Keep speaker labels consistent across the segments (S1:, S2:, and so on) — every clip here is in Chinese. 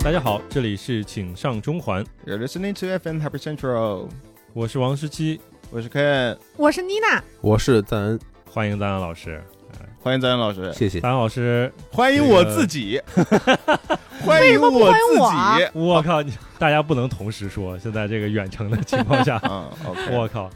S1: 大家好，这里是请上中环，
S2: You're listening to FM Happy Central，
S1: 我是王十七，
S2: 我是 Ken，
S3: 我是妮娜，
S4: 我是赞恩，
S1: 欢迎丹丹老师。
S2: 欢迎张岩老师，
S4: 谢谢。
S1: 丹老师，
S2: 欢迎我自己，欢
S3: 为什
S2: 迎
S3: 么不
S2: 我
S3: 欢迎
S2: 自
S3: 我啊
S2: 己，
S1: 我靠，你大家不能同时说，现在这个远程的情况下
S2: 啊，OK，
S1: 我靠，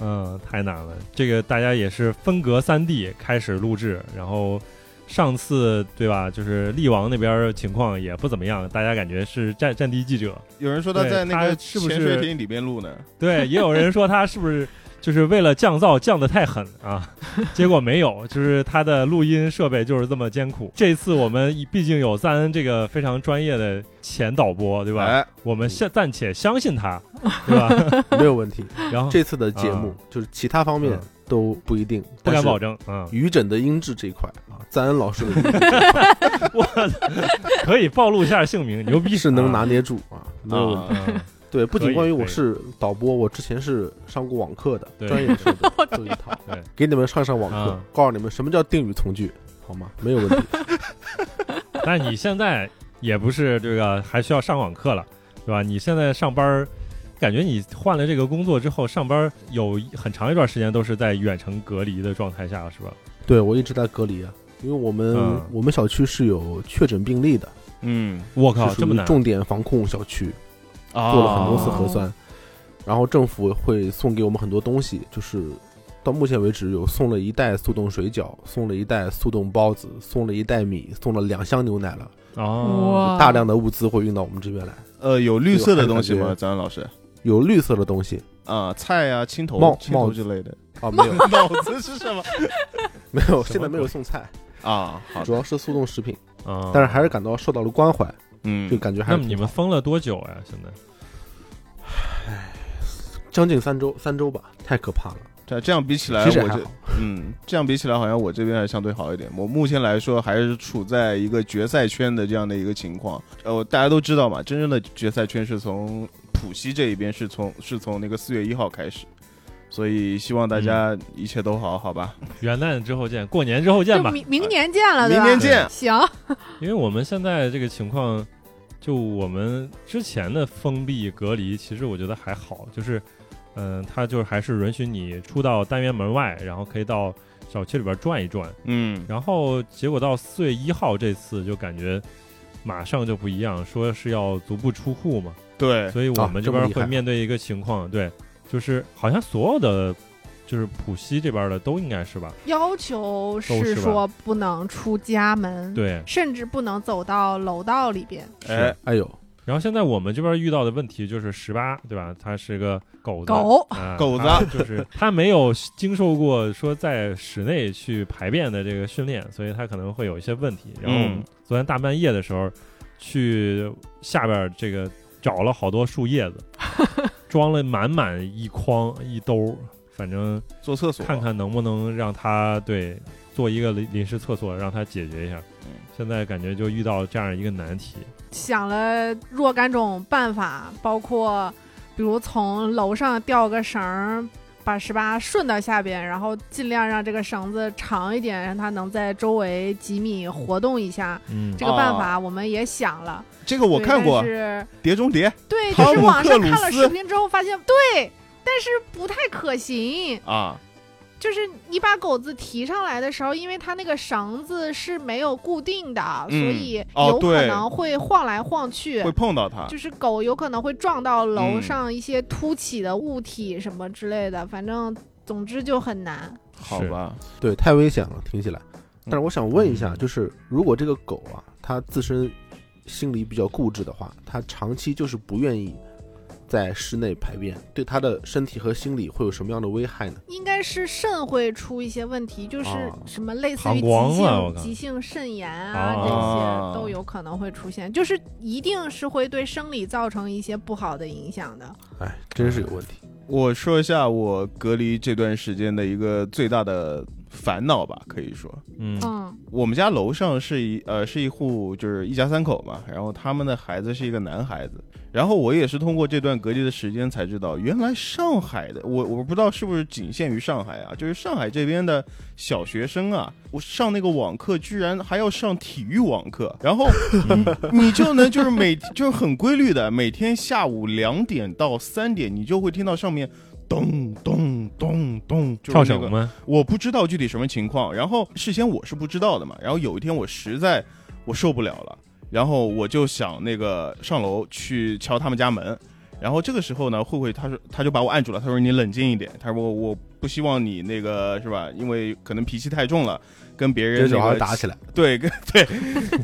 S1: 嗯，太难了。这个大家也是分隔三地开始录制，然后上次对吧，就是力王那边情况也不怎么样，大家感觉是战战地记者，
S2: 有人说他
S1: 对
S2: 在那个
S1: 他是不
S2: 潜
S1: 是
S2: 水艇里边录呢，
S1: 对，也有人说他是不是就是为了降噪降得太狠啊？结果没有，就是他的录音设备就是这么艰苦。这次我们毕竟有赞恩这个非常专业的前导播，对吧？
S2: 哎，
S1: 我们先暂且相信他，对吧？
S4: 没有问题。
S1: 然后
S4: 这次的节目就是其他方面
S1: 啊嗯
S4: 都不一定，
S1: 不敢保
S4: 证。
S1: 证，嗯，
S4: 于枕的音质这一块啊，赞恩老师的音质
S1: 我可以暴露一下姓名，牛逼
S4: 是能
S1: 啊
S4: 拿捏住啊，没有问题。
S1: 嗯
S4: 对，不仅关于
S1: 可以
S4: 我是导播，我之前是上过网课的，
S1: 对
S4: 专业学的，就一套
S1: 对，
S4: 给你们上上网课
S1: 啊，
S4: 告诉你们什么叫定语从句，好吗？没有问 题。
S1: 但你现在也不是这个，还需要上网课了，对吧？你现在上班儿，感觉你换了这个工作之后，上班儿有很长一段时间都是在远程隔离的状态下，是吧？
S4: 对我一直在隔离啊，因为我们
S1: 嗯
S4: 我们小区是有确诊病例的，
S2: 嗯，
S1: 我靠，
S4: 是
S1: 这
S4: 属
S1: 么
S4: 于
S1: 难！啊
S4: 重点防控小区，
S2: 啊
S4: 做了很多次核酸，然后政府会送给我们很多东西，就是到目前为止有送了一袋速冻水饺，送了一袋速冻包子，送了一袋米，送了两箱牛奶了，
S1: 哦，
S4: 大量的物资会运到我们这边来，
S2: 呃，有绿色的东西
S4: 有
S2: 吗？
S4: 感
S2: 张岩老师
S4: 有绿色的东西
S2: 啊，菜啊，青头
S4: 帽、
S2: 青头
S4: 帽
S2: 之类的，
S4: 啊，没有
S2: 脑子是什么
S4: 没有，
S1: 鬼
S4: 现在没有送菜，
S2: 啊？好
S4: 主
S2: 的，
S4: 要是速冻食品，
S1: 嗯
S4: 但是还是感到受到了关怀，
S2: 嗯
S4: 就，感觉还
S1: 那
S4: 是
S1: 么你们封了多久呀、现在
S4: 将近三周，三周吧，太可怕了，
S2: 这这样比起来，
S4: 其实
S2: 我
S4: 还
S2: 这
S4: 好，
S2: 嗯，这样比起来，好像我这边还相对好一点。我目前来说还是处在一个决赛圈的这样的一个情况。呃，大家都知道嘛，真正的决赛圈是从浦西这一边是从是从那个四月一号开始，所以希望大
S1: 嗯
S2: 家一切都好，好吧？
S1: 元旦之后见，过年之后见
S3: 就
S1: 吧。
S3: 明明年见了，对
S2: 啊明
S3: 吧？
S2: 年见。
S3: 行，
S1: 因为我们现在这个情况，就我们之前的封闭隔离，其实我觉得还好，就是，嗯、它就是还是允许你出到单元门外，然后可以到小区里边转一转。
S2: 嗯
S1: 然后结果到四月一号这次，就感觉马上就不一样，说是要足不出户嘛，
S2: 对，
S1: 所以我
S4: 啊
S1: 们这
S4: 这么
S1: 边
S4: 厉
S1: 会
S4: 害
S1: 面对一个情况，对，就是好像所有的。就是浦西这边的都应该是吧？
S3: 要求
S1: 都
S3: 是
S1: 是吧
S3: 说不能出家门，，
S1: 对，
S3: 甚至不能走到楼道里边。
S2: 哎，
S4: 哎呦，
S1: 然后现在我们这边遇到的问题就是十八，对吧？它是个狗子，
S3: 狗
S1: 啊
S2: 狗子
S1: 它 就是它没有经受过说在室内去排便的这个训练，所以它可能会有一些问题。然后我们
S2: 嗯
S1: 昨天大半夜的时候去下边儿这个找了好多树叶 子，装了满满一筐一兜儿，反正
S2: 做厕所
S1: 看看能不能让它对做一个临临时厕所让它解决一下
S2: 嗯。
S1: 现在感觉就遇到这样一个难题，
S3: 想了若干种办法，包括比如从楼上吊个绳儿，把十八顺到下边，然后尽量让这个绳子长一点，让它能在周围几米活动一下。
S1: 嗯
S3: 这个办法我们也想了，
S2: 这啊个我
S3: 对
S2: 看过《
S3: 但是
S2: 碟中谍》
S3: 对，
S2: 汤
S3: 就
S2: 姆
S3: 是网
S2: 克
S3: 上
S2: 鲁
S3: 看了
S2: 斯
S3: 视频之后发现，对，但是不太可行。
S2: 啊，
S3: 就是你把狗子提上来的时候，因为它那个绳子是没有固定的，
S2: 嗯
S3: 所以
S2: 哦
S3: 有可
S2: 对
S3: 能会晃来晃去。
S2: 会碰到它，
S3: 就是狗有可能会撞到楼
S2: 嗯
S3: 上一些凸起的物体什么之类的，反正总之就很难。
S2: 好
S1: 是
S2: 吧？
S4: 对，太危险了，听起来。但是我想问一下，
S1: 嗯
S4: 就是如果这个狗啊，它自身心理比较固执的话，它长期就是不愿意在室内排便，对它的身体和心理会有什么样的危害呢？
S3: 应该是肾会出一些问题，就是
S4: 哦
S3: 什么类似
S1: 膀
S3: 于急
S1: 胱
S3: 性、
S1: 了我靠
S3: 急性肾炎
S2: 哦
S3: 啊这些都有可能会出现，就是一定是会对生理造成一些不好的影响的。
S4: 哎，
S2: 嗯
S4: 真是有问题。
S2: 我说一下我隔离这段时间的一个最大的烦恼吧，可以说。
S1: 嗯
S3: 嗯
S2: 我们家楼上是一呃是一户就是一家三口嘛，然后他们的孩子是一个男孩子，然后我也是通过这段隔离的时间才知道，原来上海的我我不知道是不是仅限于上海啊，就是上海这边的小学生啊，我上那个网课居然还要上体育网课，然后你就能就是每就是很规律的每天下午两点到三点，你就会听到上面。咚咚咚咚，就是
S1: 跳
S2: 那
S1: 绳
S2: 个
S1: 吗？
S2: 我不知道具体什么情况，然后事先我是不知道的嘛。然后有一天我实在我受不了了，然后我就想那个上楼去敲他们家门。然后这个时候呢，慧慧她说她就把我按住了，她说你冷静一点，她说我我不希望你那个是吧，因为可能脾气太重了，跟别
S4: 这
S2: 人
S4: 小
S2: 那
S4: 孩
S2: 个
S4: 打起来，
S2: 对跟对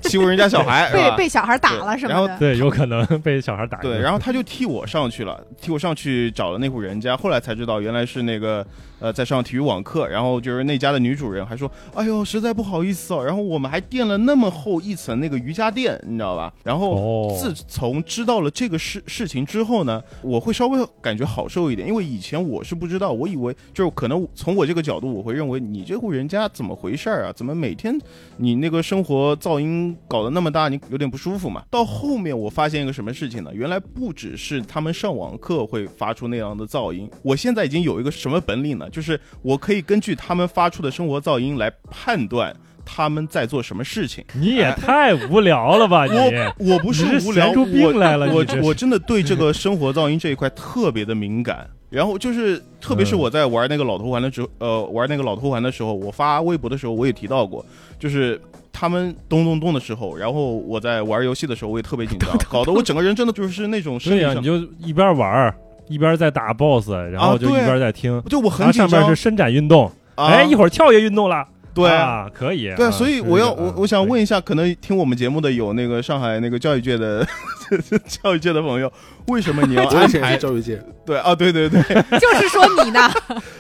S2: 欺负人家小孩是
S3: 被
S2: 吧？
S3: 被小孩打了
S2: 对
S3: 什
S2: 然后
S3: 么的，
S1: 对，有可能被小孩打。
S2: 对，然后他就替我上去了，替我上去找了那户人家，后来才知道原来是那个呃在上体育网课，然后就是那家的女主人还说，哎呦实在不好意思哦，然后我们还垫了那么厚一层那个瑜伽垫，你知道吧？然后
S1: 哦，
S2: 自从知道了这个事事情之后呢，我会稍微感觉好受一点，因为以前我是不知道，我以为就是可能从我这个角度，我会认为你这户人家怎么回事儿啊？怎么每天你那个生活噪音搞得那么大，你有点不舒服嘛？到后面我发现一个什么事情呢？原来不只是他们上网课会发出那样的噪音，我现在已经有一个什么本领呢？就是我可以根据他们发出的生活噪音来判断他们在做什么事情。
S1: 你也太无聊了吧你！
S2: 哎我我不是
S1: 你是
S2: 无聊，
S1: 闲出病
S2: 我
S1: 来了
S2: 我
S1: 你这是
S2: 我真的对这个生活噪音这一块特别的敏感。然后就是，特别是
S1: 嗯
S2: 我在玩那个老头环的时候，呃，玩那个老头环的时候，我发微博的时候我也提到过，就是他们咚咚咚的时候，然后我在玩游戏的时候我也特别紧 张，搞得我整个人真的就是那种身
S1: 对
S2: 体
S1: 呀、
S2: 上
S1: 你，就一边玩儿一边在打 boss，然后就一
S2: 对
S1: 边在听，
S2: 就我
S1: 然
S2: 很
S1: 后
S2: 紧
S1: 上面
S2: 张
S1: 是。伸展运动，
S2: 啊
S1: 哎，一会儿跳跃运动了，
S2: 对
S1: 啊，可以，
S2: 对
S1: 啊
S2: 啊，所以
S1: 是
S2: 我要
S1: 的
S2: 我
S1: 啊
S2: 我想
S1: 可以
S2: 问一下，可能听我们节目的有那个上海那个教育界的 教育界的朋友，为什么你要
S4: 我以
S2: 安
S4: 前也
S2: 排
S4: 是？教育界，
S2: 对啊，对对对，
S3: 就是说你呢，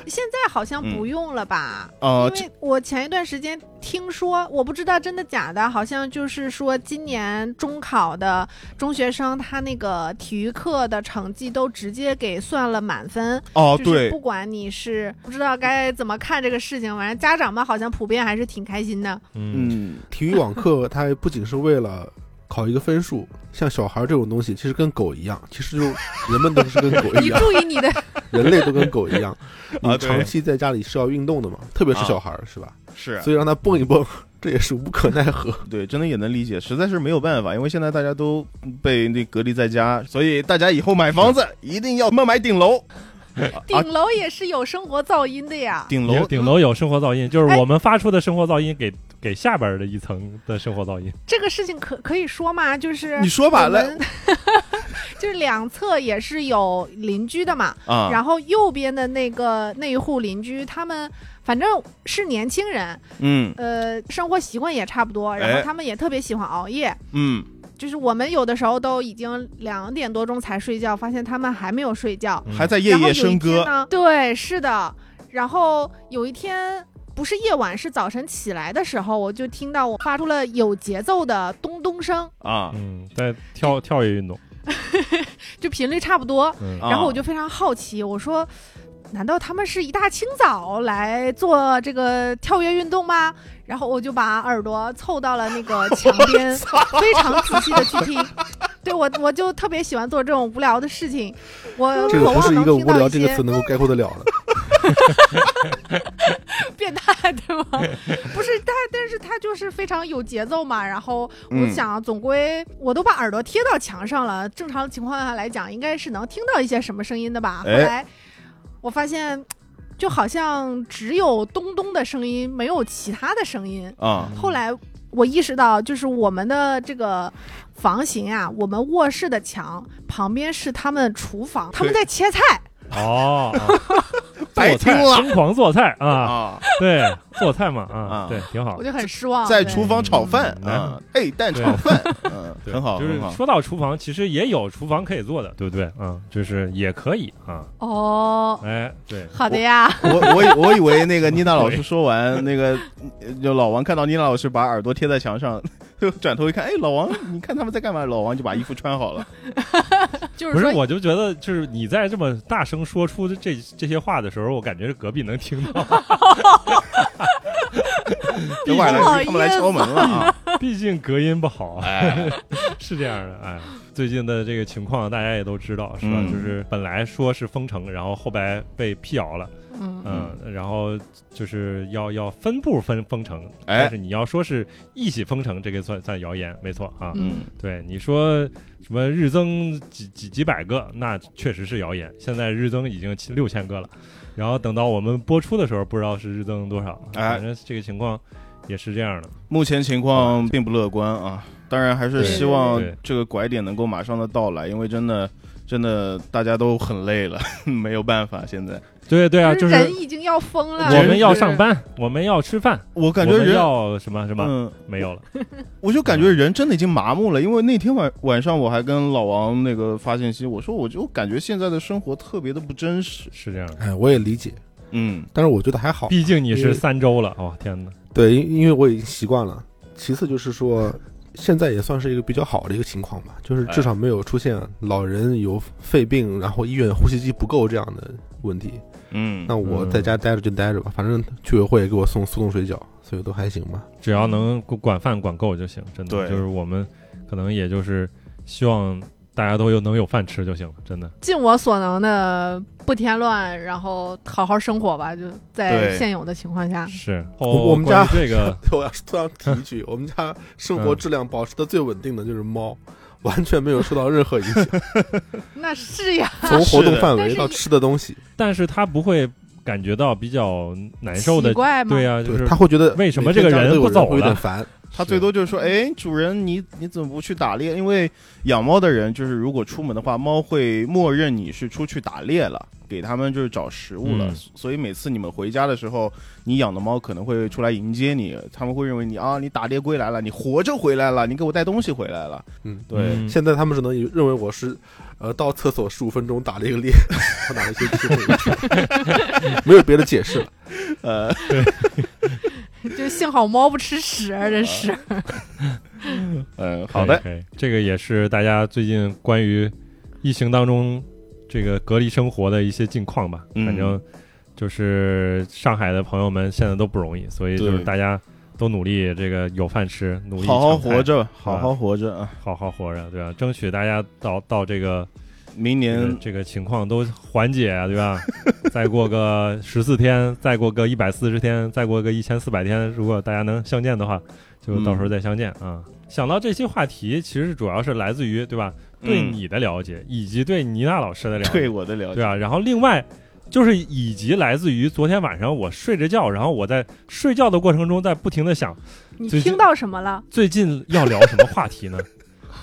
S3: 现在好像不用了吧？
S2: 啊，
S3: 因为我前一段时间听说，我不知道真的假的，好像就是说今年中考的中学生，他那个体育课的成绩都直接给算了满分，
S2: 哦，
S3: 就是
S2: 对
S3: 不，管你是不知道该怎么看这个事情，反正家长们好像普遍还是挺开心的。
S1: 嗯，
S2: 嗯，
S4: 体育网课它不仅是为了考一个分数，像小孩这种东西，其实跟狗一样，其实就人们都是跟
S2: 哎
S4: 狗一
S3: 你
S4: 样，
S3: 注意你的，
S4: 人类都跟狗一样，你
S2: 啊对
S4: 长期在家里是要运动的嘛，特别是
S2: 啊
S4: 小孩儿是吧？
S3: 啊
S2: 是啊
S4: 所以让他蹦一蹦， 这也是无可奈何。
S2: 对，真的也能理解，实在是没有办法，因为现在大家都被那隔离在家，所以大家以后买房子一定要慢慢买顶楼，啊，
S3: 顶楼也是有生活噪音的 呀。
S2: 顶
S1: 也
S2: 楼，
S1: 顶楼有生活噪音，就是
S3: 哎
S1: 我们发出的生活噪音给给下边儿的一层的生活噪音，
S3: 这个事情可可以说吗？就是
S2: 你说吧，
S3: 我
S2: 来
S3: 们 就是两侧也是有邻居的嘛，
S2: 啊，
S3: 然后右边的那个那一户邻居，他们反正是年轻人，
S2: 嗯
S3: 呃，生活习惯也差不多，然
S2: 哎
S3: 后他们也特别喜欢熬夜。
S2: 嗯，
S3: 就是我们有的时候都已经两点多钟才睡觉，发现他们还没有睡觉。
S1: 嗯
S2: 还在夜
S3: 然后有
S2: 夜
S3: 一
S2: 笙
S3: 天
S2: 歌，
S3: 呢？对，是的。然后有一天不是夜晚，是早晨起来的时候，我就听到我发出了有节奏的咚咚声，
S2: 啊
S1: 嗯，在
S2: 哎
S1: 跳跳跃运动，
S3: 就频率差不多。
S1: 嗯
S2: 啊
S3: 然后我就非常好奇，我说。难道他们是一大清早来做这个跳跃运动吗？然后我就把耳朵凑到了那 个墙边，非常仔细的去听。 对我，我就特别喜欢做这种无聊的事情。我
S4: 这个
S3: 渴
S4: 不是
S3: 望
S4: 一
S3: 能
S4: 个“
S3: 听
S4: 无聊
S3: 到”一
S4: 这个
S3: 些
S4: 词能够概括得了的。
S3: 变态， 对吗？不是他，但是他就是非常有节奏嘛。然后我
S2: 嗯
S3: 想，总归我都把耳朵贴到墙上了，正常情况下来讲，应该是能听到一些什么声音的吧。后
S2: 哎
S3: 来我发现，就好像只有咚咚的声音，没有其他的声音。
S2: 啊，
S3: 嗯后来我意识到，就是我们的这个房型啊，我们卧室的墙旁边是他们厨房，他们在切菜。
S1: 哦，啊
S2: 白
S1: 做
S2: 听
S1: 菜，
S2: 了
S1: 疯狂做菜啊，
S2: 啊，
S1: 对，做菜嘛啊
S2: 啊，
S1: 对，挺好
S3: 我。就很失望，
S2: 在
S3: 啊对
S2: 厨房炒饭
S1: 嗯
S2: 啊，哎，蛋炒饭， 嗯，
S1: 对
S2: 很好，
S1: 就
S2: 很
S1: 是
S2: 好，
S1: 说到厨房，其实也有厨房可以做的，对不对？啊，就是也可以啊，
S3: 哦，
S1: 哎，对，
S3: 好的呀。
S2: 我我以我以为那个妮娜老师说完，那个呃就老王看到妮娜老师把耳朵贴在墙上， 就转头一看，哎，老王，你看他们在干嘛？老王就把衣服穿好了。
S3: 就
S1: 不
S3: 是
S1: 是，
S3: 说，
S1: 我就觉得就是你在这么 大声说出这这些话的时候，我感觉是隔壁能听到，
S2: 等会儿
S3: 不好
S2: 来他们来
S3: 意思
S2: 敲门了啊！
S1: 毕竟隔音不好，啊
S2: 哎，
S1: 是这样的。哎，最近的这个情况大家也都知道，是吧？
S2: 嗯
S1: 就是本来说是封城，然后后来被辟谣了，
S3: 嗯，
S1: 嗯，然后就是要要分步分封城，
S2: 哎
S1: 但是你要说是一起封城，这个算算谣言，没错啊。
S3: 嗯
S1: 对你说什么日增几几几百个，那确实是谣言。现在日增已经七六千个了，然后等到我们播出的时候，不知道是日增多少。
S2: 哎
S1: 反正这个情况也是这样的。
S2: 目前情况并不乐观啊，当然还是希望
S1: 对对对
S2: 这个拐点能够马上的到来，因为真的真的大家都很累了， 没有办法。现在
S1: 对对啊，
S3: 就
S1: 就是是
S3: 人已经要疯了，
S1: 我们要
S3: 就是
S1: 上，班，我们要吃饭，
S2: 我感
S1: 我
S2: 觉
S1: 们
S2: 人
S1: 要什么什么
S2: 嗯，
S1: 没有了。
S2: 我就感觉人真的已经麻木了，因为那天晚晚上我还跟老王那个发信息，我说我就感觉现在的生活特别的不真实。
S1: 是这样的。
S4: 哎，我也理解，
S2: 嗯，
S4: 但是我觉得还好。
S1: 毕竟你
S4: 因为
S1: 是三周了，哦天哪！
S4: 对，因因为我已经习惯了。其次就是说，现在也算是一个比较好的一个情况吧，就是
S2: 哎
S4: 至少没有出现老人有肺病，然后医院呼吸机不够这样的问题。
S2: 嗯
S4: 那我在家待着就待着吧，反正居委会也给我送速冻水饺，所以都还行 吧。
S1: 只要能管管饭管够就行，真的。
S2: 对
S1: 就是我们可能也就是希望大家都有能有饭吃就行了，真的。
S3: 尽我所能的不添乱，然后好好生活吧，就在
S2: 对
S3: 现有的情况
S2: 啊
S3: 下，
S1: 是。
S4: 我我们家
S1: 关于这个
S4: 我要突然提一句，我们家生活质量保持的最稳定的就是猫，完全没有受到任何影响，
S3: 那是呀，
S4: 从活动
S3: 但
S4: 范围
S3: 是
S4: 到吃的东西，
S1: 但是他不会感觉到比较难受
S3: 奇
S1: 的，
S3: 怪吗？
S1: 对呀、就是
S4: 他会觉得
S1: 为什么
S4: 每天
S1: 这个
S4: 家里
S1: 人
S4: 都有
S1: 不走
S4: 会有点
S1: 了
S4: 烦，
S2: 他最多就是说，哎，主人你你怎么不去打猎？因为养猫的人就是如果出门的话，猫会默认你是出去打猎了，给他们就是找食物了。
S1: 嗯
S2: 所以每次你们回家的时候，你养的猫可能会出来迎接你，他们会认为你啊，你打猎归来了，你活着回来了，你给我带东西回来了。
S4: 嗯。
S2: 对，
S1: 嗯
S4: 现在他们只能以认为我是，呃，到厕所十五分钟打了一个猎， 我打了一些机会， 没有别的解释了。
S2: 呃，
S3: 就幸好猫不吃屎，真是。
S2: 嗯，好的，
S1: 可以，可以这个也是大家最近关于疫情当中这个隔离生活的一些近况吧。
S2: 嗯
S1: 反正就是上海的朋友们现在都不容易，所以就是
S2: 对
S1: 大家都努力这个有饭吃，努力
S2: 好好
S1: 抢菜
S2: 活，着，
S1: 吧
S2: 好好活着啊！
S1: 好好活着，对吧？争取大家到到这个
S2: 明
S1: 这个
S2: 年
S1: 这个情况都缓解啊，对 吧？再过个十四天，再过个一百四十天，再过个一千四百天，如果大家能相见的话，就到时
S2: 嗯
S1: 候再相见啊。想到这期话题，其实主要是来自于对吧对
S2: 嗯
S1: 你的了解，以及对妮娜老师的了解，
S2: 对我的了
S1: 对
S2: 解，
S1: 啊。然后另外就是以及来自于昨天晚上我睡着觉，然后我在睡觉的过程中在不停的想
S3: 你
S1: 最近
S3: 听到什么了？
S1: 最近要聊什么话题 呢？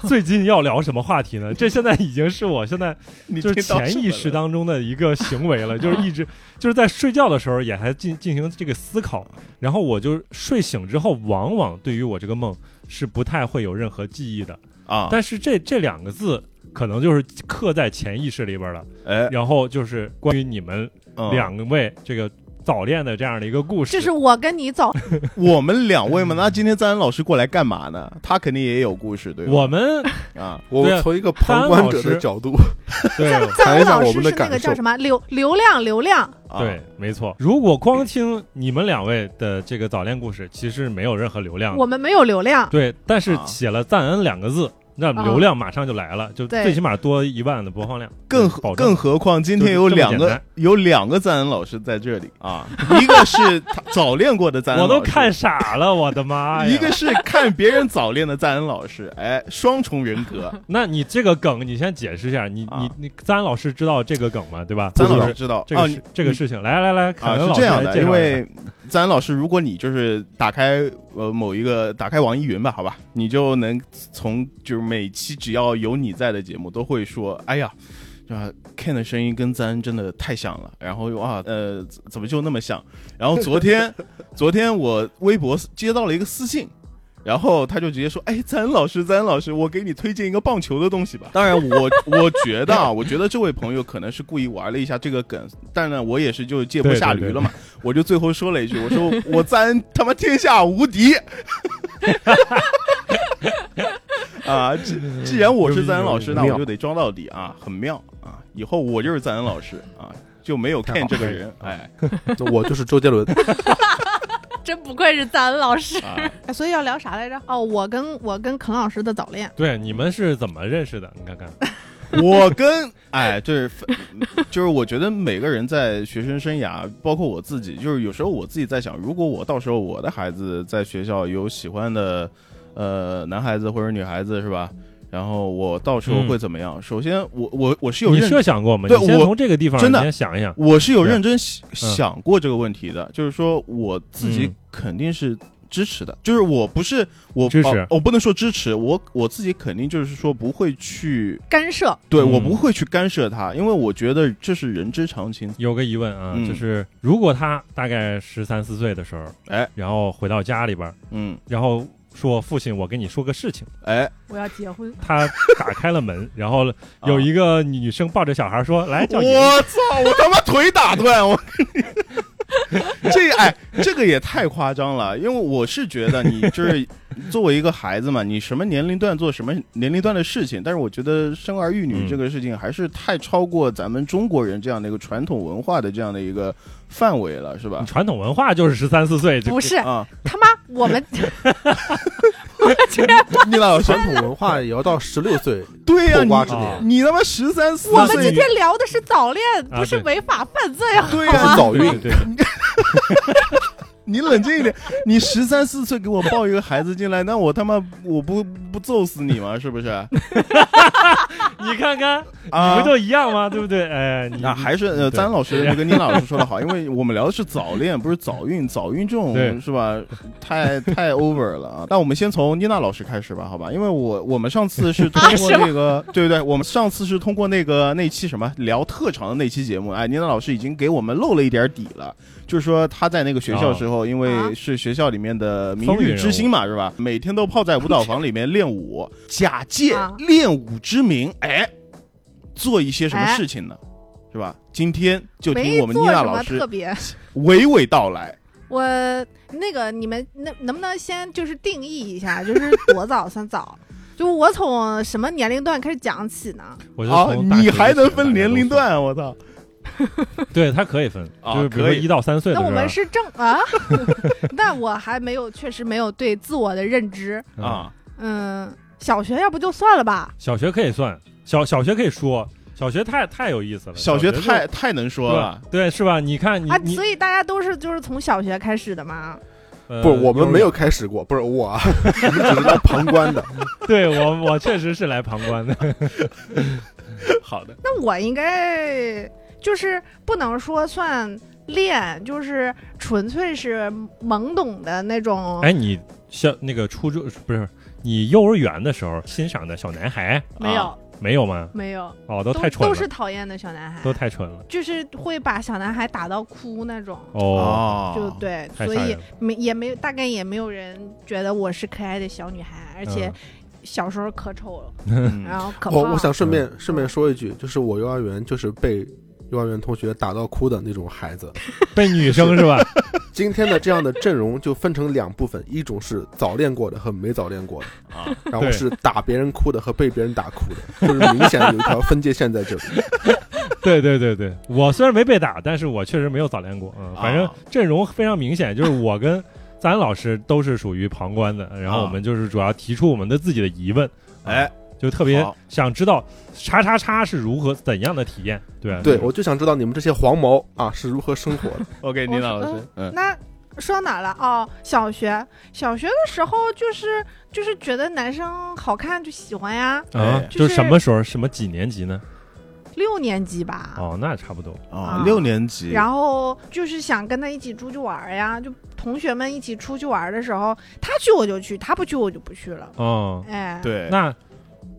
S1: 最近要聊什么话题呢？这现在已经是我现在
S2: 你
S1: 就是
S2: 听到
S1: 潜
S2: 什么
S1: 意识
S2: 了
S1: 当中的一个行为了，就是一 直就是在睡觉的时候也还进进行这个思考，然后我就睡醒之后，往往对于我这个梦是不太会有任何记忆的，
S2: 啊，
S1: 但是这这两个字可能就是刻在潜意识里边了。
S2: 哎，
S1: 然后就是关于你们
S2: 嗯
S1: 两位这个早恋的这样的一个故事，
S3: 这是我跟你 走，
S2: 我们两位嘛，
S1: 嗯
S2: 那今天赞恩老师过来干嘛呢？他肯定也有故事，对吧？
S1: 我 们
S2: 啊，
S4: 我
S1: 对啊
S4: 从一个旁观
S1: 潘老
S4: 者的
S1: 师
S4: 角度，
S1: 对
S3: 赞
S4: 谈一
S3: 恩老
S4: 下我
S3: 师
S4: 们的
S3: 是那
S4: 感
S3: 个叫
S4: 受
S3: 什么流流量流量，
S2: 啊
S1: 对，，没错。如果光听你们两位的这个早恋故事，其实没有任何流量的。
S3: 我们没有流量，
S1: 对，但是
S2: 啊
S1: 写了“赞恩”两个字，那
S3: 啊
S1: 流量马上就来了，就
S3: 对
S1: 最起码多一万的播放量，
S2: 更
S1: 保
S2: 更
S1: 证。
S2: 何况今
S1: 就
S2: 天
S1: 是
S2: 有
S1: 这么
S2: 两
S1: 简
S2: 个
S1: 单
S2: 有两个赞恩老师在这里啊，一个是他早恋过的赞恩
S1: 我
S2: 啊老
S1: 都
S2: 师，
S1: 看傻了，我的妈呀！
S2: 一个是看别人早恋的赞恩老师，哎，双重 人格，
S1: 那你这个梗，你先解释一下，你、
S2: 啊
S1: 你你，赞恩老师知道这个梗吗？对吧？
S2: 赞恩
S1: 就
S2: 老师
S1: 是
S2: 知道
S1: 这
S2: 啊
S1: 个事、这个事情，来来来，凯
S2: 啊
S1: 文
S2: 是
S1: 老师
S2: 这样
S1: 来
S2: 的，
S1: 介绍一
S2: 因
S1: 下
S2: 为赞恩老师，如果你就是打开呃某一个打开网易云吧，好吧，你就能从就是每期只要有你在的节目都会说，哎呀。啊，Ken 的声音跟赞恩真的太像了，然后又啊，呃，怎怎么就那么像？然后昨天， 昨天我微博接到了一个私信，然后他就直接说：“哎，赞恩老师，赞恩老师，我给你推荐一个棒球的东西吧。”当然 我，我觉得啊，我觉得这位朋友可能是故意玩了一下这个梗，但呢，我也是就借坡下驴了嘛，我就最后说了一句：“我说我赞恩他妈天下无敌。” 啊，既既然我是赞恩老师，那我就得装到底啊，很妙啊！以后我就是赞恩老师啊，就没有
S4: 太好
S2: Ken 这个
S4: 了
S2: 人，哎，
S4: 那我就是周杰伦。
S3: 真不愧是赞恩老 师。
S1: 啊，
S5: 哎所以要聊啥来着？
S3: 哦，我跟我跟肯老师的早恋，
S1: 对，你们是怎么认识的？你看看，
S2: 我跟哎，这是就是我觉得每个人在学生生涯，包括我自己，就是有时候我自己在想，如果我到时候我的孩子在学校有喜欢的呃男孩子或者女孩子是吧？然后我到时候会怎么样？首先，我我我是有
S1: 嗯你
S2: 认
S1: 设想过吗？
S2: 对
S1: 你先
S2: 我
S1: 从这个地方
S2: 真的
S1: 你先想一想。
S2: 我是有
S1: 对
S2: 认真想想过这个问题的，就是说我自己
S1: 嗯
S2: 肯定是支持的，就是我不是我
S1: 支持
S2: 哦我不能说支持，我我自己肯定就是说不会去，
S3: 干涉
S2: 对、
S1: 嗯
S2: 我不会去干涉他，因为我觉得这是人之常情。
S1: 有个疑问啊，
S2: 嗯
S1: 就是如果他大概十三四岁的时候，
S2: 哎，
S1: 然后回到家里边儿，
S2: 嗯，
S1: 然后说父亲，我跟你说个事情。
S2: 哎，
S5: 我要结婚。
S1: 他打开了 门，然后有一个女生抱着小孩说：“来，叫爷爷。
S2: 啊我操！我他妈腿打断我。 这个哎，这个也太夸张了，因为我是觉得你就是 作为一个孩子嘛，你什么年龄段做什么年龄段的事情，但是我觉得生儿育女
S1: 嗯
S2: 这个事情还是太超过咱们中国人这样的一个传统文化的这样的一个范围了，是吧
S1: 你？传统文化就是十三四岁，就
S3: 不是
S2: 啊，
S3: 他妈我们
S2: 你老师
S4: 传统文化也要到十六岁
S2: 对呀、
S4: 破瓜之
S1: 啊
S4: 年，
S2: 你你他妈十三四
S3: 我们
S2: 岁
S3: 今，天聊的是早恋，
S1: 啊
S3: 不是
S1: 对
S3: 违法犯罪啊。
S2: 对
S4: 他
S2: 呀、
S4: 是早
S1: 对
S4: 孕。
S1: 对对，
S2: 你冷静一点，你十三四岁给我抱一个孩子进来，那我他妈我不不揍死你吗？是不是？
S1: 你看看，
S2: 啊
S1: 你不，就一样吗？对不对？哎，你
S2: 那还是呃，
S1: 对
S2: 张老师就跟丁老师说的好，因为我们聊的是早恋，不是早孕。早孕这
S1: 对
S2: 种是吧，太太 over 了啊。那我们先从妮娜老师开始吧，好吧？因为我我们上次是通过那
S3: 啊
S2: 个， 对不对？我们上次是通过那个那期什么聊特长的那期节目，哎，妮娜老师已经给我们露了一点底了。就是说她在那个学校时候，因
S3: 啊
S2: 为是学校里面的明
S1: 哦风云
S2: 日
S1: 人
S2: 之星嘛，是吧？每天都泡在舞蹈房里面练舞，假借
S3: 啊
S2: 练舞之名，哎，做一些什么
S3: 哎
S2: 事情呢？是吧？今天就听
S3: 没
S2: 我们妮
S3: 做
S2: 娜
S3: 什
S2: 老
S3: 么
S2: 师
S3: 特别，
S2: 娓娓道来。
S3: 我那个你们那能不能先就是定义一下，就是多早算早？就我从什么年龄段开始讲起呢？
S1: 我就
S2: 啊，
S1: 从大学
S2: 你还能分
S1: 开始
S2: 年龄？段啊？我操！
S1: 对，他可以分，
S2: 啊
S1: 就是比如说
S2: 可以
S1: 一到三岁的
S3: 那
S1: 时
S3: 我
S1: 候，
S3: 们是正啊？ 那我还没有，确实没有对自我的认知。
S1: 嗯，
S2: 啊，
S3: 嗯，小学要不就算了吧。
S1: 小学可以算，小小学可以说，小学太太有意思了，
S2: 小
S1: 学就
S2: 学太太能说了。
S1: 对对是吧？你看你
S3: 啊，
S1: 你
S3: 所以大家都是就是从小学开始的嘛。
S1: 呃
S4: 不，我们没
S1: 幼
S4: 有开始过，不是我，啊，我们只是在旁 观的。
S1: 儿园，对我我确实是来旁观 的，
S2: 好的，
S3: 那我应该就是不能说算恋，就是纯粹是懵懂的那种。
S1: 哎，你小那个初中不是你幼儿园的时候欣赏的小男孩
S3: 没有、
S2: 啊
S1: 没有吗？
S3: 没有，
S1: 哦，都
S3: 都
S1: 太蠢
S3: 都
S1: 了，
S3: 是讨厌的小男
S1: 都
S3: 孩，
S1: 太蠢了，
S3: 就是会把小男孩打到哭那种。
S1: 哦，
S2: 啊
S3: 就，对，
S1: 太
S3: 所
S1: 吓
S3: 以
S1: 人了，
S3: 没也没有，大概也没有人觉得我是可爱的小女孩，而且
S1: 嗯
S3: 小时候可丑了，然
S2: 嗯
S3: 后可胖。
S4: 我我想顺便顺便说一句，就是我幼儿园就是被幼儿园同学打到哭的那种孩子。
S1: 嗯被女生是吧？
S4: 今天的这样的阵容就分成两部分，一种是早恋过的和没早恋过的，
S2: 啊，
S4: 然后是打别人哭的和被别人打哭的，就是明显有一条分界线在这里。
S1: 对对对对，我虽然没被打，但是我确实没有早恋过。嗯，
S2: 啊
S1: 反正阵容非常明显，就是我跟赞恩老师都是属于旁观的，然后
S2: 啊
S1: 我们就是主要提出我们的自己的疑问，啊
S2: 哎，
S1: 就特别
S2: 好
S1: 想知道叉叉叉是如何怎样的体验。对
S4: 对，我就想知道你们这些黄毛啊是如何生活的。
S2: ，OK，妮娜老
S3: 我
S2: 师，嗯，
S3: 那说到哪儿了？哦，小学，小学的时候就是就是觉得男生好看就喜欢呀，
S1: 啊
S2: 哎，
S1: 就
S3: 就是是
S1: 什么时候，什么几年级呢？
S3: 六年级吧。
S1: 哦，那差不多。
S2: 啊
S3: 啊，
S2: 六年级，
S3: 然后就是想跟他一起出去玩儿呀，就同学们一起出去玩儿的时候，他去我就去，他不去我就不去了。
S1: 哦，
S3: 哎，
S2: 对，
S1: 那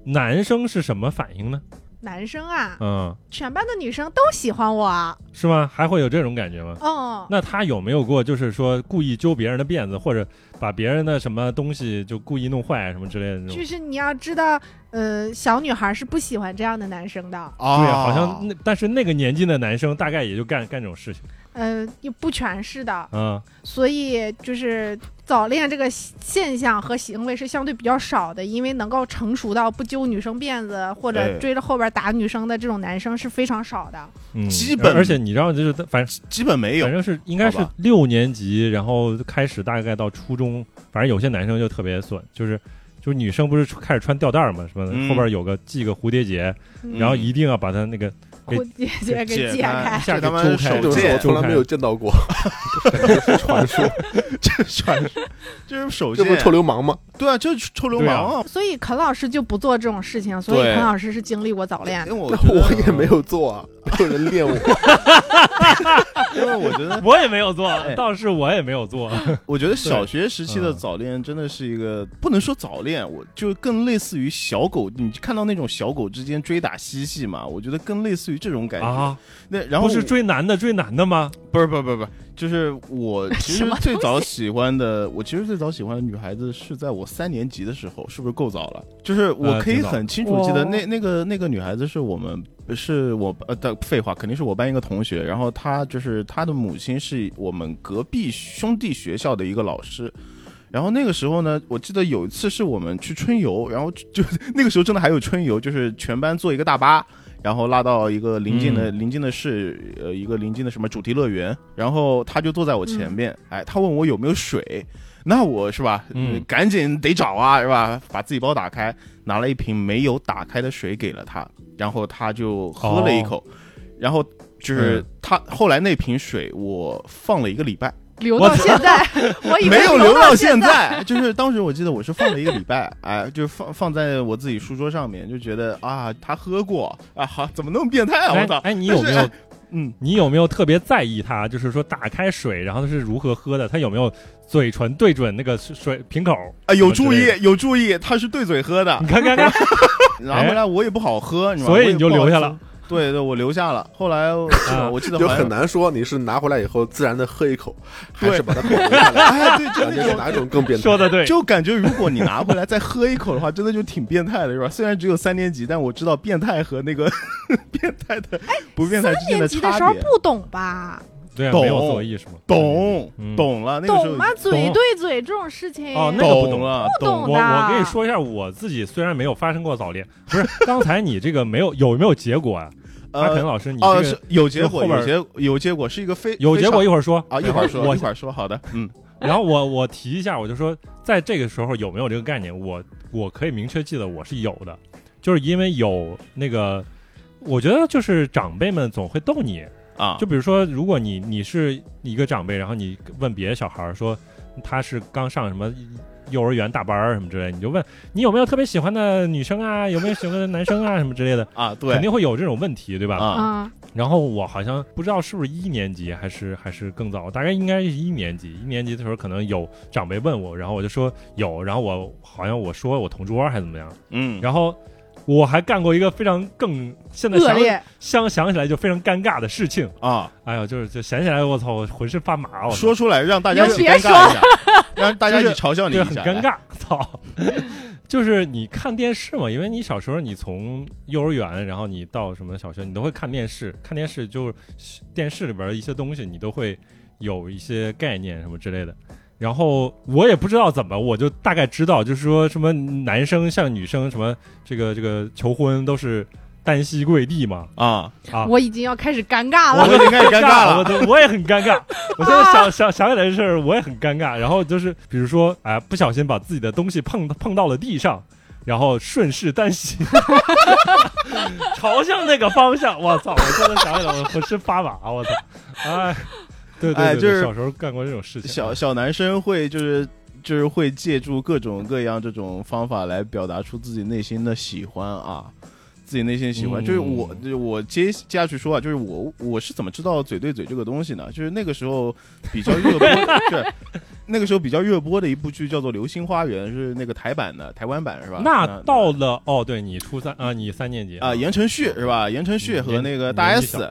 S1: 男生是什么反应呢？
S3: 男生啊，
S1: 嗯，
S3: 全班的女生都喜欢我。
S1: 是吗？还会有这种感觉吗？
S3: 嗯，
S1: 那他有没有过就是说故意揪别人的辫子，或者把别人的什么东西就故意弄坏什么之类的这种
S3: 就？是你要知道，呃，小女孩是不喜欢这样的男生的。
S2: 啊，
S1: 对，好像那但是那个年纪的男生大概也就干干这种事情
S3: 嗯、呃，也不全是的。
S1: 啊，
S3: 所以就是早恋这个现象和行为是相对比较少的，因为能够成熟到不揪女生辫子或
S2: 哎
S3: 者追着后边打女生的这种男生是非常少的。
S1: 嗯，
S2: 基本
S1: 而且你知道，就是反正
S2: 基本没有
S1: 反。正是应该是
S2: 好吧
S1: 六年级，然后开始大概到初中，反正有些男生就特别损，就是就是女生不是开始穿吊带儿嘛什么的，
S2: 嗯
S1: 后边有个系个蝴蝶结，
S3: 嗯
S1: 然后一定要把它那个给
S3: 蝴蝶结给
S2: 解
S3: 解
S2: 开
S3: 开，
S1: 下给
S2: 这他妈
S1: 揪开，
S2: 是手
S4: 这种事
S2: 贱
S4: 我从来没有见到过，这是传说，
S2: 这传，这是手
S4: 这
S2: 贱，
S4: 不是臭流氓吗？
S2: 对啊，就是臭流氓啊！
S3: 所以肯老师就不做这种事情，所以
S2: 对
S3: 肯老师是经历过早
S1: 啊
S3: 恋
S2: 因
S3: 的
S2: 为。我
S4: 那
S2: 觉得
S4: 我也没，有做啊，没有人练我。
S2: 因为我觉得，
S1: 我也没有做
S2: 哎，
S1: 倒是我也没有做。
S2: 我觉得小学时期的
S1: 嗯
S2: 早恋真的是一个，不能说早恋，我就更类似于小狗，你看到那种小狗之间追打嬉戏嘛，我觉得更类似于这种感觉。
S1: 啊，
S2: 那哎然后
S1: 不是
S2: 我
S1: 追男的追男的吗？
S2: 不是不是不是不是，就是我其
S3: 什
S2: 实
S3: 么东西
S2: 最早喜欢的，我其实最早喜欢的女孩子是在我三年级的时候，是不是够早了？就是我
S1: 呃
S2: 可以
S1: 挺早
S2: 很清楚记得
S3: 哇
S2: 那那个那个女孩子是我们是我呃的废话，肯定是我班一个同学，然后她就是她的母亲是我们隔壁兄弟学校的一个老师。然后那个时候呢，我记得有一次是我们去春游，然后就 那个时候真的还有春游，就是全班坐一个大巴，然后拉到一个邻近的、邻呃近的市，呃，一个邻近的什么主题乐园，然后他就坐在我前面，哎，他问我有没有水，那我是吧，
S1: 嗯
S2: 呃赶紧得找啊，是吧？把自己包打开，拿了一瓶没有打开的水给了他，然后他就喝了一口，然后就是
S1: 哦嗯
S2: 他后来那瓶水我放了一个礼 拜。
S3: 留到现在，我以为
S2: 没有留
S3: 留
S2: 到
S3: 现
S2: 现。在， 就是当时我记得我是放了一个礼拜，哎，就放放在我自己书桌上面，就觉得啊，他喝过啊，好，怎么那么变态啊！
S1: 哎
S2: 我操，
S1: 哎，你
S2: 但
S1: 有
S2: 是
S1: 没有？
S2: 嗯，
S1: 你有没有特别在意他？就是说打开水，然后他是如何喝的？他有没有嘴唇对准那个水瓶口？
S2: 啊，有
S1: 什么
S2: 注
S1: 之
S2: 意
S1: 类的，
S2: 有注意，他是对嘴喝 的
S1: 你，看看看，
S2: 拿回来我也不好喝，知道吗
S1: 哎所以你就留下。
S2: 我也
S1: 了
S2: 不好。吃对对，我留下了。后来我
S1: 啊
S2: 我记得
S4: 就
S2: 好像
S4: 很。难说你是拿回来以后自然的喝一口，
S2: 对
S4: 还是把它保留 下来，
S2: 哎，对，
S4: 感
S2: 真
S4: 觉
S2: 的
S4: 是
S2: 就
S4: 哪种更变态？
S1: 说的对，
S2: 就感觉，如果你拿回来再喝一口的话，真的就挺变态的，是吧？虽然只有三年级，但我知道变态和那个 变态的不变态之间
S3: 哎年级的时
S2: 差
S3: 候
S2: 别。
S3: 不懂吧？
S1: 对啊，
S2: 懂
S1: 没有自我意识吗？
S2: 懂
S1: 嗯
S2: 懂了，那个时候
S3: 懂吗？嘴对嘴这种事情，
S1: 哦那个不
S2: 懂
S1: 懂
S2: 了，
S3: 不
S1: 我
S3: 懂的嗯
S1: 我跟你说一下，我自己虽然没有发生过早恋，不是刚才你这个没有有没有结果啊？阿肯
S2: 呃，
S1: 老师，你
S2: 哦，
S1: 这
S2: 是
S1: 个
S2: 有结果，
S1: 后边
S2: 有结有结果，是一个非
S1: 有结果
S2: 非
S1: 一会儿说
S2: 常啊，一会儿说，
S1: 我
S2: 一会儿说，好的，嗯，
S1: 然后我我提一下，我就说，在这个时候有没有这个概念？我我可以明确记得我是有的，就是因为有那个，我觉得就是长辈们总会逗你，
S2: 啊，
S1: 就比如说，如果你你是一个长辈，然后你问别的小孩儿说他是刚上什么幼儿园大班儿什么之类，你就问你有没有特别喜欢的女生啊，有没有喜欢的男生啊什么之类的，
S2: 啊，
S1: 肯
S2: 对
S1: 定会有这种问题，对吧？
S2: 啊，
S3: 嗯，
S1: 然后我好像不知道是不是一年级还是还是更早，大概应该是一年级。一年级的时候可能有长辈问我，然后我就说有，然后我好像我说我同桌还是怎么样，
S2: 嗯，
S1: 然后我还干过一个非常更现在
S3: 恶
S1: 想
S3: 劣，
S1: 想想起来就非常尴尬的事情。
S2: 啊，
S1: 哎呦，就是就想起来，我操，我浑身发麻，我操
S2: 说出来让大家一起
S3: 你别
S2: 尴尬一下，让大家一起
S1: 就是
S2: 嘲笑你
S1: 这
S2: 一
S1: 个
S2: 下，
S1: 很尴
S2: 来，
S1: 尬，操！ 就是你看电视嘛，因为你小时候你从幼儿园，然后你到什么小学，你都会看电视，看电视就是电视里边的一些东西，你都会有一些概念什么之类的。然后我也不知道怎么，我就大概知道，就是说什么男生向女生什么这个这个求婚都是单膝跪地嘛
S2: 啊，
S1: 啊，
S3: 我已经要开始尴尬
S2: 我
S3: 了。
S2: 已经开始尴尬
S1: 我
S2: 了，
S1: 都我也很尴尬。我现在想想想起来这事儿，我也很尴尬。然后就是比如说，哎，不小心把自己的东西碰碰到了地上，然后顺势单膝 朝向那个方向。我操！我现在想起来，我浑身发麻。我操！哎，对对
S2: 哎
S1: 对，
S2: 就是
S1: 小时候干过这种事情。
S2: 小小男生会就是。就是会借助各种各样这种方法来表达出自己内心的喜欢啊，自己内心喜欢。
S1: 嗯
S2: 就是我，就是我接接下去说啊，就是我我是怎么知道嘴对嘴这个东西呢？就是那个时候比较热播， 是那个时候比较热播的一部剧叫做《流星花园》，是那个台版的台湾版是吧？
S1: 那到了哦，对你初三啊，你三年级
S2: 啊，言承旭是吧？言承旭和那个大
S1: 年纪
S2: S
S1: 小。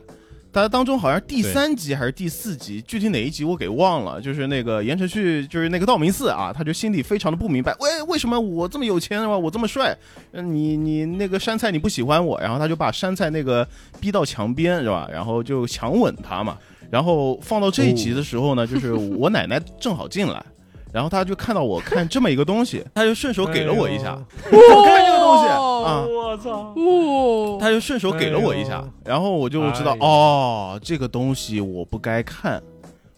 S2: 他当中好像第三集还是第四集，具体哪一集我给忘了。就是那个言承旭，就是那个道明寺啊，他就心里非常的不明白，喂，为什么我这么有钱是吧？我这么帅，呃你你那个杉菜你不喜欢我，然后他就把杉菜那个逼到墙边是吧？然后就哦强吻他嘛。然后放到这一集的时候呢，就是我奶奶正好进来，然后他就看到我看这么一个东西，他就顺手给了我一下，
S3: 我
S2: 我看这个东西啊，
S1: 哎我操！
S3: 哦，
S2: 他就顺手给了我一
S1: 哎
S2: 下，
S1: 呦
S2: 然后我就知道、
S1: 哎呦
S2: 哦，这个东西我不该看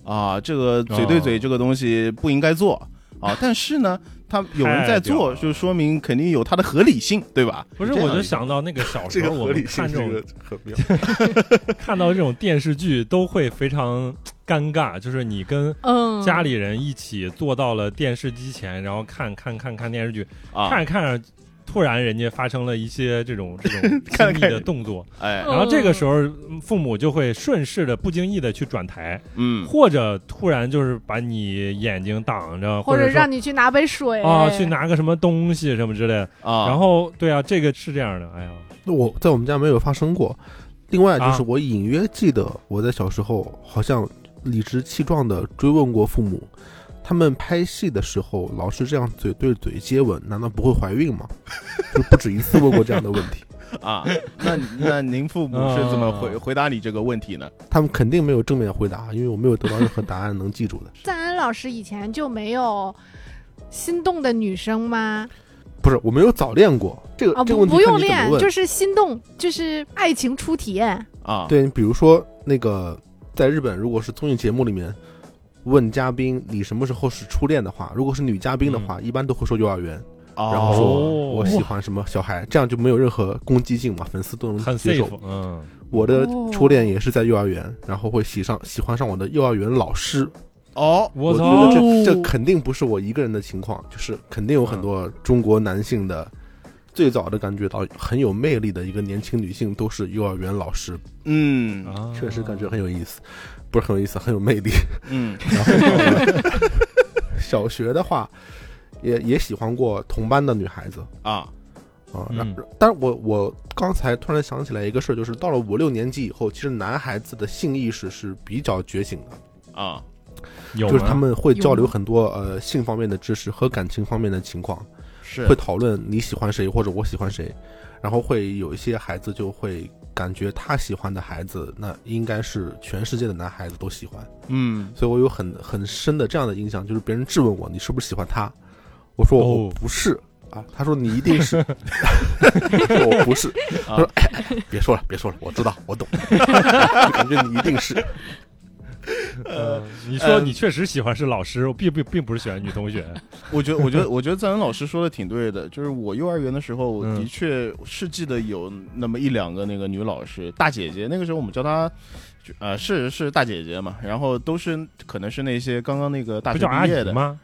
S2: 啊，这个嘴对嘴
S1: 哦
S2: 这个东西不应该做啊。 但是呢，他有人在
S1: 太屌
S2: 做，
S1: 了
S2: 就说明肯定有它的合理性，对吧？
S1: 不是，
S2: 这样
S1: 我就想到那个小时候我们看这种
S4: 很妙。
S1: 看到这种电视剧都会非常尴尬，就是你跟
S3: 嗯，
S1: 家里人一起坐到了电视机前，然后看看看看电视剧，看
S2: 啊，
S1: 着看着，突然人家发生了一些这种这种
S2: 看着
S1: 亲密
S2: 看
S1: 的
S2: 着
S1: 动作，
S2: 哎，
S1: 然后这个时候嗯父母就会顺势的、不经意的去转台，
S2: 嗯，
S1: 或者突然就是把你眼睛挡着，
S3: 或
S1: 者
S3: 者
S1: 说
S3: 让你去拿杯水
S1: 啊去，拿个什么东西什么之类的。
S2: 啊，
S1: 然后对啊，这个是这样的，哎呀，
S4: 那我在我们家没有发生过。另外就
S1: 啊
S4: 是我隐约记得我在小时候好像理直气壮的追问过父母，他们拍戏的时候老是这样嘴对嘴接吻，难道不会怀孕吗？ 就不止一次问过这样的问题，
S2: 啊，那那您父母是怎么回、
S1: 啊
S2: 回答你这个问题呢？
S4: 他们肯定没有正面回答，因为我没有得到任何答案能记住的。
S3: 赞恩老师以前就没有心动的女生吗？
S4: 不是，我没有早恋过，这个、
S3: 啊，
S4: 呃这个
S3: 不
S4: 问题
S3: 不用
S4: 看你怎么
S3: 练，
S4: 问
S3: 就是心动，就是爱情初体验。
S2: 啊，，
S4: 对，比如说那个在日本，如果是综艺节目里面问嘉宾你什么时候是初恋的话，如果是女嘉宾的话，一般都会说幼儿园，
S2: 啊
S4: 然后说
S1: 哦
S4: 我喜欢什么小孩，这样就没有任何攻击性嘛，粉丝都能
S1: 很
S4: 接
S1: safe，
S4: 受。
S1: 嗯，
S4: 我的初恋也是在幼儿园，然后会喜上喜欢上我的幼儿园老师。
S2: 哦，
S1: 我
S4: 觉得
S1: 操，
S4: 这这肯定不是我一个人的情况，就是肯定有很
S1: 嗯
S4: 多中国男性的。最早的感觉到很有魅力的一个年轻女性，都是幼儿园老师，
S2: 嗯
S1: 啊
S4: 确实感觉很有意思，不是很有意思，很有魅力。
S2: 嗯
S4: 然后小学的话，也也喜欢过同班的女孩子
S2: 啊
S4: 啊。
S1: 嗯
S4: 然但是我我刚才突然想起来一个事儿，就是到了五六年级以后，其实男孩子的性意识是比较觉醒的，
S2: 啊
S1: 有
S4: 就是他
S1: 吗
S4: 们会
S3: 有
S4: 交流
S3: 吗
S4: 很多呃性方面的知识和感情方面的情况，
S2: 是
S4: 会讨论你喜欢谁或者我喜欢谁，然后会有一些孩子就会感觉他喜欢的孩子，那应该是全世界的男孩子都喜欢。
S2: 嗯
S4: 所以我有很很深的这样的印象，就是别人质问我你是不是喜欢他，我说
S1: 哦
S4: 我不是、啊，他说你一定是， 我说我不是，他
S1: 啊
S4: 说、哎哎哎别说了别说了，我知道我懂， 就感觉你一定是，
S1: 呃，你说
S2: 呃
S1: 你确实喜欢是老师，我并并并不是喜欢女同学，
S2: 我 觉得，我觉得，我觉得赞恩老师说的挺对的。就是我幼儿园的时候，
S1: 嗯
S2: 的确是记得有那么一两个那个女老师，大姐姐。那个时候我们叫她，就呃，是是大姐姐嘛。然后都是可能是那些刚刚那个大
S1: 不
S2: 学
S1: 叫阿
S2: 毕
S1: 姨
S2: 业的，
S1: 吗？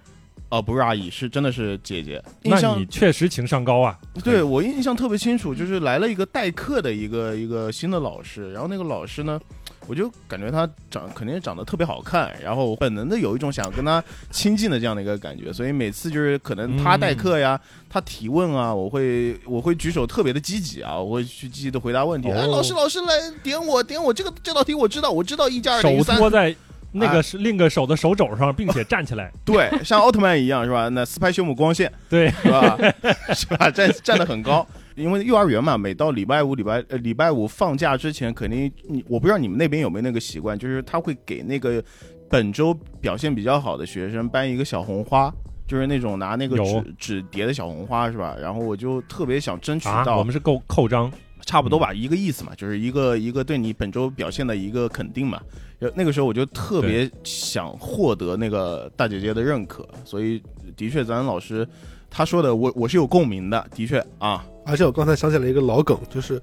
S2: 哦，不是阿姨，是真的是姐姐。印
S1: 那
S2: 象
S1: 你确实情商高啊！
S2: 对我印象特别清楚，就是来了一个代课的一个一个新的老师，然后那个老师呢，我就感觉他长肯定长得特别好看，然后本能的有一种想跟他亲近的这样的一个感觉，所以每次就是可能他代课呀，他提问啊，我会我会举手特别的积极啊，我会去积极的回答问题，
S1: 哦
S2: 哎，老师老师来点我点我这个这道题我知道我知道一加二等于
S1: 手
S2: 三，
S1: 托在那个
S2: 啊
S1: 是另一个手的手肘上，并且站起来。
S2: 对，像奥特曼一样是吧？那斯派修姆光线，
S1: 对，
S2: 是吧？ 是吧？站站得很高。因为幼儿园嘛，每到礼拜五、礼拜呃礼拜五放假之前，肯定你我不知道你们那边有没有那个习惯，就是他会给那个本周表现比较好的学生颁一个小红花，就是那种拿那个
S1: 有
S2: 纸纸叠的小红花，是吧？然后我就特别想争取
S1: 啊，
S2: 到，
S1: 我们是扣扣章，
S2: 差不多吧，一个意思嘛，就是一个一个对你本周表现的一个肯定嘛。然后那个时候我就特别想获得那个大姐姐的认可，所以的确，咱老师他说的我，我是有共鸣的，的确啊，
S4: 而且我刚才想起来一个老梗，就是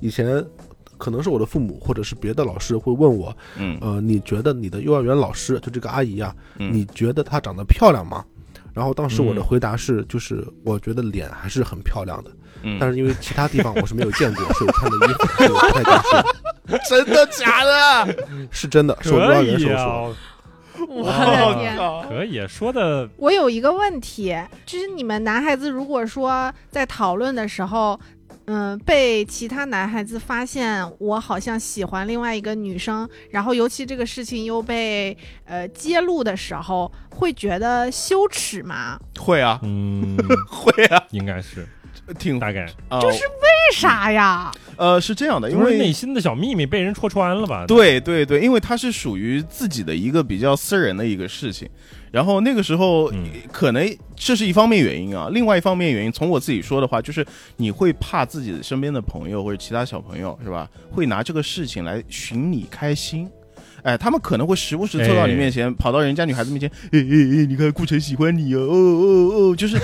S4: 以前可能是我的父母或者是别的老师会问我，
S2: 嗯
S4: 呃，你觉得你的幼儿园老师就这个阿姨啊，
S2: 嗯
S4: 你觉得她长得漂亮吗？然后当时我的
S1: 嗯
S4: 回答是，就是我觉得脸还是很漂亮的，
S2: 嗯
S4: 但是因为其他地方我是没有见过，所以穿的衣服所以我不太敢说，
S2: 真的假的？
S4: 是真的，是我幼
S1: 可
S4: 儿园时
S1: 以
S4: 候说的。
S1: 啊，
S3: 我
S1: 哇
S3: 的天！
S1: 可以啊说的
S3: 我有一个问题，就是你们男孩子如果说在讨论的时候，嗯，被其他男孩子发现我好像喜欢另外一个女生，然后尤其这个事情又被呃揭露的时候，会觉得羞耻吗？
S2: 会啊，
S1: 嗯，
S2: 会啊，
S1: 应该 是
S2: 挺
S1: 大概，
S2: 啊
S3: 就是为啥呀？
S2: 呃是这样的，因
S1: 就是内
S2: 为。
S1: 心的小秘密被人戳穿了吧？
S2: 对对对，因为它是属于自己的一个比较私人的一个事情，然后那个时候，
S1: 嗯
S2: 可能这是一方面原因啊，另外一方面原因，从我自己说的话，就是你会怕自己身边的朋友或者其他小朋友是吧，会拿这个事情来寻你开心。哎，他们可能会时不时 凑到你面前，跑到人家女孩子面前，哎哎哎，你看顾晨喜欢你哦，哦 哦哦，就是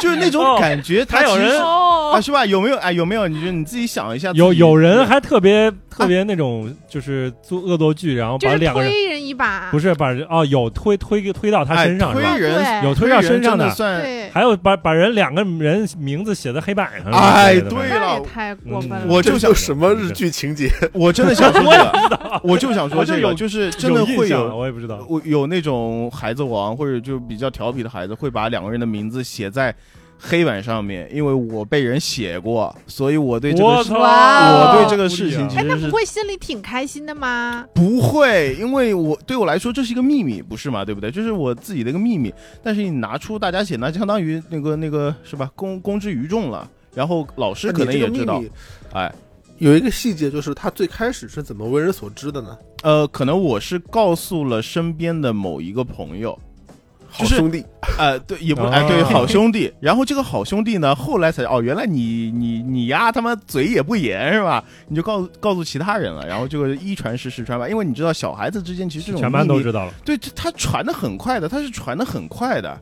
S2: 就是那种感觉，他
S1: 还有
S2: 其实
S1: 人
S2: 啊，
S5: 哦，
S2: 是吧？有没有？哎，有没有？你觉得你自己想一啊下自己，啊
S1: 有有人还特别特别那种，就是做恶作剧，然后
S3: 就
S1: 把
S3: 是
S1: 两个人
S3: 推人一把，
S1: 不是把人哦有推推推到他身上是
S2: 哎、
S1: 吧？
S2: 推人
S5: 对
S1: 有推到身上
S2: 的
S1: 的，
S2: 算。
S3: 对，
S1: 还有把把人两个人名字写在黑板上。之
S2: 哎
S1: 类的
S2: 对
S3: 那
S2: 了
S3: 也太过分
S1: 嗯
S3: 了。
S2: 我就
S4: 这
S2: 想
S4: 叫什么日剧 情节？
S2: 我真的想说这个，我就想说
S1: 我就
S2: 这个，
S1: 有
S2: 就是真的
S1: 印
S2: 会
S1: 象
S2: 有
S1: 我也不知道。
S2: 我有那种孩子王或者就比较调皮的孩子，会把两个人的名字写在黑板上面，因为我被人写过，所以我对这个
S1: 我
S2: 事
S1: 操！
S2: 我
S5: 哇。
S2: 对这个事情其
S3: 哎，那
S2: 实
S3: 不
S2: 是。
S3: 会心里挺开心的吗？
S2: 不会，因为我对我来说这是一个秘密，不是嘛？对不对？这是我自己的一个秘密。但是你拿出大家写，那相当于那个那个是吧？公公之于众了。然后老师可能也知道，。哎，
S4: 有一个细节就是他最开始是怎么为人所知的呢？
S2: 呃，可能我是告诉了身边的某一个朋友，
S4: 好
S2: 就是
S4: 兄弟，
S2: 呃，对，也不
S1: 啊
S2: 哎，对，好兄弟。然后这个好兄弟呢，后来才哦，原来你你你呀，他妈嘴也不严是吧？你就告诉告诉其他人了，然后这个一传十，十传百，因为你知道小孩子之间其实这种
S1: 全班
S2: 秘
S1: 都
S2: 密
S1: 知道了，，
S2: 对，这他传的很快的，他是传的很快的，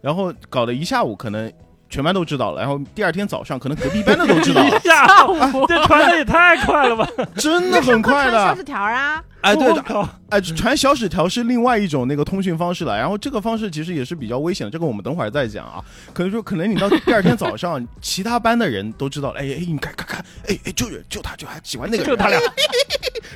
S2: 然后搞了一下午，可能全班都知道了，然后第二天早上可能隔壁班的都知道了
S1: 哎 呀，这传的也太快了吧！
S2: 真的很快
S3: 传小
S2: 的
S3: 纸，条啊，
S2: 哎，对
S1: 我，靠，
S2: 哎，传小纸条是另外一种那个通讯方式了，然后这个方式其实也是比较危险的，这个我们等会儿再讲啊。可能说，可能你到第二天早上， 其他班的人都知道了，哎哎，你看看看，哎哎，就人就他就他喜欢那个人，
S1: 就他俩，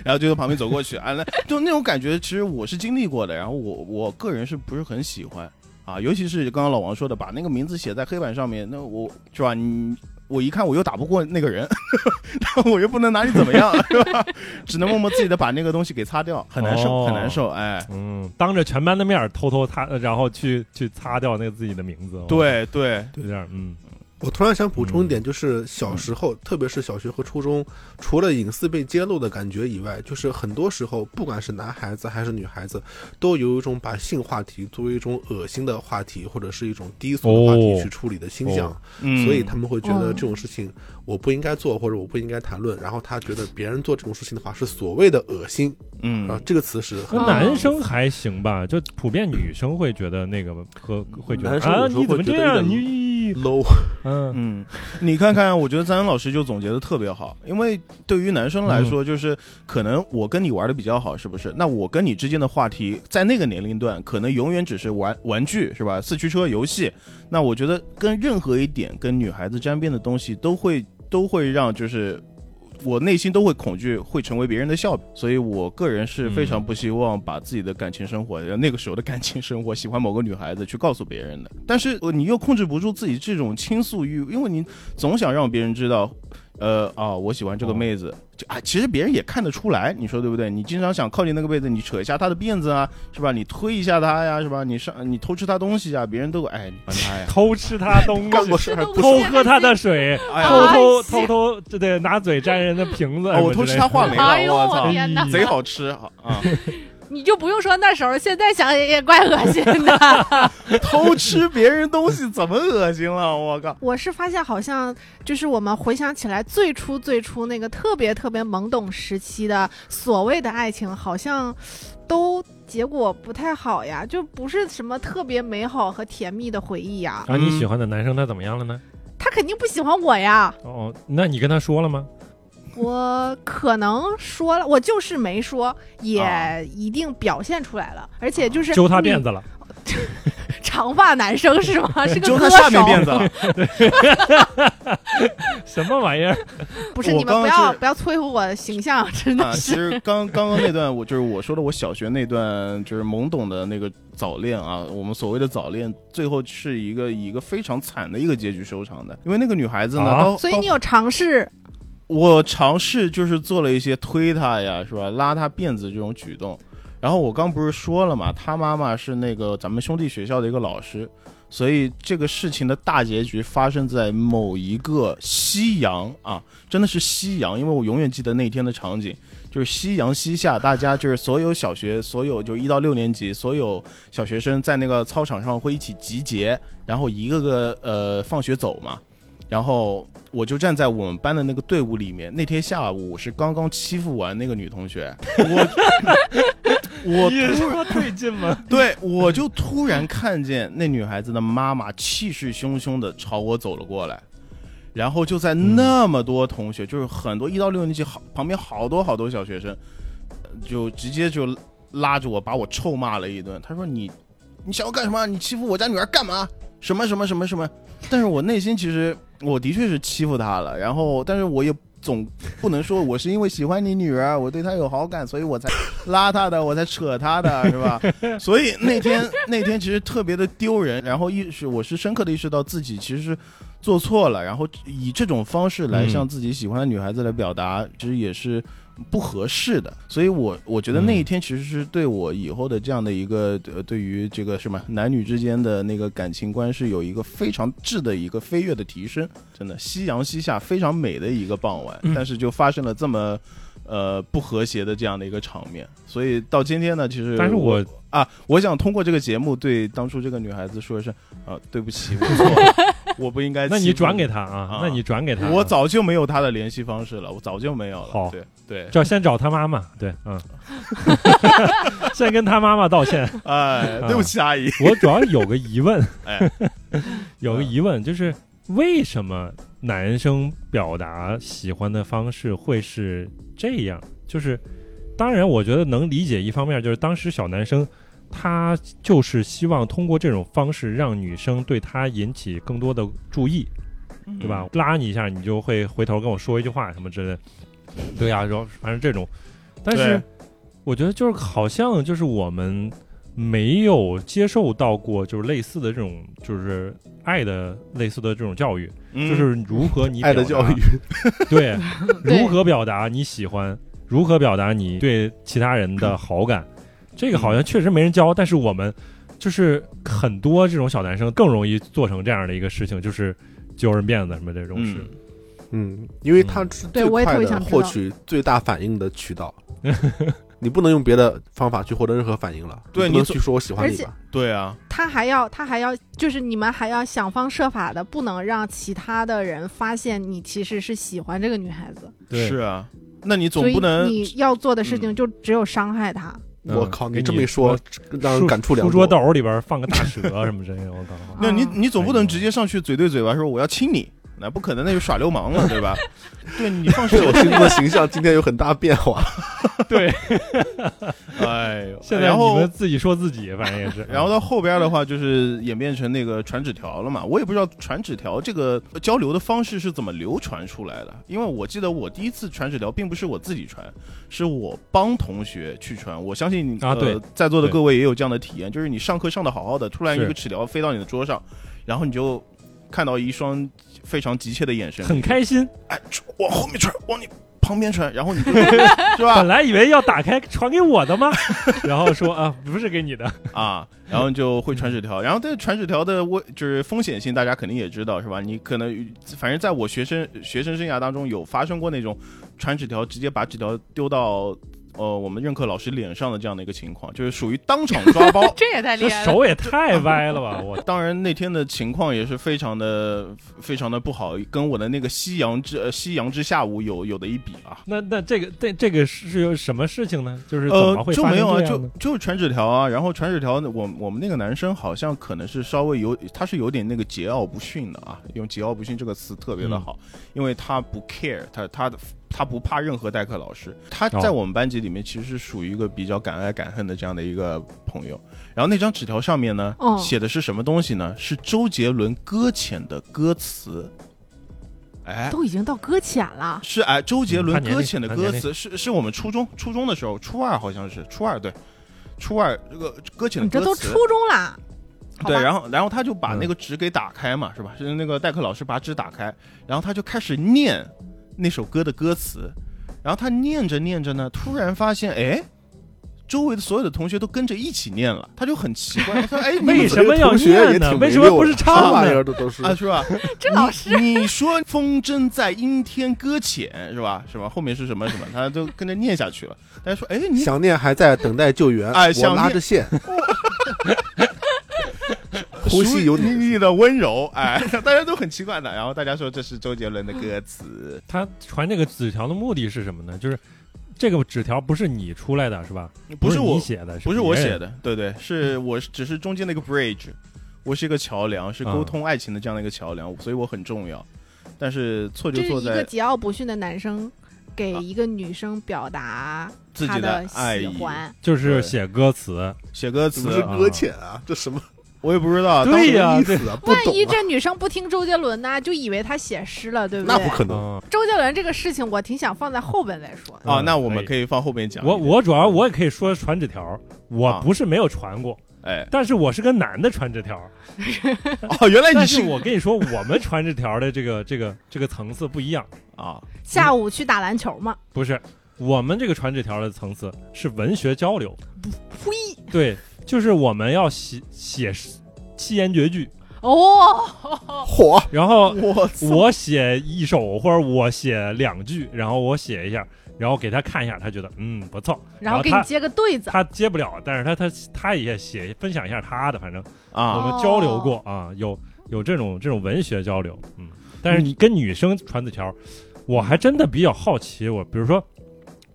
S2: 然后就从旁边走过去，啊，那就那种感觉，其实我是经历过的，然后我我个人是不是很喜欢啊？尤其是刚刚老王说的，把那个名字写在黑板上面，那我是吧？你我一看我又打不过那个人， 但我又不能拿你怎么样， 是吧？只能默默自己的把那个东西给擦掉，很难受，
S1: 哦
S2: 很难受，哎。
S1: 嗯，当着全班的面儿偷偷擦，然后去去擦掉那个自己的名字。，
S2: 对对，
S1: 就这样，嗯，
S4: 我突然想补充一
S2: 嗯
S4: 点，就是小时候，特别是小学和初中，除了隐私被揭露的感觉以外，就是很多时候，不管是男孩子还是女孩子，都有一种把性话题作为一种恶心的话题，或者是一种低俗的话题
S1: 哦
S4: 去处理的倾向，
S2: 嗯，
S4: 所以他们会觉得
S3: 哦
S4: 这种事情我不应该做，或者我不应该谈论。然后他觉得别人做这种事情的话是所谓的恶心啊
S2: 嗯，，
S4: 这个词是很
S1: 那
S3: 哦
S1: 男生还行吧，就普遍女生会觉得那个和会觉得
S4: 男生有
S1: 啊，
S4: 时候
S1: 你怎么
S4: 会觉
S1: 这
S4: 得有
S1: 样？
S4: 点
S1: 你
S4: low。
S1: 嗯，，
S2: 嗯，你看看，我觉得张恩老师就总结的特别好，因为对于男生来说，就是可能我跟你玩的比较好，是不是？那我跟你之间的话题，在那个年龄段，可能永远只是玩玩具，是吧？四驱车游戏。那我觉得跟任何一点跟女孩子沾边的东西，都会都会让就是。我内心都会恐惧，会成为别人的笑柄，所以我个人是非常不希望把自己的感情生活，那个时候的感情生活，喜欢某个女孩子去告诉别人的。但是呃你又控制不住自己这种倾诉欲，因为你总想让别人知道，呃啊，我喜欢这个妹子，就啊，其实别人也看得出来，你说对不对？你经常想靠近那个妹子，你扯一下她的辫子啊，是吧？你推一下她呀，是吧？你上你偷吃她东西啊，别人都哎，你管她呀
S1: 偷吃他东
S4: 干
S1: 西
S4: 过。事儿不
S1: 偷
S4: 说，
S1: 喝他的水，
S2: 哎呀
S1: 偷偷偷偷，这得拿嘴沾人的瓶子。
S2: 哦我偷吃他话梅
S3: 哎
S2: 了，
S3: 呦
S2: 我
S3: 我
S2: 操，
S3: 天哪！
S2: 贼好吃 啊！啊
S3: 你就不用说那时候，现在想也也怪恶心的。
S2: 偷吃别人东西怎么恶心了？我靠！
S3: 我是发现好像就是我们回想起来最初最初那个特别特别懵懂时期的所谓的爱情，好像都结果不太好呀，就不是什么特别美好和甜蜜的回忆呀。
S1: 啊，你喜欢的男生他怎么样了呢？
S3: 他肯定不喜欢我呀，
S1: 哦，那你跟他说了吗？
S3: 我可能说了，我就是没说，
S2: 啊
S3: 也一定表现出来了，而且就是
S1: 揪他辫
S3: 子，
S1: 子了，
S3: 长发男生是 吗？是个
S2: 就
S3: 歌
S2: 他
S3: 手，
S2: 下面辫子了，
S1: 什么玩意儿？
S3: 不是
S2: 我
S3: 你们不
S2: 刚刚
S3: 要
S2: 是
S3: 不要摧毁我的形象，真的
S2: 啊，
S3: 是。
S2: 其 实刚刚刚那段，我就是我说的，我小学那段就是懵懂的那个早恋啊，我们所谓的早恋，最后是一个以一个非常惨的一个结局收场的。因为那个女孩子呢，
S1: 啊
S2: 她
S3: 所以你有尝试，
S2: 我尝试就是做了一些推她呀，是吧，拉她辫子这种举动。然后我刚不是说了嘛，她妈妈是那个咱们兄弟学校的一个老师，所以这个事情的大结局发生在某一个夕阳啊，真的是夕阳，因为我永远记得那天的场景。就就是夕阳西下，大家就是所有小学，所有就一到六年级，所有小学生在那个操场上会一起集结，然后一个个呃放学走嘛。然后我就站在我们班的那个队伍里面。那天下午我是刚刚欺负完那个女同学，我我
S1: 你说对劲吗？
S2: 对，我就突然看见那女孩子的妈妈气势汹汹的朝我走了过来，然后就在那么多同学，就是很多一到六年级好旁边好多好多小学生，呃就直接就拉着我把我臭骂了一顿。他说你你想要干什么？你欺负我家女儿干嘛？什么什么什么什么？但是我内心其实我的确是欺负她了，然后但是我也总不能说我是因为喜欢你女儿，我对她有好感，所以我才拉她的，我才扯她的，是吧？ 所以那天那天其实特别的丢人，然后意识我是深刻的意识到自己其实是做错了，然后以这种方式来
S1: 嗯
S2: 向自己喜欢的女孩子来表达，其实也是不合适的。所以我我觉得那一天其实是对我以后的这样的一个呃，对于这个什么男女之间的那个感情观是有一个非常质的一个飞跃的提升。真的，夕阳西下非常美的一个傍晚，
S1: 嗯
S2: 但是就发生了这么。呃，不和谐的这样的一个场面，所以到今天呢，其实
S1: 但是我
S2: 啊，我想通过这个节目对当初这个女孩子说一声啊，对 不起，我错了，我不应该。
S1: 那你转给他啊
S2: 啊，
S1: 那你转给他啊，
S2: 我早就没有她的联系方式了，我早就没有了。
S1: 好
S2: 对对，
S1: 这先找他妈妈，对， 嗯，先跟他妈妈道歉。啊
S2: 哎，对不起，阿姨。
S1: 我主要有个疑问，
S2: 哎，
S1: 有个疑问就是为什么男生表达喜欢的方式会是这样？就是当然，我觉得能理解，一方面就是当时小男生。他就是希望通过这种方式让女生对他引起更多的注意，
S2: 嗯
S1: 对吧？拉你一下，你就会回头跟我说一句话什么之类的。对啊呀、然后反正这种，但是
S2: 对
S1: 我觉得就是好像就是我们没有接受到过就是类似的这种就是爱的类似的这种教育，
S2: 嗯？
S1: 就是如何你
S4: 爱的
S1: 表
S4: 教
S1: 达
S4: 育，
S1: 对
S3: 对
S1: 如何表达你喜欢，如何表达你对其他人的好感，这个好像确实没人教，但是我们就是很多这种小男生更容易做成这样的一个事情，就是揪人辫子什么这种事。
S2: 嗯，
S4: 嗯，因为它是
S3: 对
S4: 最
S3: 我也特
S4: 快
S3: 别
S4: 的
S3: 想知
S4: 获
S3: 道
S4: 取最大反应的 渠道，你不能用别的方法去获得任何反应了。
S2: 对
S4: 你不能
S2: 你
S4: 去说我喜欢
S3: 而
S4: 你
S3: 且
S4: 吧？
S2: 对啊，
S3: 他还要，他还要，就是你们还要想方设法的，不能让其他的人发现你其实是喜欢这个女孩子。
S1: 对
S2: 是啊。那你总
S3: 所以
S2: 不能
S3: 你要做的事
S2: 嗯
S3: 情就只有伤害她。
S1: 嗯
S4: 我靠，
S1: 给
S4: 这
S1: 你
S4: 么一说，让人
S1: 书
S4: 感触良
S1: 书桌
S4: 多。
S1: 斗里边放个大蛇什么之类的，我靠！
S2: 那你
S3: 啊
S2: 你总不
S1: 哎
S2: 能
S1: 呦
S2: 直接上去嘴对嘴吧，说我要亲你，那不可能，那就耍流氓了，对吧？对你 放
S4: 对
S2: 手
S4: 我，心中的形象今天有很大变化。
S1: 对，
S2: 哎呦，
S1: 现在
S2: 然
S1: 你
S2: 后
S1: 们自己说自己，反正也是。
S2: 然后到后边的话，就是演变成那个传纸条了嘛。我也不知道传纸条这个交流的方式是怎么流传出来的，因为我记得我第一次传纸条并不是我自己传，是我帮同学去传。我相信
S1: 啊对
S2: 呃，在座的
S1: 对
S2: 各位也有这样的体验，就是你上课上的好好的，突然一
S1: 是
S2: 个纸条飞到你的桌上，然后你就看到一双非常急切的眼神，
S1: 很开心，
S2: 哎，往后面传，往你旁边传，然后 你就是吧
S1: 本？来以为要打开传给我的吗？ 然后说啊，不是给你的，
S2: 啊，然后就会传纸条，然后这传纸条的危就是风险性，大家肯定也知道是吧？你可能反正在我学生学生生涯当中有发生过那种传纸条直接把纸条丢到呃我们任课老师脸上的这样的一个情况，就是属于当场抓包
S5: 这也太
S1: 这
S5: 厉害了。
S1: 手也太歪了吧！我
S2: 当然那天的情况也是非常的非常的不好，跟我的那个夕阳之呃夕阳之下午有有的一比啊。
S1: 那那这个这这个是有什么事情呢？就是怎
S2: 呃
S1: 么，会
S2: 就
S1: 发生
S2: 没有啊，
S1: 这样
S2: 就
S1: 呢？
S2: 就是传纸条啊，然后传纸条，我我们那个男生好像可能是稍微有，他是有点那个桀骜不驯的啊，用桀骜不驯这个词特别的
S1: 嗯
S2: 好，因为他不 care，他他他不怕任何代课老师，他
S1: 哦
S2: 在我们班级里面其实是属于一个比较敢爱敢恨的这样的一个朋友。然后那张纸条上面呢，
S3: 哦
S2: 写的是什么东西呢？是周杰伦搁浅的歌词，哎，
S3: 都已经到搁浅了，
S2: 是哎，周
S1: 嗯
S2: 杰
S1: 他
S2: 伦
S1: 年龄
S2: 搁浅的
S1: 他
S2: 歌
S1: 年
S2: 词是是我们初中初中的时候，初二好像是初二对，初二这个搁浅
S3: 你
S2: 的
S3: 这
S2: 歌
S3: 都
S2: 词
S3: 初。中啦。好
S2: 对，
S3: 吧
S2: 然后然后他就把
S1: 嗯
S2: 那个纸给打开嘛，是吧？是那个代课老师把纸打开，然后他就开始念那首歌的歌词，然后他念着念着呢，突然发现，哎，周围的所有的同学都跟着一起念了，他就很奇怪，他说：“哎，你 们
S1: 为
S2: 怎
S1: 什 么要
S4: 同学也
S1: 念呢？
S4: 挺啊
S1: 为什么不是
S4: 啥
S1: 唱
S4: 玩意
S1: 呢？
S4: 儿？这都是
S2: 啊，是吧？
S3: 这 老师
S2: 你你说风筝在阴天搁浅是吧？是吧？后面是什么什么，他都跟着念下去了。大家说，哎，你
S4: 想念还在等待救援，
S2: 哎
S4: 我
S2: 想
S4: 拉
S2: 念
S4: 着 线，呼吸有
S2: 你
S4: 你。
S2: 你的温柔，哎， 大家都很奇怪的。然后大家说这是周杰伦的歌词，
S1: 他传这个纸条的目的是什么呢？就是这个纸条不是你出来的是吧？
S2: 不是
S1: 是你
S2: 我，
S1: 写的，
S2: 不是我
S1: 别人
S2: 写。的，对对，是我只是中间那个 bridge，我是一个桥梁，
S1: 嗯
S2: 是沟通爱情的这样的一个桥梁，所以我很重要。但是错就
S3: 这
S2: 是错
S3: 一
S2: 在
S3: 个
S2: 啊
S3: 桀骜不驯的男生给一个女生表达
S2: 自
S3: 他
S2: 己
S3: 的
S2: 爱
S3: 喜
S2: 意，
S3: 欢，
S1: 就是
S2: 对
S1: 写歌词，
S2: 写歌
S4: 怎么
S2: 词
S4: 是，搁浅啊？这什么
S2: 我也不知道。
S1: 对呀
S4: 意思啊？不
S3: 万
S4: 懂
S3: 一
S4: 啊
S3: 这女生不听周杰伦呢，就以为他写诗了，对不对？
S4: 那不可能。
S1: 嗯，
S3: 周杰伦这个事情，我挺想放在后边再说的。
S2: 啊，那我们
S1: 以。
S2: 可以放后面讲一
S1: 我
S2: 点。
S1: 我主要我也可以说传纸条，我
S2: 啊
S1: 不是没有传过，
S2: 哎，
S1: 但是我是跟男的传纸条。
S2: 哦，原来
S1: 但
S2: 哎你
S1: 是我跟你说，我们传纸条的这个这个这个层次不一样，
S2: 啊，
S3: 下午去打篮球嘛，
S1: 不是我们这个传纸条的层次是文学交流，
S3: 呸！
S1: 对，就是我们要写写七言绝句，
S3: 哦，
S1: 嗯
S4: 火
S1: 然后
S2: 我
S1: 我写一首或者我写两句，然后我写一下，然后给他看一下，他觉得嗯不错，
S3: 然后给你
S1: 他
S3: 接个 对子，
S1: 他接不了，但是他他他也写分享一下他的，反正。我
S2: 啊，
S1: 们交流过啊，有有这种这种文学交流，嗯，但是你跟女生传纸条，我还真的比较好奇，我比如说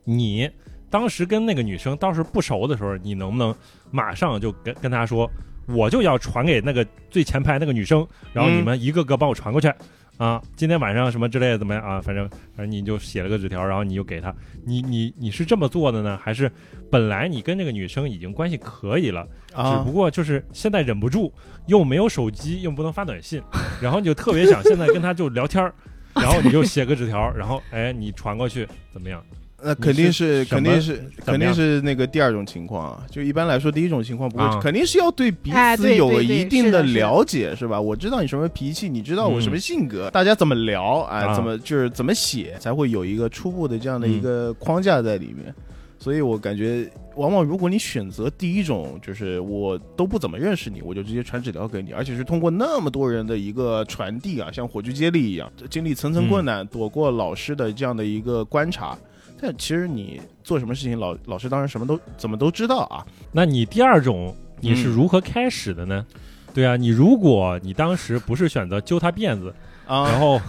S1: 你当时跟那个女生当时不熟的时候，你能不能马上就跟跟她说，我就要传给那个最前排那个女生，然后你们一个个帮我传过去。啊，今天晚上什么之类的怎么样啊？反正反正你就写了个纸条，然后你就给她。你你你是这么做的呢，还是本来你跟这个女生已经关系可以了，只
S2: 啊
S1: 不过就是现在忍不住，又没有手机，又不能发短信，然后你就特别想现在跟他就聊天 儿，然后你就写个纸条，然后哎你传过去怎么样？
S2: 那肯定是
S1: 你是什
S2: 肯
S1: 么
S2: 定是
S1: 怎么
S2: 肯定
S1: 样
S2: 是那个第二种情况啊，就一般来说第一种情况不
S1: 啊
S2: 会，肯定是要对彼
S3: 哎
S2: 此
S3: 对
S2: 有
S3: 对
S2: 个
S3: 对
S2: 一
S3: 是
S2: 定
S3: 的
S2: 的
S3: 是的
S2: 了解，是吧？我知道你什么脾气，你知道我什么
S1: 嗯
S2: 性格，大家怎么聊，哎，
S1: 啊
S2: 怎么就是怎么写，才会有一个初步的这样的一
S1: 嗯
S2: 个框架在里面。所以我感觉，往往如果你选择第一种，就是我都不怎么认识你，我就直接传纸条给你，而且是通过那么多人的一个传递啊，像火炬接力一样，经历层层困难，躲过老师的这样的一个观察。但其实你做什么事情，老老师当然什么都怎么都知道啊。
S1: 那你第二种你是
S2: 嗯
S1: 如何开始的呢？对啊，你如果你当时不是选择揪他辫子，然
S2: 啊，
S1: 后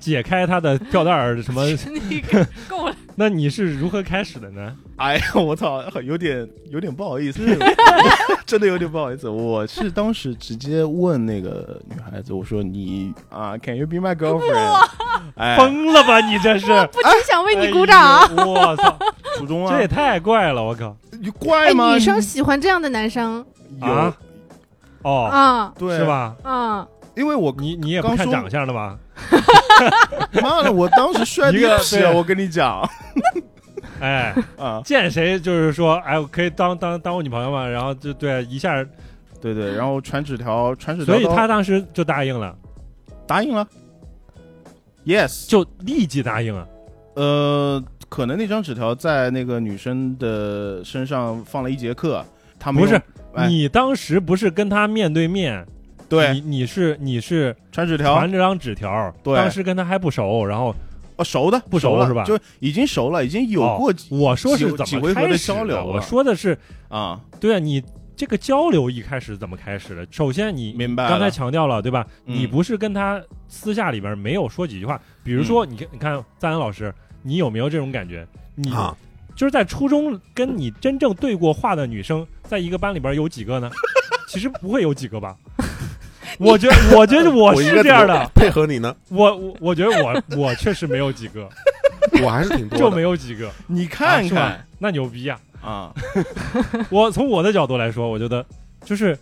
S1: 解开他的吊带儿 什么，
S3: 你给够了，
S1: 那你是如何开始的呢？
S2: 哎呀，我操，有点有点不好 意思，真的有点不好意思。我是当时直接问那个女孩子，我说你啊，Can you be my girlfriend？哎，
S1: 疯了吧你这是？
S3: 不禁想为你鼓
S1: 哎
S3: 掌。
S1: 呦！ 我操，
S2: 初中啊，
S1: 这也太怪了，我靠
S2: 你怪
S3: 哎，
S2: 吗？
S3: 女生喜欢这样的男生
S2: 你有
S1: 啊！哦，
S3: 啊
S2: 对
S1: 是？吧？
S3: 啊！
S2: 因为我
S1: 你你也不
S2: 刚
S1: 看
S2: 说
S1: 长相的吧？
S2: 妈的，我 当时摔
S1: 一
S2: 地
S1: 个
S2: 皮
S1: 对
S2: 啊，我跟你讲
S1: 哎。
S2: 啊，
S1: 见谁就是说，哎，我可以当当当我女朋友嘛，然后就对啊一下，
S2: 对对，然后传纸条，传纸条
S1: 所
S2: 到，
S1: 以他当时就答应了，
S2: 答应了，yes，
S1: 就立即答应啊。
S2: 呃，可能那张纸条在那个女生的身上放了一节课，他们
S1: 不是，
S2: 哎
S1: 你当时不是跟他面对面，你
S2: 对
S1: 你是你是
S2: 传纸条
S1: 传这张纸条，
S2: 对
S1: 当时跟他还不熟，然后
S2: 哦，熟的
S1: 不熟
S2: 了
S1: 是吧
S2: 就已经熟了，已经有
S1: 哦
S2: 过
S1: 我说是
S2: 几
S1: 怎
S2: 几
S1: 么
S2: 回合
S1: 开
S2: 的
S1: 始
S2: 交流了
S1: 我说的是，
S2: 啊，
S1: 对啊，你这个交流一开始怎么开始的？首先你
S2: 明白了
S1: 刚才强调了对吧？
S2: 嗯
S1: 你不是跟他私下里边没有说几句话，比如
S2: 嗯
S1: 说你看你看赞恩老师，你有没有这种感觉？你
S4: 啊！
S1: 就是在初中跟你真正对过话的女生，在一个班里边有几个呢？其实不会有几个吧。我觉我觉得我
S4: 我应
S1: 哦是
S4: 该
S1: 这样
S4: 怎么
S1: 的，
S4: 配合你呢，
S1: 我我我觉得我我确实没有几个，
S4: 我还是挺多
S1: 就
S4: 的。
S1: 没有几个，
S2: 你看
S1: 啊是
S2: 看
S1: 吧那牛逼啊！
S2: 啊，
S1: 我从我的角度来说，我觉得就是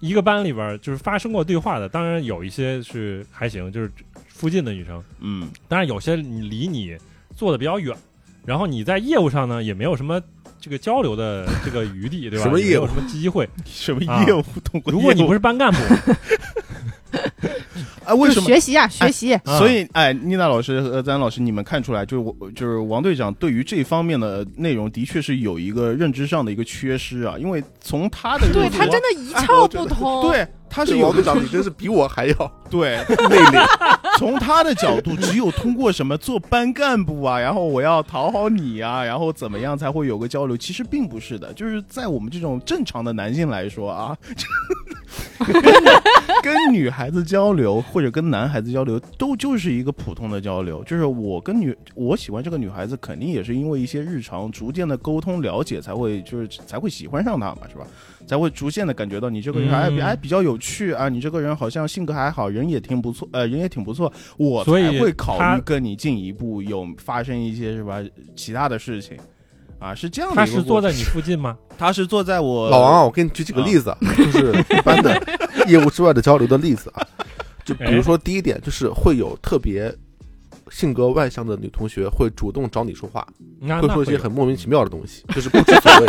S1: 一个班里边就是发生过对话的，当然有一些是还行，就是附近的女生，
S2: 嗯，
S1: 当然有些你离你坐的比较远，然后你在业务上呢也没有什么这个交流的这个余地，对吧？
S4: 什么
S1: 也没有
S4: 业务
S1: 什么机会？
S2: 什么
S1: 啊
S2: 业务懂过
S1: 如果
S2: 业
S1: 你
S2: 务
S1: 不是班干部，
S2: 啊，为什么？
S3: 学习啊，学习。
S1: 啊
S2: 所以，哎，妮娜老师和丹老师，你们看出来，就是我，就是王队长对于这方面的内容，的确是有一个认知上的一个缺失啊，因为从他的
S3: 对
S2: 入
S3: 他
S2: 读
S3: 真的一
S4: 哎
S3: 窍
S4: 我觉
S3: 不
S4: 得
S3: 通。，
S2: 对他是
S4: 这
S2: 有
S4: 王
S2: 个
S4: 队长，你真是比我还要
S2: 对，
S4: 内敛。
S2: 从他的角度，只有通过什么做班干部啊，然后我要讨好你啊，然后怎么样才会有个交流？其实并不是的，就是在我们这种正常的男性来说啊，跟跟女孩子交流或者跟男孩子交流，都就是一个普通的交流。就是我跟女，我喜欢这个女孩子，肯定也是因为一些日常逐渐的沟通了解，才会就是才会喜欢上她嘛，是吧？才会逐渐的感觉到你这个人还、
S1: 嗯
S2: 还比较有趣啊，你这个人好像性格还好，人也挺不错，呃，人也挺不错，我
S1: 所以
S2: 才会考
S1: 他
S2: 虑跟你进一步有发生一些是吧其他的事情，啊，是这样的
S1: 他
S2: 一个
S1: 是坐
S2: 过
S1: 在你附近吗？
S2: 他是坐在
S1: 呃
S2: 我
S4: 老王 啊，我给你举几个例子，啊，就是一 般的业务之外的交流的例子啊。就比
S1: 哎
S4: 如说第一点，就是会有特别性格外向的女同学会主动找你说话，
S1: 那啊
S4: 会
S1: 那
S4: 说一些
S1: 有
S4: 很莫名其妙的东西，就是不知所谓，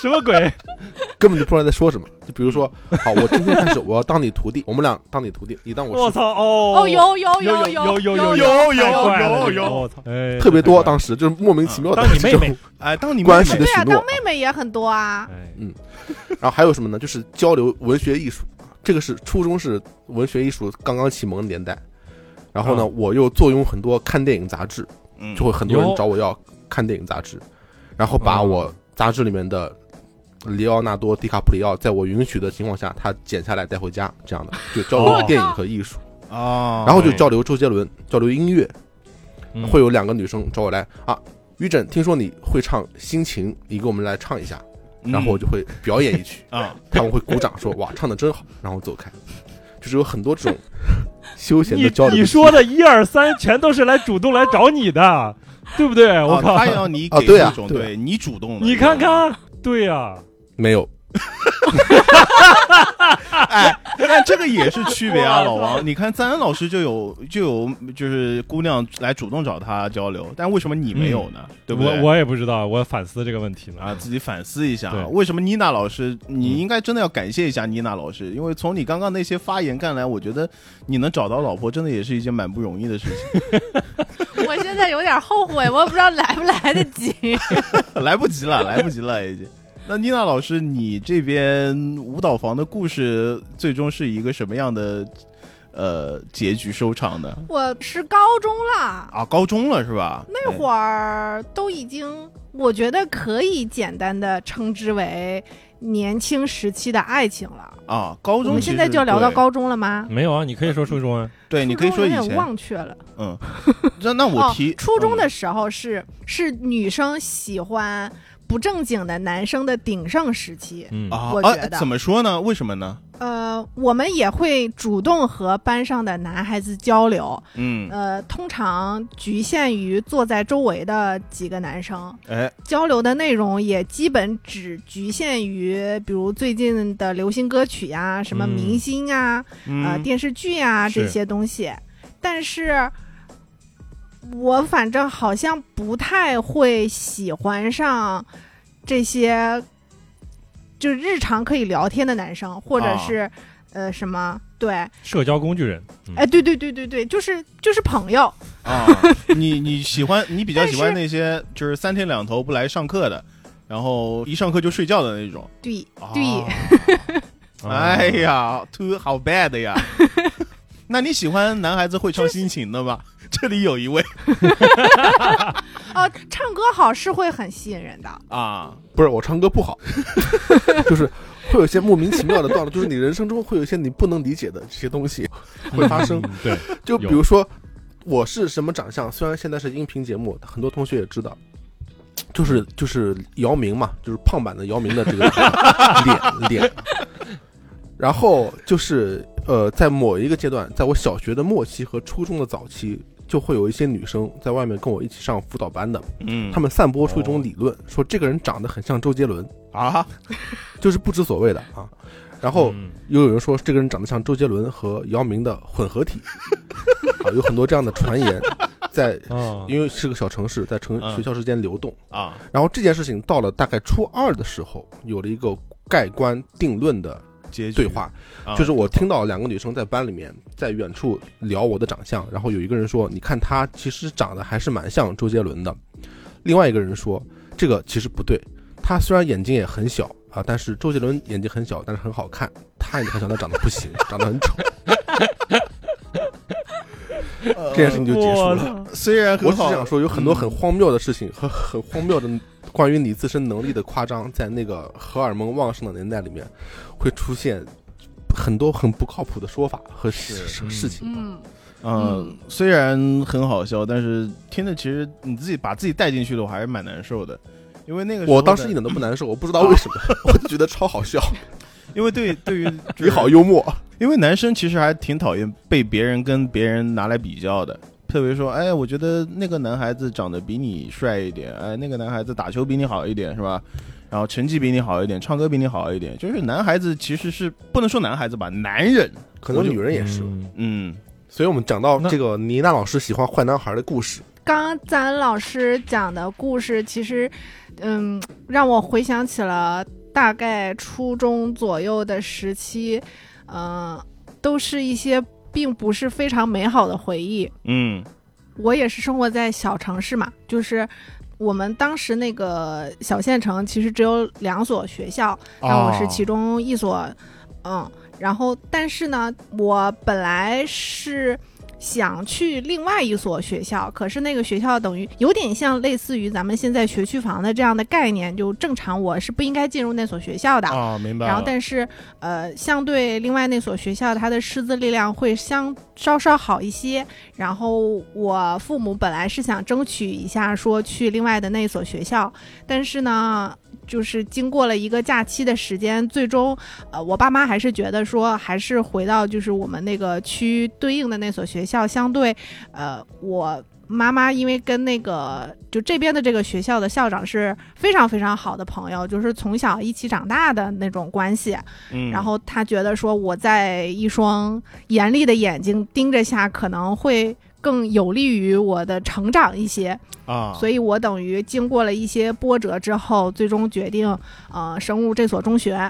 S1: 什么鬼？
S4: 根本就不知道在说什么。就比 如说，好，我今天开始我要当你徒弟，我们俩当你徒弟，你当我
S1: 我
S4: 师
S1: 操！哦
S3: 哦，有
S1: 有
S3: 有有
S1: 有
S3: 有
S1: 有
S2: 有
S1: 太怪了
S2: 有
S1: 这个
S2: 有
S1: 我操！哎
S4: 傅，特别
S1: 太怪
S4: 多。
S1: 了
S4: 当时就是莫名其妙的
S1: 啊当你
S4: 这
S1: 妹
S4: 种
S1: 妹
S2: 哎，当你妹
S4: 关系
S2: 妹
S4: 的
S3: 对
S4: 许
S3: 啊，
S4: 诺
S3: 当。妹妹也很多啊。
S1: 哎
S4: 然后还有什么呢？就是交流文学艺术，啊这个是初中是文学艺术刚刚启蒙的年代。然后呢，
S1: 啊
S4: 我又坐拥很多看电影杂志，
S2: 嗯
S4: 就会很多
S1: 哟
S4: 人找我要看电影杂志，然后把
S1: 嗯
S4: 我杂志里面的里奥纳多·迪卡普里奥，在我允许的情况下，他剪下来带回家，这样的就交
S1: 哦
S4: 流电影和艺术，
S2: 啊，
S4: 然后就交流周杰伦，交流音乐，
S1: 嗯
S4: 会有两个女生找我来啊，于震，听说你会唱《心情》，你给我们来唱一下，
S2: 嗯
S4: 然后我就会表演一 曲，
S2: 啊，
S4: 他们会鼓掌说哇唱的真好，然后走开，就是有很 多这种休闲的交流。
S1: 你说的一二三全都是来主动来找你的，对不对？我
S2: 啊
S1: 靠！
S2: 他要你
S4: 啊
S2: 给
S4: 对啊
S2: 一种
S4: 对啊
S2: 对你主动的，
S1: 你看看，对呀、
S4: 没有？
S1: 啊
S2: 哎，但这个也是区 别啊，
S1: 哇
S2: 老王。你看赞恩老师就有就有就是姑娘来主动找他交流，但为什么你没有呢？对不对？
S1: 嗯我我也不知道，我反思这个问题呢。
S2: 啊，自己反思一下
S1: 对嗯
S2: 啊，为什么妮娜老师，你应该真的要感谢一下妮娜老师，因为从你刚刚那些发言看来，我觉得你能找到老婆，真的也是一件蛮不容易的事情，
S3: 我现在有点后悔，我也不知道来不来得及。
S2: 来不及了，来不及了已经。那妮娜老师，你这边舞蹈房的故事最终是一个什么样的呃结局收场呢？
S3: 我是高中啦，
S2: 啊，高中了是吧？
S3: 那会儿都已经，我觉得可以简单的称之为年轻时期的爱情了。
S2: 哎啊，高
S3: 我
S2: 中
S3: 们
S2: 其
S3: 现在
S2: 实
S3: 就要聊到
S2: 对，
S3: 高中了吗？
S1: 没有啊，你可以说初中啊。
S2: 对，你可以
S3: 初
S2: 说
S3: 中
S2: 以
S3: 有点
S2: 前，
S3: 忘却了。
S2: 嗯， 那那我提
S3: 哦、初中
S2: 嗯
S3: 的时候是、是女生喜欢不正经的男生的鼎盛时期。
S1: 嗯，
S2: 啊
S3: 我
S2: 啊
S3: 觉得
S2: 怎么说呢？为什么呢？
S3: 呃，我们也会主动和班上的男孩子交流，
S2: 嗯，
S3: 呃，通常局限于坐在周围的几个男生
S2: 哎，
S3: 交流的内容，也基本只局限于比如最近的流行歌曲呀、什么
S1: 嗯
S3: 明星啊、啊
S2: 嗯
S3: 电视剧啊
S1: 是
S3: 这些东西，但是我反正好像不太会喜欢上这些，就日常可以聊天的男生，或者
S2: 啊
S3: 是、呃什么对，
S1: 社交工具人。嗯
S3: 哎对对对对对，就是就是朋友，
S2: 啊，你你喜欢你比较
S3: 但
S2: 喜欢
S3: 是
S2: 那些就是三天两头不来上课的，然后一上课就睡觉的那种。
S3: 对
S2: 啊
S3: 对。，
S4: 嗯
S3: 啊
S2: 哎，呀，too 好 bad 呀。那你喜欢男孩子会唱心情的吗？ 这里有一位
S3: 哦，唱歌好是会很吸引人的。
S2: 啊，
S4: 不是我唱歌 不好，就是会有一些莫名其妙的段落，就是你人生中会有一些你不能理解的这些东西会发生。
S1: 嗯对，
S4: 就比如说我是什么长相，虽然现在是音频节目，很多同学也知道。就是就是姚明嘛，就是胖版的姚明的这个脸脸，然后就是呃，在某一个阶段，在我小学的末期和初中的早期，就会有一些女生在外面跟我一起上辅导班的，
S2: 嗯，
S4: 她们散播出一种理论，说这个人长得很像周杰伦，
S2: 啊，
S4: 就是不知所谓的啊。
S2: 哦
S4: 然后
S1: 嗯
S4: 又有人说这个人长得像周杰伦和姚明的混合体，啊，有很多这样的传言，在
S1: 啊，
S4: 因为是个小城市，在城
S2: 嗯
S4: 学校之间流动。
S2: 啊，
S4: 然后这件事情到了大概初二的时候，有了一个盖棺定论的
S2: 结局
S4: 对话，
S2: 啊
S4: 就是我听到两个女生在班里面在远处聊我的长相，然后有一个人说：“你看她其实长得还是蛮像周杰伦的。”另外一个人说：“这个其实不对，她虽然眼睛也很小啊，但是周杰伦眼睛很小，但是很好看。她眼睛很小，但长得不行，长得很丑。”这件事情就结束
S1: 我
S4: 了。
S1: 操
S2: 呃虽然很
S4: 我只是
S2: 好，嗯
S4: 想说，有很多很荒谬的事情和很荒谬的关于你自身能力的夸张，在那个荷尔蒙旺盛的年代里面，会出现很多很不靠谱的说法和事
S1: 嗯
S4: 事情。
S5: 嗯，
S2: 嗯
S5: 嗯，
S2: 虽然很好笑，但是听着其实你自己把自己带进去的，我还是蛮难受的。因为那个时候
S4: 我当时
S2: 的
S4: 一点都不难受，我不知道为什么，我就觉得超好笑，
S2: 因为对对于
S4: 你好幽默。啊
S2: 因为男生其实还挺讨厌被别人跟别人拿来比较的，特别说，哎，我觉得那个男孩子长得比你帅一点，哎，那个男孩子打球比你好一点，是吧？然后成绩比你好一点，唱歌比你好一点，就是男孩子其实是不能说男孩子吧，男人，
S4: 可能女人也是，
S1: 嗯
S2: 嗯，
S4: 所以我们讲到
S1: 那
S4: 这个妮娜老师喜欢坏男孩的故事，
S3: 刚刚咱老师讲的故事，其实，嗯，让我回想起了大概初中左右的时期，嗯、都是一些并不是非常美好的回忆。
S2: 嗯
S3: 我也是生活在小城市嘛，就是我们当时那个小县城其实只有两所学校，那我是其中一所，嗯，然后但是呢，我本来是想去另外一所学校，可是那个学校等于有点像类似于咱们现在学区房的这样的概念，就正常我是不应该进入那所学校的。
S2: 啊，明白了。
S3: 然后，但是，呃，相对另外那所学校，它的师资力量会相稍稍好一些。然后，我父母本来是想争取一下，说去另外的那所学校，但是呢，就是经过了一个假期的时间，最终，呃，我爸妈还是觉得说，还是回到就是我们那个区对应的那所学校，相对，呃，我。妈妈因为跟那个就这边的这个学校的校长是非常非常好的朋友，就是从小一起长大的那种关系。
S2: 嗯、
S3: 然后他觉得说，我在一双严厉的眼睛盯着下，可能会更有利于我的成长一些。
S2: 啊，
S3: 所以我等于经过了一些波折之后，最终决定呃升入这所中学。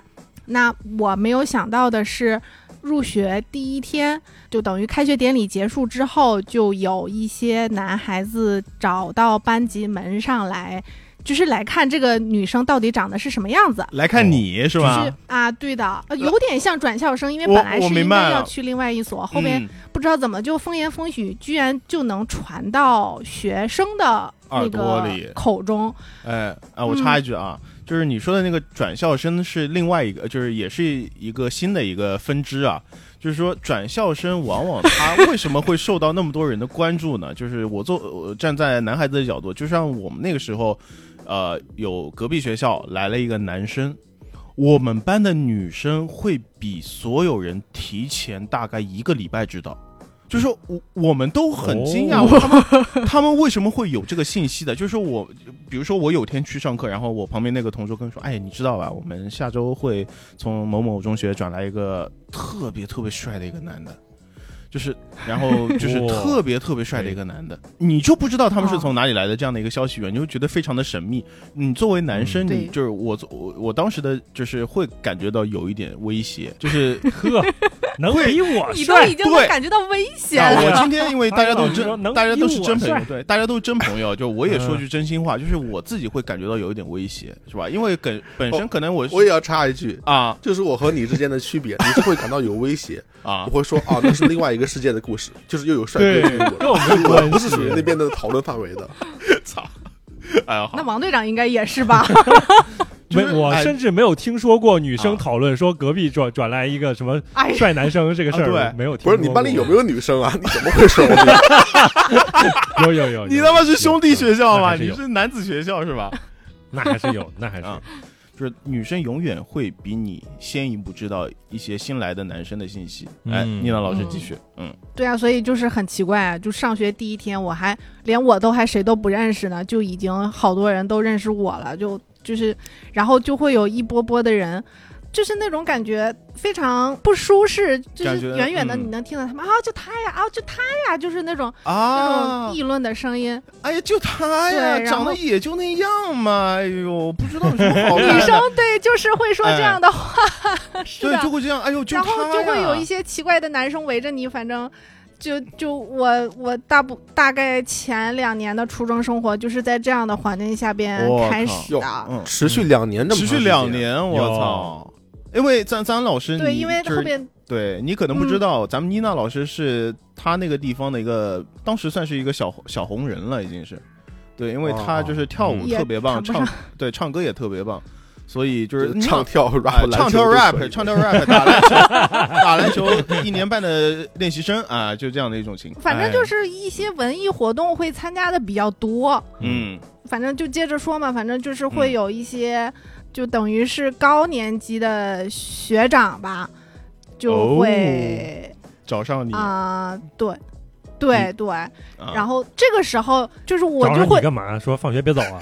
S3: 那我没有想到的是，入学第一天就等于开学典礼结束之后，就有一些男孩子找到班级门上来，就是来看这个女生到底长得是什么样子。
S2: 来看你是
S3: 就
S2: 吧？
S3: 是啊，对的，呃有点像转校生，因为
S2: 我
S3: 本来
S2: 我
S3: 是
S2: 明
S3: 应
S2: 白
S3: 该要
S2: 了
S3: 去另外一所，后面
S2: 嗯
S3: 不知道怎么就风言风语，居然就能传到学生的那
S2: 耳
S3: 个
S2: 朵里
S3: 口中。
S2: 哎啊，我插一句啊，就是你说的那个转校生是另外一个，就是也是一个新的一个分支啊。就是说，转校生往往他为什么会受到那么多人的关注呢？就是我做、我站在男孩子的角度，就像我们那个时候，呃，有隔壁学校来了一个男生，我们班的女生会比所有人提前大概一个礼拜知道。就是说我我们都很惊讶，
S1: 哦
S2: 我他们 他们为什么会有这个信息的？就是说我，比如说我有天去上课，然后我旁边那个同桌跟我说：“哎，你知道吧？我们下周会从某某中学转来一个特别特别帅的一个男的。”就是，然后就是
S1: 哇
S2: 特别特别帅的一个男的，你就不知道他
S1: 哦
S2: 们是从哪里来的这样的一个消息源，你会觉得非常的神秘。你作为男生，
S1: 嗯
S2: 你
S3: 对
S2: 就是我，我我当时的就是会感觉到有一点威胁，就是
S1: 呵，能比我
S5: 你
S1: 帅
S5: 都已经能
S2: 对
S5: 感觉到危险
S2: 啊，
S5: 了。
S2: 我今天因为大家都
S1: 哎呦你说
S2: 真，
S1: 能
S2: 大家都是
S1: 比我
S2: 真朋友
S1: 帅，
S2: 对，大家都是真朋友。就我也说
S1: 嗯
S2: 句真心话，就是我自己会感觉到有一点威胁，是吧？因为本本身可能我是
S4: 我也要插一句。
S2: 啊
S4: 就是我和你之间的区别，你是会感到有威胁，
S2: 啊
S4: 我，会说啊，那是另外一个世界的故事，就是又有帅哥
S2: 对
S4: 又有我，
S1: 跟我没
S4: 我不
S1: 关
S4: 是属于那
S1: 系。
S4: 边的讨论范 围的。
S2: 操！哎呀，好
S3: 那王队长应该也 是吧？
S1: 没，
S2: 就是
S1: 我
S2: 哎
S1: 甚至没有听说过女生
S2: 啊
S1: 讨论说隔壁转转来一个什么
S3: 哎呀，
S1: 帅男生这个事
S2: 啊
S1: 儿，
S2: 对
S1: 没有听
S4: 不
S1: 说过。
S4: 是你班里有没有女生啊？你怎么会说我们？
S1: 有？有有有，
S2: 你他妈是兄弟学校
S1: 那
S2: 吗？
S1: 还是
S2: 你
S1: 有
S2: 是男子学校是吧？
S1: 那还是有，那还是有
S2: 啊。就是女生永远会比你先一步知道一些新来的男生的信息。哎，
S1: 嗯
S2: 妮娜老师继续，嗯，
S3: 对啊，所以就是很奇怪啊，就上学第一天，我还连我都还谁都不认识呢，就已经好多人都认识我了，就就是，然后就会有一波波的人。就是那种感觉非常不舒适，就
S2: 感
S3: 是
S2: 觉
S3: 远远的
S2: 嗯
S3: 你能听到他们啊，就他呀，啊，就他呀，就是那种那
S2: 啊
S3: 种！议论的声音，
S2: 哎呀，就他呀，
S3: 对然
S2: 长
S3: 后
S2: 得也就那样嘛。哎呦，不知道有什么好看的。
S3: 女生对，就是会说这样的话，是的
S2: 对，，就会这样。哎呦，就
S3: 然
S2: 他
S3: 后就会有
S2: 呀
S3: 一些奇怪的男生围着你，反正就就我我大不大概前两年的初中生活就是在这样的环境下边
S2: 我
S3: 开
S2: 靠
S3: 始
S4: 哟
S3: 的。
S2: 嗯
S4: 持续两年，那么
S2: 持续
S4: 长时
S2: 两
S4: 间，
S2: 年，
S1: 哟
S2: 我操！因为哎咱咱老师，
S3: 对，
S2: 你
S3: 因为
S2: 就
S3: 后
S2: 是
S3: 边
S2: 对你可能不知
S3: 嗯
S2: 道，咱们妮娜老师是她那个地方的一个，当时算是一个小小红人了，已经是。对，因为她就是跳舞
S3: 嗯也
S2: 特别棒，
S3: 谈不上
S2: 唱 对唱歌也特别棒，所以就
S4: 就是是唱跳 rap，、
S2: 哎唱跳 rap，唱跳 rap，打 篮球，打篮球一年半的练习生啊，就这样的一种情况。
S3: 反正就
S2: 哎
S3: 是一些文艺活动会参加的比较多。
S2: 嗯，
S3: 反正就接着说嘛，反正就是会有一些，就等于是高年级的学长吧，就会
S2: 找哦上你，
S3: 啊、对。对对，
S2: 啊
S3: 然后这个时候就是我
S1: 找
S3: 就
S1: 上
S3: 会
S1: 你干嘛？说放学别走啊！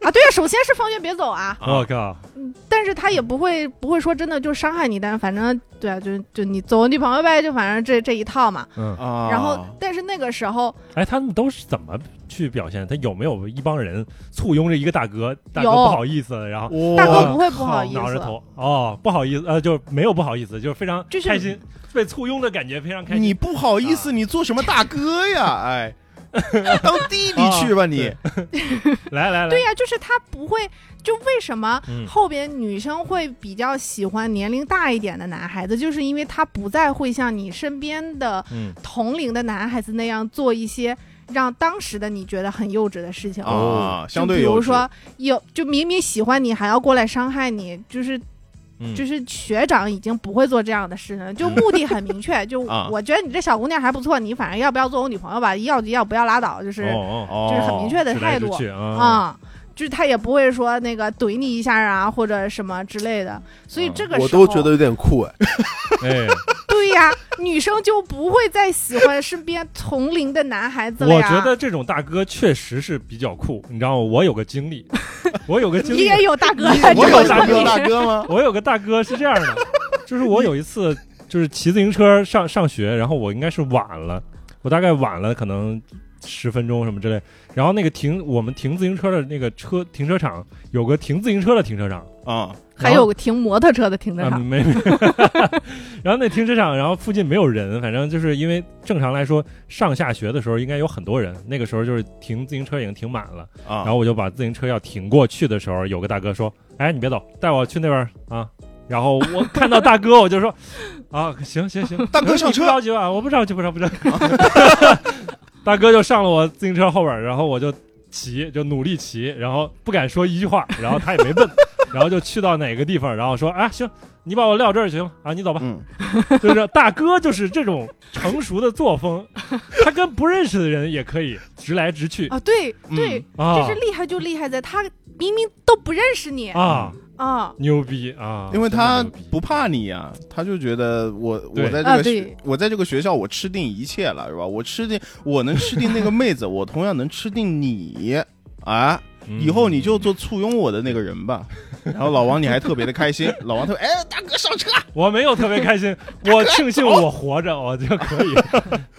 S3: 啊，对啊，首先是放学别走啊，
S1: 我
S2: 啊
S1: 靠，
S3: 但是他也不会不会说真的就伤害你，但是反正对啊，就就你走我女朋友呗，就反正这这一套嘛。
S1: 嗯，
S2: 啊，
S3: 然后，但是那个时候
S1: 哎，他们都是怎么去表现？他有没有一帮人簇拥着一个大哥？大哥
S3: 有
S1: 不好意思，然后
S2: 哇
S3: 大哥不会不好意
S1: 挠着
S3: 思，
S1: 头，哦，不好意思，呃，就是没有不好意思，就是非常
S3: 就是
S1: 开心，被簇拥的感觉非常开心。
S2: 你不好意
S3: 啊
S2: 思，你做什么大哥呀？哎， 当弟弟去吧 你。
S1: 来来来，
S3: 对呀、就是他不会，就为什么
S1: 嗯
S3: 后边女生会比较喜欢年龄大一点的男孩子，就是因为他不再会像你身边的
S1: 嗯，
S3: 同龄的男孩子那样做一些让当时的你觉得很幼稚的事情。
S1: 哦
S2: 啊，
S3: 就
S2: 相对
S3: 比
S2: 有
S3: 如说有，就明明喜欢你，还要过来伤害你，就是
S1: 嗯
S3: 就是学长已经不会做这样的事情了，就目的很明确，就
S2: 啊
S3: 我觉得你这小姑娘还不错，你反正要不要做我女朋友吧，要就要，不要拉倒，就是、
S1: 哦哦，
S2: 哦，
S3: 就是很明确的
S1: 直
S3: 态
S1: 来直
S3: 度
S1: 去啊，
S2: 嗯
S3: 啊。就是他也不会说那个怼你一下啊，或者什么之类的，所以
S2: 嗯
S3: 这个时候、
S4: 我都觉得有点酷哎。
S1: 哎，
S3: 对呀，女生就不会再喜欢身边同龄的男孩子了
S1: 我
S3: 呀。
S1: 觉得这种大哥确实是比较酷，你知道吗？我有个经历，我有个经
S3: 你
S1: 历，
S3: 也有大哥
S2: 你
S3: 呀，
S2: 我
S3: 这
S2: 有
S3: 个
S2: 大
S3: 经
S2: 哥
S3: 历
S2: 大哥 吗？
S1: 我有个大哥是这样的，就是我有一次就是骑自行车上上学，然后我应该是晚了，我大概晚了可能十分钟什么之类，然后那个停我们停自行车的那个车停车场有个停自行车的停车场，
S2: 啊，
S3: 还有个停摩托车的停
S2: 嗯
S3: 车
S1: 啊，
S3: 场，
S1: 没 没。然后那停车场，然后附近没有人，反正就是因为正常来说上下学的时候应该有很多人，那个时候就是停自行车已经停满了，
S2: 啊
S1: 然后我就把自行车要停过去的时候，有个大哥说：“哎，你别走，带我去那边儿啊。”然后我看到大哥，我就说：“啊，行行行，
S2: 大哥上
S1: 你不
S2: 车
S1: 着急吧，我不着急，不着 急不着急。”大哥就上了我自行车后边儿，然后我就骑，就努力骑，然后不敢说一句话，然后他也没问，然后就去到哪个地方，然后说：“啊，行，你把我撂这儿行了啊，你走吧。”
S2: 嗯，
S1: 就是大哥就是这种成熟的作 风，他跟不认识的人也可以直来直去
S3: 啊，对
S2: 嗯
S3: 对，
S1: 啊
S3: 就是厉害就厉害在他明明都不认识你
S1: 啊。
S3: 啊，
S1: 牛逼啊！
S2: 因为他
S1: 真的牛逼
S2: 不怕你呀，他就觉得我
S1: 对
S2: 我在这
S3: 啊
S2: 个
S3: 对
S2: 学我在这个学校我吃定一切了是吧？我吃定我能吃定那 个妹子，我同样能吃定你啊！
S1: 嗯
S2: 以后你就做簇拥我的那个人吧。然后老王你还特别的开心，老王特别哎大哥上车，
S1: 我没有特别开 心，我庆幸我活着，我就可以。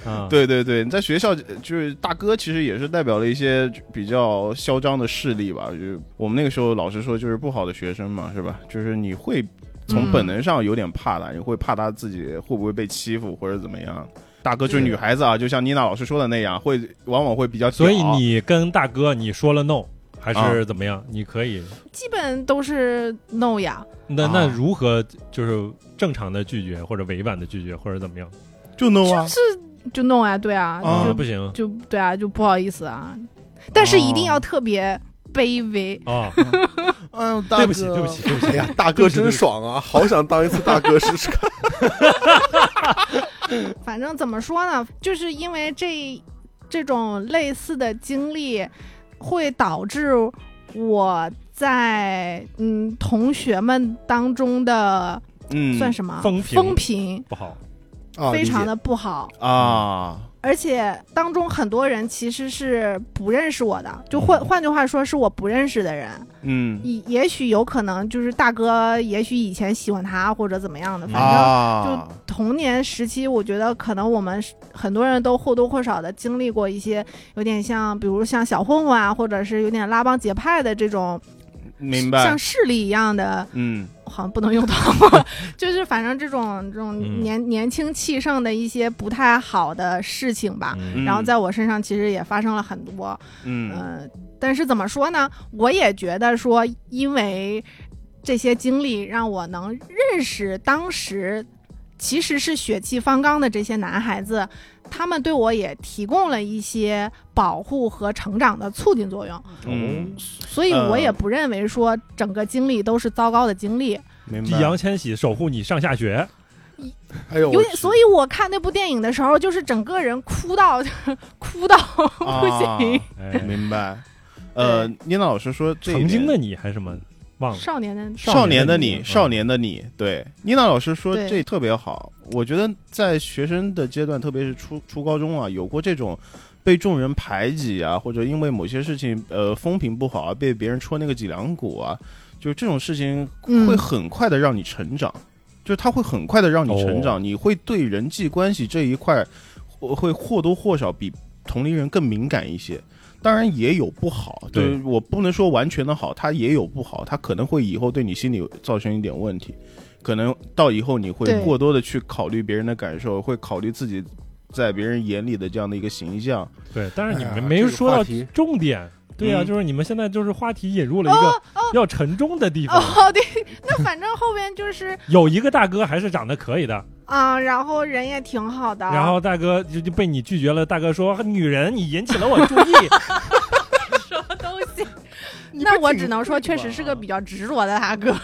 S1: 啊，
S2: 对对对，你在学校就是大哥，其实也是代表了一些比较嚣张的势力吧。就是我们那个时候老师说，就是不好的学生嘛，是吧？就是你会从
S1: 嗯
S2: 本能上有点怕他，你会怕他自己会不会被欺负或者怎么样。大哥就是女孩子啊，就像妮娜老师说的那样，会往往会比较屌。
S1: 所以你跟大哥你说了 no 还
S2: 啊
S1: 是怎么样？你可以。
S3: 基本都是 no 呀。
S1: 那
S2: 啊
S1: 那如何就是正常的拒绝，或者委婉的拒绝，或者怎么样？
S2: 就 no 啊，
S3: 就 no 呀，对啊，
S2: 啊
S1: 啊，
S3: 就
S1: 不行啊
S3: 就对啊，就不好意思啊，但是一定要特别卑微。！
S1: 哦
S2: 嗯，大
S1: 对
S2: 哥
S1: 不起，对不起，，对不
S4: 哎
S1: 起。
S4: 呀，大哥真爽啊！好想当一次大哥试试看。
S3: 反正怎么说呢，就是因为这这种类似的经历，会导致我在嗯同学们当中的
S2: 嗯，
S3: 算什么
S1: 风评
S3: 风评
S1: 不好，
S4: 啊，
S3: 非
S4: 理解
S3: 常的不好。
S2: 啊，
S3: 而且当中很多人其实是不认识我的，就换换句话说，是我不认识的人。
S2: 嗯
S3: 也也许有可能就是大哥，也许以前喜欢他或者怎么样的，反正
S2: 啊，
S3: 童年时期，我觉得可能我们是很多人都或多或少的经历过一些有点像，比如像小混混啊，或者是有点拉帮结派的这种，
S2: 明
S3: 像
S2: 白，
S3: 势力一样的，
S2: 嗯
S3: 好像不能用到，就是反正这种
S1: 嗯
S3: 这种年、年轻气盛的一些不太好的事情
S4: 啊
S3: 吧。
S1: 嗯
S3: 然后在我身上其实也发生了很多，
S1: 呃
S2: 嗯
S3: 嗯、但是怎么说呢？我也觉得说，因为这些经历让我能认识当时其实是血气方刚的这些男孩子，他们对我也提供了一些保护和成长的促进作用，
S2: 嗯，
S3: 所以我也不认为说整个经历都是糟糕的经历。
S2: 明
S1: 易烊千玺守护你上下学，
S4: 哎呦，
S3: 有点，所
S4: 以
S3: 以我看那部电影的时候，就是整个人哭到 哭到
S2: 啊
S3: 不行。
S1: 哎
S2: 明白。呃，妮娜老师说这一
S1: 曾经
S2: 点
S1: 的你还是什么忘了？
S3: 少年的
S2: 少年的你，
S1: 嗯
S2: 少年的你，对，妮娜老师说
S3: 对
S2: 这特别好。我觉得在学生的阶段，特别是初初高中啊，有过这种被众人排挤啊，或者因为某些事情呃风评不好啊，被别人戳那个脊梁骨啊，就这种事情
S3: 嗯
S2: 会很快的让你成长，就是它会很快的让你成长，你会对人际关系这一块会会或多或少比同龄人更敏感一些。当然也有不好，就
S1: 对
S2: 是我不能说完全的好，它也有不好，它可能会以后对你心理造成一点问题，可能到以后你会
S3: 对
S2: 过多的去考虑别人的感受，会考虑自己在别人眼里的这样的一个形 象。
S1: 对，但是你
S4: 哎
S1: 们
S4: 呀
S1: 没
S4: 这个
S1: 说
S4: 话
S1: 到
S4: 题哦
S1: 重点。对呀、
S2: 嗯
S1: 就是你们现在就是话题引入了一个要沉重的地方。
S3: 哦，对，那反正后边就是
S1: 有一个大哥还是长得可以的，
S3: 啊、然后人也挺好的，
S1: 然后大哥就就被你拒绝了。大哥说：“女人，你引起了我注 意。
S3: 东 西。那我只能说，确实是个比较执着的大哥。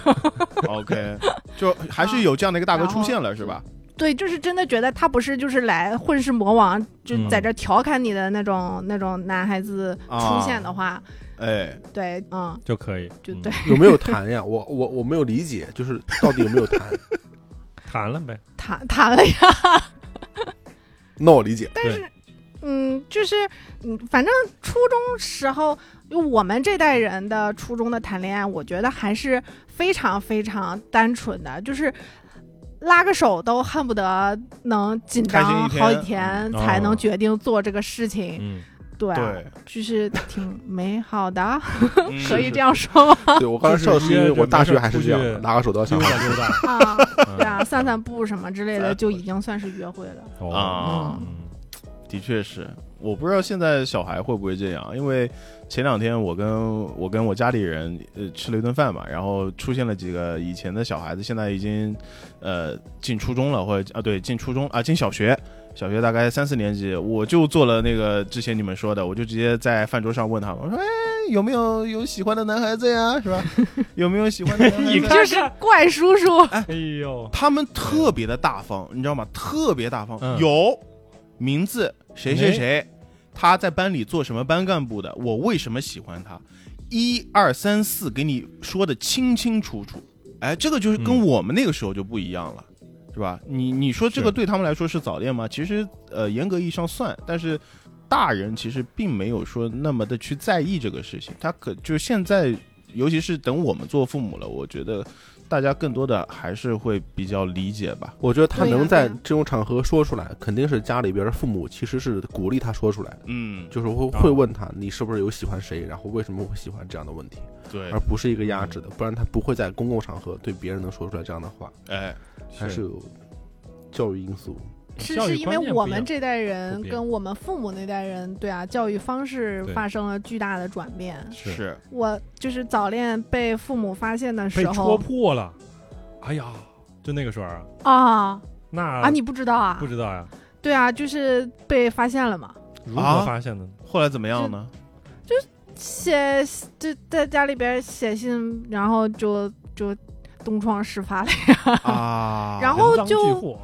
S2: OK，就还是有这样的一个大哥出现了，是 吧？
S3: 对，就是真的觉得他不是就是来混世魔王，就
S1: 嗯
S3: 在这调侃你的那种、那种男孩子出现的话，
S2: 哎，
S3: 对，嗯，”
S1: 就可以，
S3: 就
S1: 啊嗯
S3: 对，
S4: 有没有谈呀？我我我没有理解，就是到底有没有谈？
S1: 谈了呗。
S3: 谈谈了呀。
S4: 那我 理解，
S3: 但是，嗯，就是嗯，反正初中时候，就我们这代人的初中的谈恋爱，我觉得还是非常非常单纯的，就是。拉个手都恨不得能紧张
S2: 开心一天
S3: 好几天
S1: 嗯
S3: 才
S1: 哦
S3: 能决定做这个事情，
S1: 嗯，
S3: 对啊、
S2: 对，
S3: 就是 挺美好的，
S2: 嗯
S3: 可以这样说吗？
S4: 对我刚
S1: 就
S4: 才
S1: 是
S4: 笑的是因为
S1: 约着
S4: 我大学
S1: 没事
S4: 还是
S1: 出
S4: 这样
S1: 去
S4: 的，拉个手都要
S1: 溜
S4: 想好。
S1: 达溜达。
S3: 啊，
S1: 嗯
S3: 对啊，散散步什么之类的，
S2: 散
S3: 就已经算是约会了。
S1: 哦，
S2: 啊。
S1: 嗯
S2: 的确是，我不知道现在小孩会不会这样，因为前两天我跟我跟我家里人呃吃了一顿饭嘛，然后出现了几个以前的小孩子，现在已经呃进初中了，或者啊对进初中啊进小学。小学大概三四年级，我就做了那个之前你们说的，我就直接在饭桌上问他们，我说：“哎，有没有有喜欢的男孩子呀？是吧？ 有没有喜欢的男孩子？”
S1: 你
S3: 就
S1: 看
S3: 是
S1: 看，
S3: 怪叔叔，
S1: 哎呦，
S2: 他们特别的大方，你知道吗？特别大方，
S1: 嗯
S2: 有名字谁谁谁，他在班里做什么班干部的，我为什么喜欢他，一二三四给你说的清清楚楚。哎，这个就是跟
S1: 嗯
S2: 我们那个时候就不一样了。是吧？你你说这个
S1: 是
S2: 对他们来说是早恋吗？其实，呃，严格意义上算，但是大人其实并没有说那么的去在意这个事情。他可就是现在，尤其是等我们做父母了，我觉得大家更多的还是会比较理解吧。
S4: 我觉得他
S3: 对呀
S4: 能在
S3: 对呀
S4: 这种场合说出来，肯定是家里边的父母其实是鼓励他说出来的，
S2: 嗯，
S4: 就是会
S1: 啊
S4: 会问他你是不是有喜欢谁，然后为什么会喜欢这样的问题，
S2: 对
S4: 而，不是一个压制的，不然他不会在公共场合对别人能说出来这样的话，
S2: 哎，
S4: 还是有教育因素。
S3: 是
S1: 教育
S3: 是因为
S1: 观念不
S3: 我
S1: 一样
S3: 们这代人
S1: 不变
S3: 跟我们父母那代人，对啊，教育方式
S1: 对
S3: 发生了巨大的转变。
S1: 是
S2: 是
S3: 我就是早恋被父母发现的
S1: 被
S3: 时
S1: 戳
S3: 候
S1: 破了。哎呀，就那个时候啊，
S3: 啊
S1: 那
S3: 啊，你不知道啊
S1: 不？知道呀？
S3: 对啊，就是被发现了嘛。
S1: 如何
S2: 啊
S1: 发现的呢？
S2: 后来怎么样呢？
S3: 写就在家里边写信，然后就就东窗事发了。
S2: 啊
S3: 然后
S1: 人赃
S3: 哦就
S1: 俱获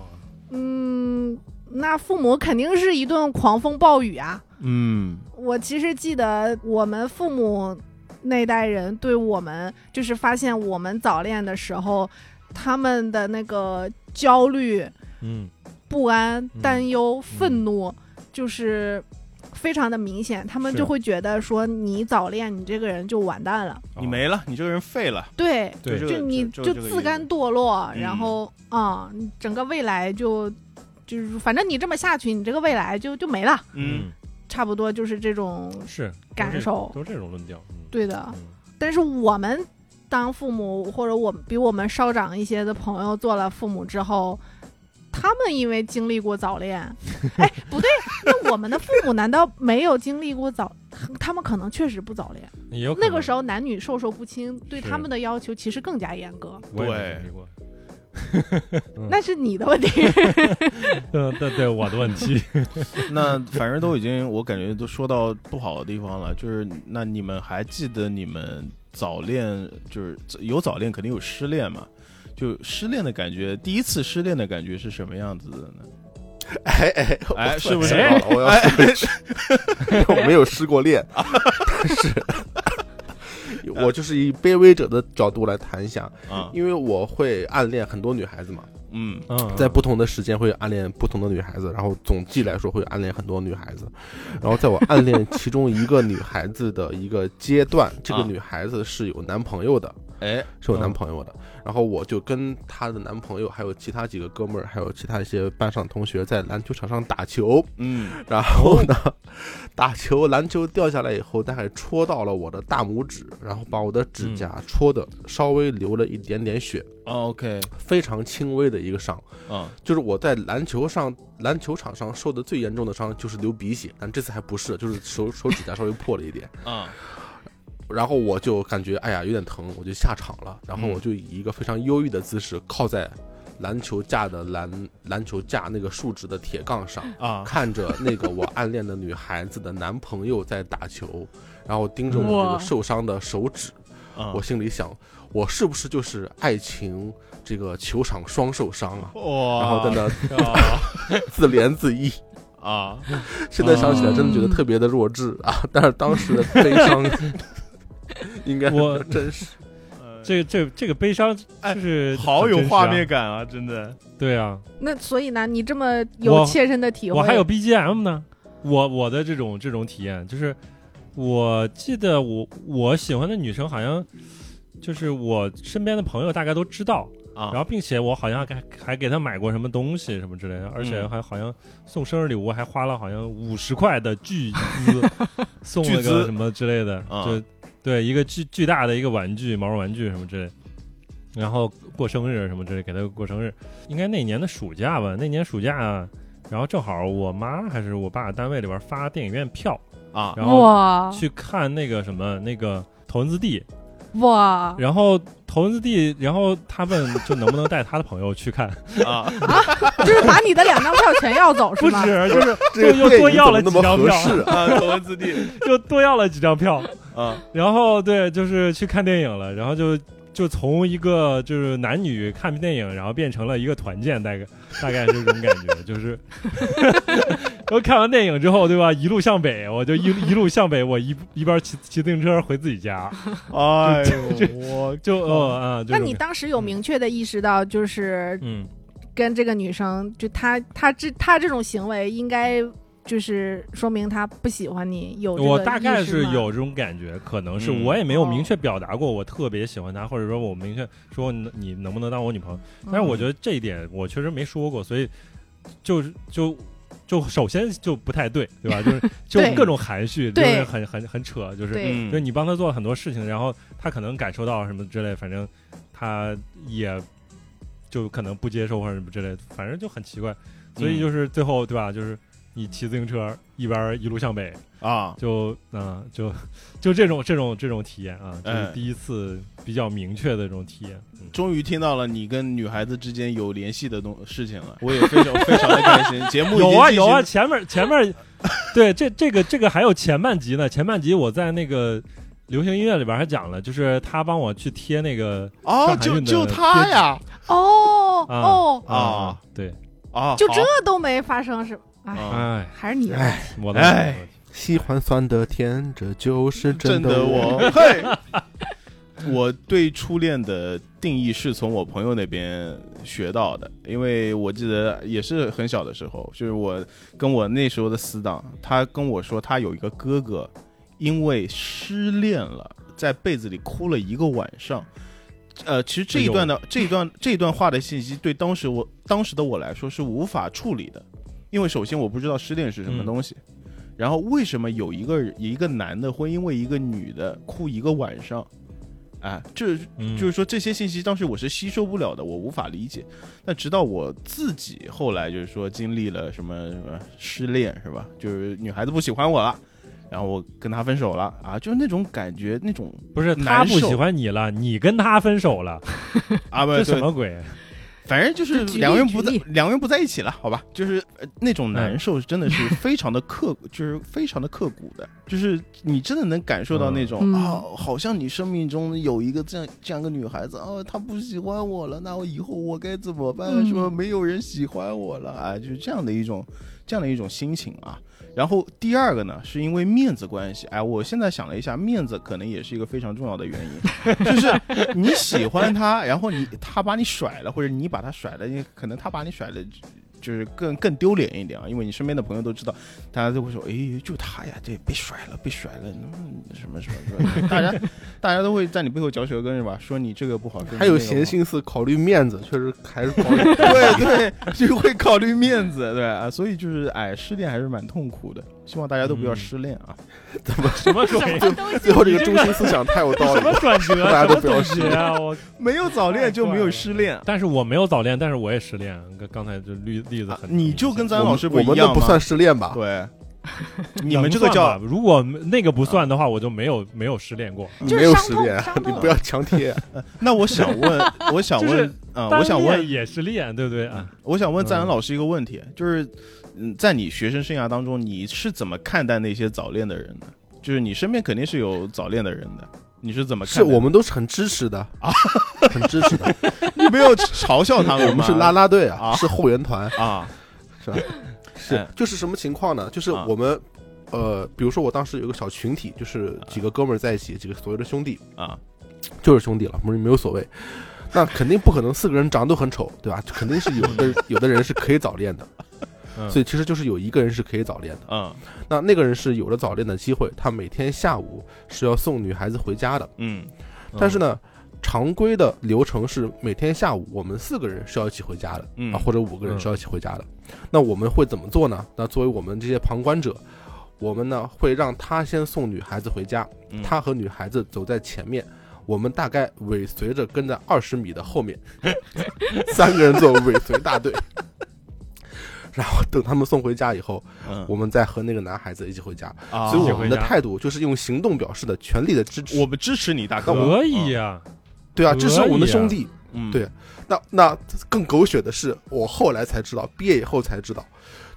S3: 嗯，那父母肯定是一顿狂风暴雨啊。
S2: 嗯，
S3: 我其实记得我们父母那代人对我们，就是发现我们早恋的时候，他们的那个焦虑
S1: 嗯，
S3: 不安、
S1: 嗯
S3: 担忧、愤怒，就是非常的明显。他们
S1: 是
S3: 就会觉得说，你早恋，你这个人就完蛋了。
S1: 哦
S2: 你没了，你这个人废了，
S3: 对，
S1: 对
S2: 就这
S3: 就
S2: 个
S3: 你
S2: 就
S3: 就
S2: 这个
S3: 自
S2: 意
S3: 甘
S2: 思
S3: 堕落，
S2: 嗯
S3: 然后啊、你整个未来就就是，反正你这么下去，你这个未来就就没了，
S2: 嗯，
S3: 差不多就是这种
S1: 嗯是都是
S3: 感受。
S1: 都是这种论调，嗯，
S3: 对啊的，
S1: 嗯
S3: 但是我们当父母或者我们比我们稍长一些的朋友做了父母之后，他们因为经历过 早恋，哎，不对，那我们的父母难道没有经历过早？他们可能确实不早恋，
S1: 也有可
S3: 那
S1: 能
S3: 个时候男女授受不亲，对
S1: 是
S3: 他们的要求其实更加严格。
S1: 我也
S2: 对
S1: 没经历过，
S3: 那是你的问题，
S1: 嗯，对对，我的问 题，
S2: 那反正都已经，我感觉都说到不好的地方了。就是那你们还记得你们早恋，就是有早恋肯定有失恋嘛？就失恋的感觉，第一次失恋的感觉是什么样子的呢？
S4: 哎哎
S2: 哎
S4: 我
S2: 是不
S1: 是
S4: 想到了我要试试 我没有失过恋，但是， 我就是以卑微者的角度来谈一下，
S2: 啊，
S4: 因为我会暗恋很多女孩子嘛，
S2: 嗯
S1: 嗯，
S4: 在不同的时间会暗恋不同的女孩子，然后总计来说会暗恋很多女孩子，然后在我暗恋其中一个女孩子的一个 阶段，这个
S2: 啊
S4: 女孩子是有男朋友的，
S2: 哎，
S4: 是有男朋友的，然后我就跟她的男朋友还有其他几个哥们儿，还有其他一些班上同学在篮球场上打球，
S2: 嗯，
S4: 然后呢，打球篮球掉下来以后，大概戳到了我的大拇指，然后把我的指甲戳的稍微流了一点点血，
S2: 哦 OK，
S4: 非常轻微的一个伤。
S2: 啊，
S4: 就是我在篮球上篮球场上受的最严重的伤就是流鼻血，但这次还不是，就是手 手指甲稍微破了一点。
S2: 啊，
S4: 然后我就感觉哎呀有点疼，我就下场了。然后我就以一个非常忧郁的姿势靠在篮球架的篮篮球架那个竖直的铁杠上，
S2: 啊，
S4: 看着那个我暗恋的女孩子的男朋友在打球，然后盯着我这
S3: 哇
S4: 个受伤的手指，
S2: 啊
S4: 我心里想，我是不是就是爱情这个球场双受伤啊？
S2: 哇，
S4: 然后在那
S1: 哦
S2: 那
S4: 自怜自 艾，
S2: 啊，
S4: 现在想起来真的觉得特别的弱智啊！但是当时的悲 伤应该
S1: 我
S4: 是真实。
S2: 呃
S1: 这这这个悲伤
S2: 哎
S1: 就是
S2: 好有
S1: 很真实啊
S2: 画面，感啊，真的。
S1: 对啊，
S3: 那所以呢，你这么
S1: 我
S3: 有切身的体会，
S1: 我还有 BGM 呢，我我的这种这种体验就是，我记得我我喜欢的女生好像就是我身边的朋友大概都知道，
S2: 啊
S1: 然后并且我好像还还给她买过什么东西什么之类的，而且
S2: 嗯
S1: 还好像送生日礼物还花了好像五十块的巨 资送了
S2: 巨资
S1: 个什么之类的，
S2: 啊
S1: 就对一个巨巨大的一个玩具毛绒玩具什么之类。然后过生日什么之类，给她过生日，应该那年的暑假吧。那年暑假，然后正好我妈还是我爸单位里边发电影院票，
S2: 啊
S1: 然后
S3: 哇
S1: 去看那个什么那个头文字 D，
S3: 哇，
S1: 然后头文字 D，然后他们就能不能带他的朋友去看？
S2: 啊，
S3: 就是把你的两张票全要走 是
S1: 不
S3: 吗？
S1: 止，就是
S4: 这
S1: 又
S4: 个
S1: 多
S4: 电影
S1: 要
S4: 怎
S1: 了
S4: 么那
S1: 几张
S4: 么合
S1: 票
S4: 适啊？
S2: 啊，头文字 D
S1: 又多要了几张票，
S2: 啊，
S1: 然后对，就是去看电影了，然后就。就从一个就是男女看电影，然后变成了一个团建，大概大概是这种感觉， 就是，我看完电影之后，对吧？一路向北，我就一一路向北，我一一边骑骑自行车回自己家，
S2: 哎呦， 我
S1: 就哦啊，这
S3: 那
S1: 种
S3: 你
S1: 感
S3: 当时有明确的意识到，就是
S1: 嗯，
S3: 跟这个女生，就她她这她这种行为，应该就是说明她不喜欢你，有这个
S1: 我大概
S3: 意识
S1: 是
S3: 吗嗯
S1: 有这种感觉，可能是
S2: 嗯
S1: 我也没有
S3: 哦
S1: 明确表达过我特别喜欢她，或者说我明确说你你能不能当我女朋友。但是
S3: 嗯
S1: 我觉得这一点我确实没说过，所以就是就就首先就不太对，对 吧？就是就
S3: 对
S1: 各种含蓄，就
S3: 对
S1: 是很很很扯，就是
S3: 对
S2: 嗯
S1: 就是你帮他做了很多事情，然后他可能感受到什么之类，反正他也就可能不接受或者什么之类，反正就很奇怪。所
S3: 嗯
S1: 以就是最后对吧？就是你骑自行车一边一路向北，
S2: 啊，
S1: 就啊、就就这种这种这种体验啊，这
S2: 哎
S1: 是第一次比较明确的这种体验。嗯
S2: 终于听到了你跟女孩子之间有联系的东事情了，我也非常非常的开心。节目已 经
S1: 有啊
S2: 进行
S1: 有啊，，前面前面，对这这个这个还有前半集呢，前半集我在那个流行音乐里边还讲了，就是他帮我去贴那个
S2: 哦，
S1: 上海
S2: 就
S1: 运的
S2: 就他呀
S3: 哦
S1: 啊
S3: 哦，
S2: 啊，
S1: 对，
S2: 啊，
S3: 就这
S2: 好
S3: 都没发生是，哎，
S2: 啊
S1: 哎，
S3: 还是你的
S4: 哎，
S1: 我的
S2: 哎
S4: 喜欢酸的甜，这就是
S2: 真
S4: 真
S2: 的
S4: 的我。
S2: 我嘿。我对初恋的定义是从我朋友那边学到的，因为我记得也是很小的时候，就是我跟我那时候的死党，他跟我说他有一个哥哥，因为失恋了，在被子里哭了一个晚上。呃，其实这一段的这一段这一段话的信息，对当时我当时的我来说是无法处理的，因为首先我不知道失恋是什么
S1: 嗯
S2: 东西，然后为什么有一个人一个男的会因为一个女的哭一个晚上？哎，这
S1: 嗯
S2: 就是说这些信息当时我是吸收不了的，我无法理解。但直到我自己后来就是说经历了什么什么失恋是吧？就是女孩子不喜欢我了，然后我跟她分手了啊，就是那种感觉，那种
S1: 不是他
S2: 难
S1: 不
S2: 受
S1: 喜欢你了，你跟他分手了，
S2: 啊不
S1: 这什
S2: 对，
S1: 么 鬼？
S2: 反正就是
S5: 就举例
S2: 两个人不在
S5: 举例
S2: 两个人不在一起了，好吧？就是、呃那种难受真的是非常的刻， 就是非常的刻骨的，就是你真的能感受到那种
S5: 嗯
S2: 啊，好像你生命中有一个这样这样一个女孩子啊，她不喜欢我了，那我以后我该怎么办？
S5: 嗯
S2: 什么没有人喜欢我了啊？就是这样的一种这样的一种心情啊。然后第二个呢，是因为面子关系。哎，我现在想了一下，面子可能也是一个非常重要的原因，就是你喜欢他，然后你他把你甩了，或者你把他甩了，你可能他把你甩了。就是更更丢脸一点啊，因为你身边的朋友都知道，大家都会说，哎，就他呀，这被甩了，被甩了，嗯什么什么什么，大家大家都会在你背后嚼舌根是吧？说你这个不好，说你
S4: 还有
S2: 那个不好
S4: 闲心思考虑面子，确实还是考虑
S2: 对对，就会考虑面子，对啊，所以就是哎，失恋还是蛮痛苦的，希望大家都不要失恋啊。
S1: 什么鬼？
S4: 最后这个中心思想太有道
S1: 什
S4: 理
S1: 么
S4: 了。
S1: 转折？
S4: 大家
S1: 什
S4: 都
S1: 么
S4: 不要
S1: 总
S4: 失
S1: 结啊！我，
S2: 没有早恋就没有失恋。啊
S1: 但是我没有早恋，但是我也失恋。刚刚才这例例子
S2: 啊
S1: 很明显，
S2: 你就跟咱
S4: 我
S2: 老
S4: 们
S2: 师不
S4: 我
S2: 一
S4: 们
S2: 样
S4: 那
S2: 吗
S4: 不算失恋吧？
S2: 对，你
S1: 你
S2: 们这个叫
S1: 如果那个不算的话，我就没有没有失恋过。
S5: 就是
S4: 没有
S5: 伤
S4: 失
S5: 痛
S4: 恋
S5: 伤，
S4: 你
S5: 痛
S4: 不要 强贴。
S2: 那我想问，我想
S1: 就是
S2: 问啊，我想
S1: 单
S2: 问
S1: 恋也是恋，对不对啊？
S2: 我想问赞恩老师一个问题，就是嗯，在你学生生涯当中，你是怎么看待那些早恋的人的？就是你身边肯定是有早恋的人的，你是怎么看
S4: 是
S2: 待的？
S4: 我们都是很支持的啊， 很支持 的。
S2: 你没有 嘲笑他们吗？
S4: 我们是拉拉队
S2: 啊
S4: 啊，是后援 团，
S2: 啊，
S4: 是吧？
S2: 哎
S4: 是，就是什么情况呢？就是
S2: 啊
S4: 我们，呃，比如说我当时有个小群体，就是几个哥们儿在一起，几个所谓的兄弟，
S2: 啊，
S4: 就是兄弟了，不是没有所谓。那肯定不可能四个人长得都很丑，对吧？肯定是有的，有的人是可以早恋的，
S1: 嗯
S4: 所以其实就是有一个人是可以早恋的。
S2: 嗯
S4: 那那个人是有了早恋的机会，他每天下午是要送女孩子回家的。
S2: 嗯
S4: 但是呢，常规的流程是每天下午我们四个人是要一起回家的，
S2: 嗯
S4: 啊，或者五个人
S1: 嗯
S4: 是要一起回家的。那我们会怎么做呢？那作为我们这些旁观者，我们呢会让他先送女孩子回家，
S2: 嗯
S4: 他和女孩子走在前面。我们大概尾随着跟在二十米的后面，三个人做尾随大队， 然后等他们送回家以后，
S2: 嗯
S4: 我们再和那个男孩子一起回家。
S2: 啊
S4: 所以
S1: 一起
S4: 我
S1: 回
S4: 们的
S1: 家
S4: 态度就是用行动表示的全力的支持。
S2: 我们支持你，大哥。
S1: 可以呀，
S4: 对啊，这是我们的兄弟，
S2: 嗯，嗯
S4: 对那那更狗血的是，我后来才知道，毕业以后才知道，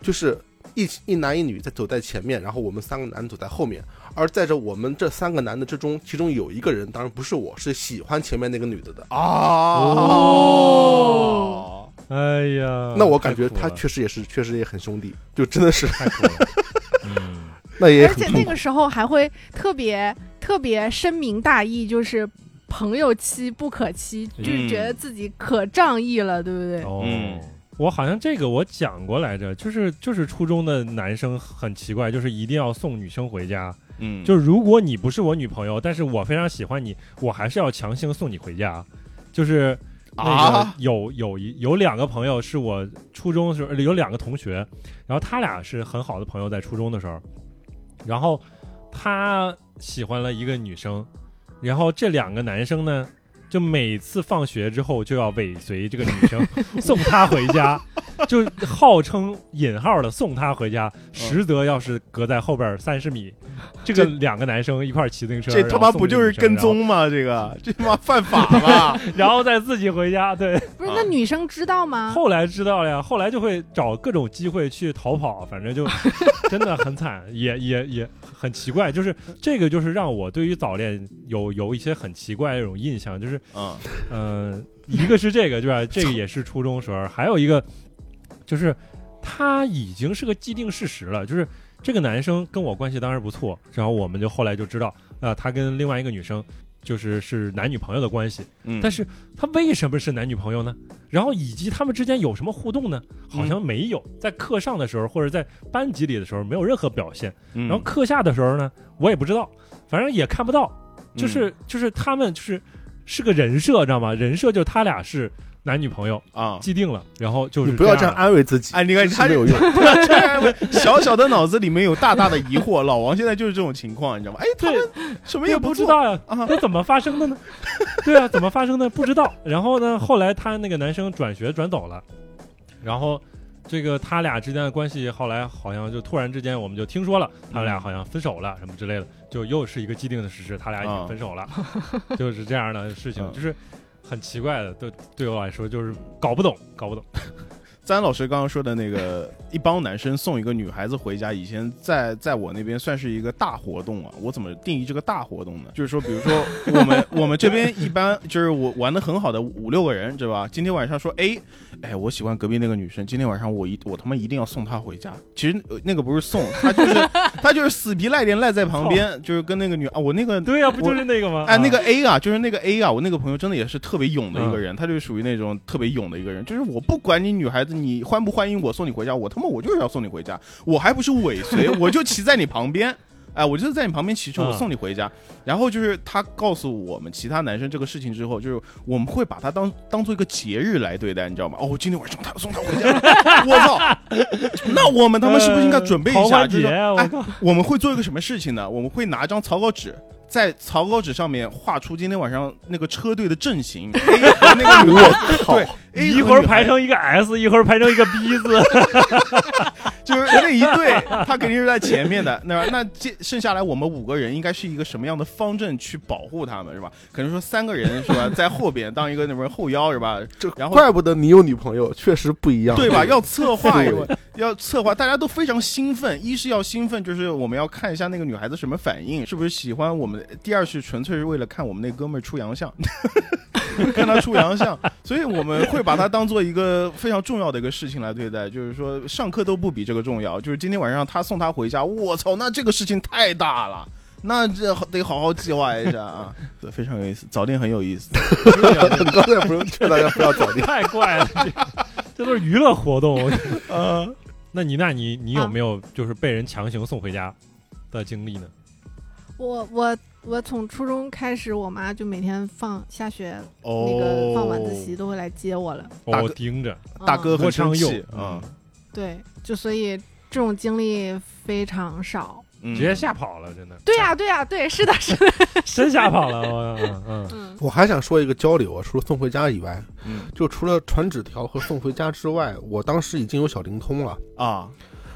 S4: 就是一起一男一女在走在前面，然后我们三个男的走在后面，而在这我们这三个男的之中，其中有一个人，当然不是我，是喜欢前面那个女的的。啊
S2: 啊哦，
S1: 哎呀，
S4: 那我感觉
S1: 太苦
S4: 他
S1: 了
S4: 确实也是，确实也很兄弟，就真的是，
S1: 太苦了。嗯，
S4: 那也
S3: 而
S4: 很
S3: 且
S4: 痛
S3: 那
S4: 苦
S3: 个时候还会特别特别深明大义，就是朋友妻不可欺，就是觉得自己可仗义了，对不对？
S1: 嗯哦
S2: 嗯，
S1: 我好像这个我讲过来着，就是就是初中的男生很奇怪，就是一定要送女生回家。
S2: 嗯，
S1: 就是如果你不是我女朋友，但是我非常喜欢你，我还是要强行送你回家。就是那个
S2: 啊
S1: 有有一有两个朋友是我初中的时候有两个同学，然后他俩是很好的朋友，在初中的时候，然后他喜欢了一个女生，然后这两个男生呢，就每次放学之后就要尾随这个女生 送她回 家，就号称引号的送她回
S2: 哦
S1: 家，实则要是隔在后边三十米，这个两个男生一块儿骑自行车，
S2: 这他妈
S1: 然后送
S2: 不就是
S1: 这个女
S2: 跟
S1: 生？
S2: 踪吗？这个这他妈犯法 吧？
S1: 然后然后再自己回家，对。
S3: 不是
S2: 啊，
S3: 那女生知道吗？
S1: 后来知道了呀，后来就会找各种机会去逃跑，反正 就真的很惨，也也也很奇怪。就是这个，就是让我对于早恋有有一些很奇怪的这种印象，就是
S2: 嗯
S1: 呃，一个是这个，对吧？这个也是初中时候，还有一个就是他已经是个既定事实了，就是呃这个男生跟我关系当时不错，然后我们就后来就知道，啊、他跟另外一个女生就是是男女朋友的关系，
S2: 嗯，
S1: 但是他为什么是男女朋友呢？然后以及他们之间有什么互动呢？好像没有，在课上的时候或者在班级里的时候没有任何表现，
S2: 嗯，
S1: 然后课下的时候呢，我也不知道，反正也看不到，就是、
S2: 嗯
S1: 就是他们就是是个人设，知道吗？人设就是他俩是男女朋友，
S2: 嗯啊，
S1: 既定了，然后就是
S4: 你不要这
S1: 这
S4: 样
S1: 了
S4: 安慰自己，
S2: 哎，你看
S4: 是
S2: 他
S4: 没有用。
S2: 小小的脑子里面有大大的疑惑， 老王现在就是这种情况，你知道吗？哎，他们什么
S1: 也
S2: 也
S1: 不知
S2: 做，
S1: 道呀、
S2: 啊
S1: 那怎么发生的 呢？对啊，怎么发生的不知道。然后呢，后来他那个男生转学转走了，然后这个他俩之间的关系后来好像就突然之间我们就听说了，他
S2: 嗯
S1: 们俩好像分手了什么之类的，就又是一个既定的事实，他俩已经分 手了，就是这样的事情，
S2: 嗯
S1: 就是很奇怪的，对对我来说就是搞不懂，搞不懂。
S2: 咱老师刚刚说的那个，一帮男生送一个女孩子回家，以前在在我那边算是一个大活动啊。我怎么定义这个大活动呢？就是说，比如说 我们我们这边一般就是我玩的很好的五六个人，对吧？今天晚上说，哎哎，我喜欢隔壁那个女生，今天晚上我一我他妈一定要送她回家。其实、呃那个不是送，她就是她就是死皮赖脸赖在 旁边，就是跟那个女啊，我那个
S1: 对呀、不就是那个吗？
S2: 哎，那个
S1: 啊嗯
S2: A 啊，就是那个 A 啊，我那个朋友真的也是特别勇的一个人，他就属于那种特别勇的一个人，就是我不管你女孩子你欢不欢迎我送你回家，我他妈我就是要送你回家，我还不是尾随，我就骑在你旁边。哎，我就是在你旁边骑车，我
S1: 嗯
S2: 送你回家。然后就是他告诉我们其他男生这个事情之后，就是我们会把他当当做一个节日来对待，你知道吗？哦，今天晚上他送他回家， 我操！那我们他妈是不是应该准备一
S1: 呃
S2: 下？
S1: 狂欢
S2: 就是
S1: 节啊我
S2: 哎，我们会做一个什么事情呢？我们会拿一张草稿纸，在草稿纸上面画出今天晚上那个车队的 阵型。A 和那个女孩，对，A
S1: 一
S2: 和
S1: 会儿
S2: 女
S1: 排
S2: 孩
S1: 成一个 S，一会儿排成一个 B 字，
S2: 就是那一 队，他肯定是在前面的，那那这剩下来我们五个人应该是一个什么样的方阵去保护他们是吧？可能说三个人是吧，在后边当一个那边后腰是吧？
S4: 这
S2: 然后
S4: 怪不得你有女朋友，确实不一样，
S2: 对吧？要策划
S4: 对，
S2: 要策划，大家都非常兴奋。一是要兴奋，就是我们要看一下那个女孩子什么反应，是不是喜欢我们；第二是纯粹是为了看我们那哥们儿出洋相， 看他出洋相。所以我们会把它当做一个非常重要的一个事情来对待，就是说上课都不比这个重要。就是今天晚上他送她回家，我操，那这个事情太大了。那这得好好计划一下啊， 对，非常有意思，早恋很有意思。
S4: 你刚才不是劝大家不要早 恋？
S1: 太怪了， 这这都是娱乐活动。 呃，那你那你你有没有就是被人强行送回家的经历呢？
S3: 我我我从初中开始，我妈就每天放下学
S2: 哦
S3: 那个放晚自习都会来接我了。
S2: 大
S1: 我
S2: 哥
S1: 盯着，
S2: 哦大哥
S3: 嗯
S2: 很生
S1: 郭昌
S2: 气
S1: 佑
S2: 啊，
S3: 对，就所以这种经历非常少。
S2: 嗯
S1: 直接吓跑了，真的。
S3: 对呀、对呀、对，是的，是的，
S1: 真吓跑了，我嗯嗯，
S3: 嗯，
S4: 我还想说一个交流啊，除了送回家以外，
S2: 嗯
S4: 就除了传纸条和送回家之外，我当时已经有小灵通了，
S2: 啊，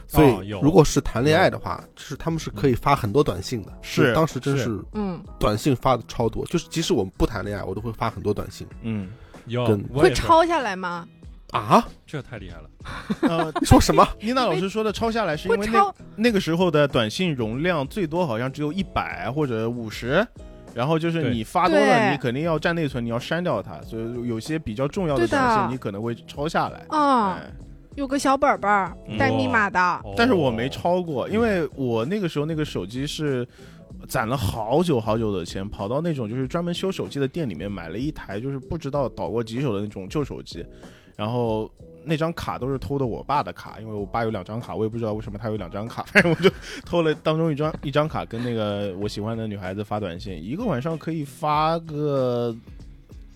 S4: 所
S1: 哦
S4: 以
S1: 有
S4: 如果是谈恋爱的话，就是他们是可以发很多短信的。
S2: 是
S4: 就当时真是
S1: 是
S3: 嗯，
S4: 短信发的超多，就是即使我们不谈恋爱，我都会发很多短信
S2: 嗯，
S1: 有
S4: 跟
S1: 我
S3: 会
S1: 也是，
S3: 抄下来吗？
S4: 啊！
S1: 这太厉害了。
S2: 呃，
S4: 你说什 么？
S2: 妮娜老师说的抄下来是因
S3: 会
S2: 为那
S3: 抄
S2: 那个时候的短信容量最多好像只有一百或者五十，然后就是
S1: 对
S2: 你发多了，
S3: 对
S2: 你肯定要占内存，你要删掉它，所以有些比较重要
S3: 对的
S2: 短信你可能会抄下来。
S3: 啊、
S2: 哎
S3: 有个小本本儿
S2: 嗯
S3: 带密码的。
S1: 哦
S2: 但是我没，抄过，因为我那个时候那个手机是攒了好久好久的钱，跑到那种就是专门修手机的店里面买了一台，就是不知道倒过几手的那种旧手机，然后。那张卡都是偷的我爸的卡，因为我爸有两张卡，我也不知道为什么他有两张卡， 反正我就偷了当中一张一张卡，跟那个我喜欢的女孩子发短信，一个晚上可以发个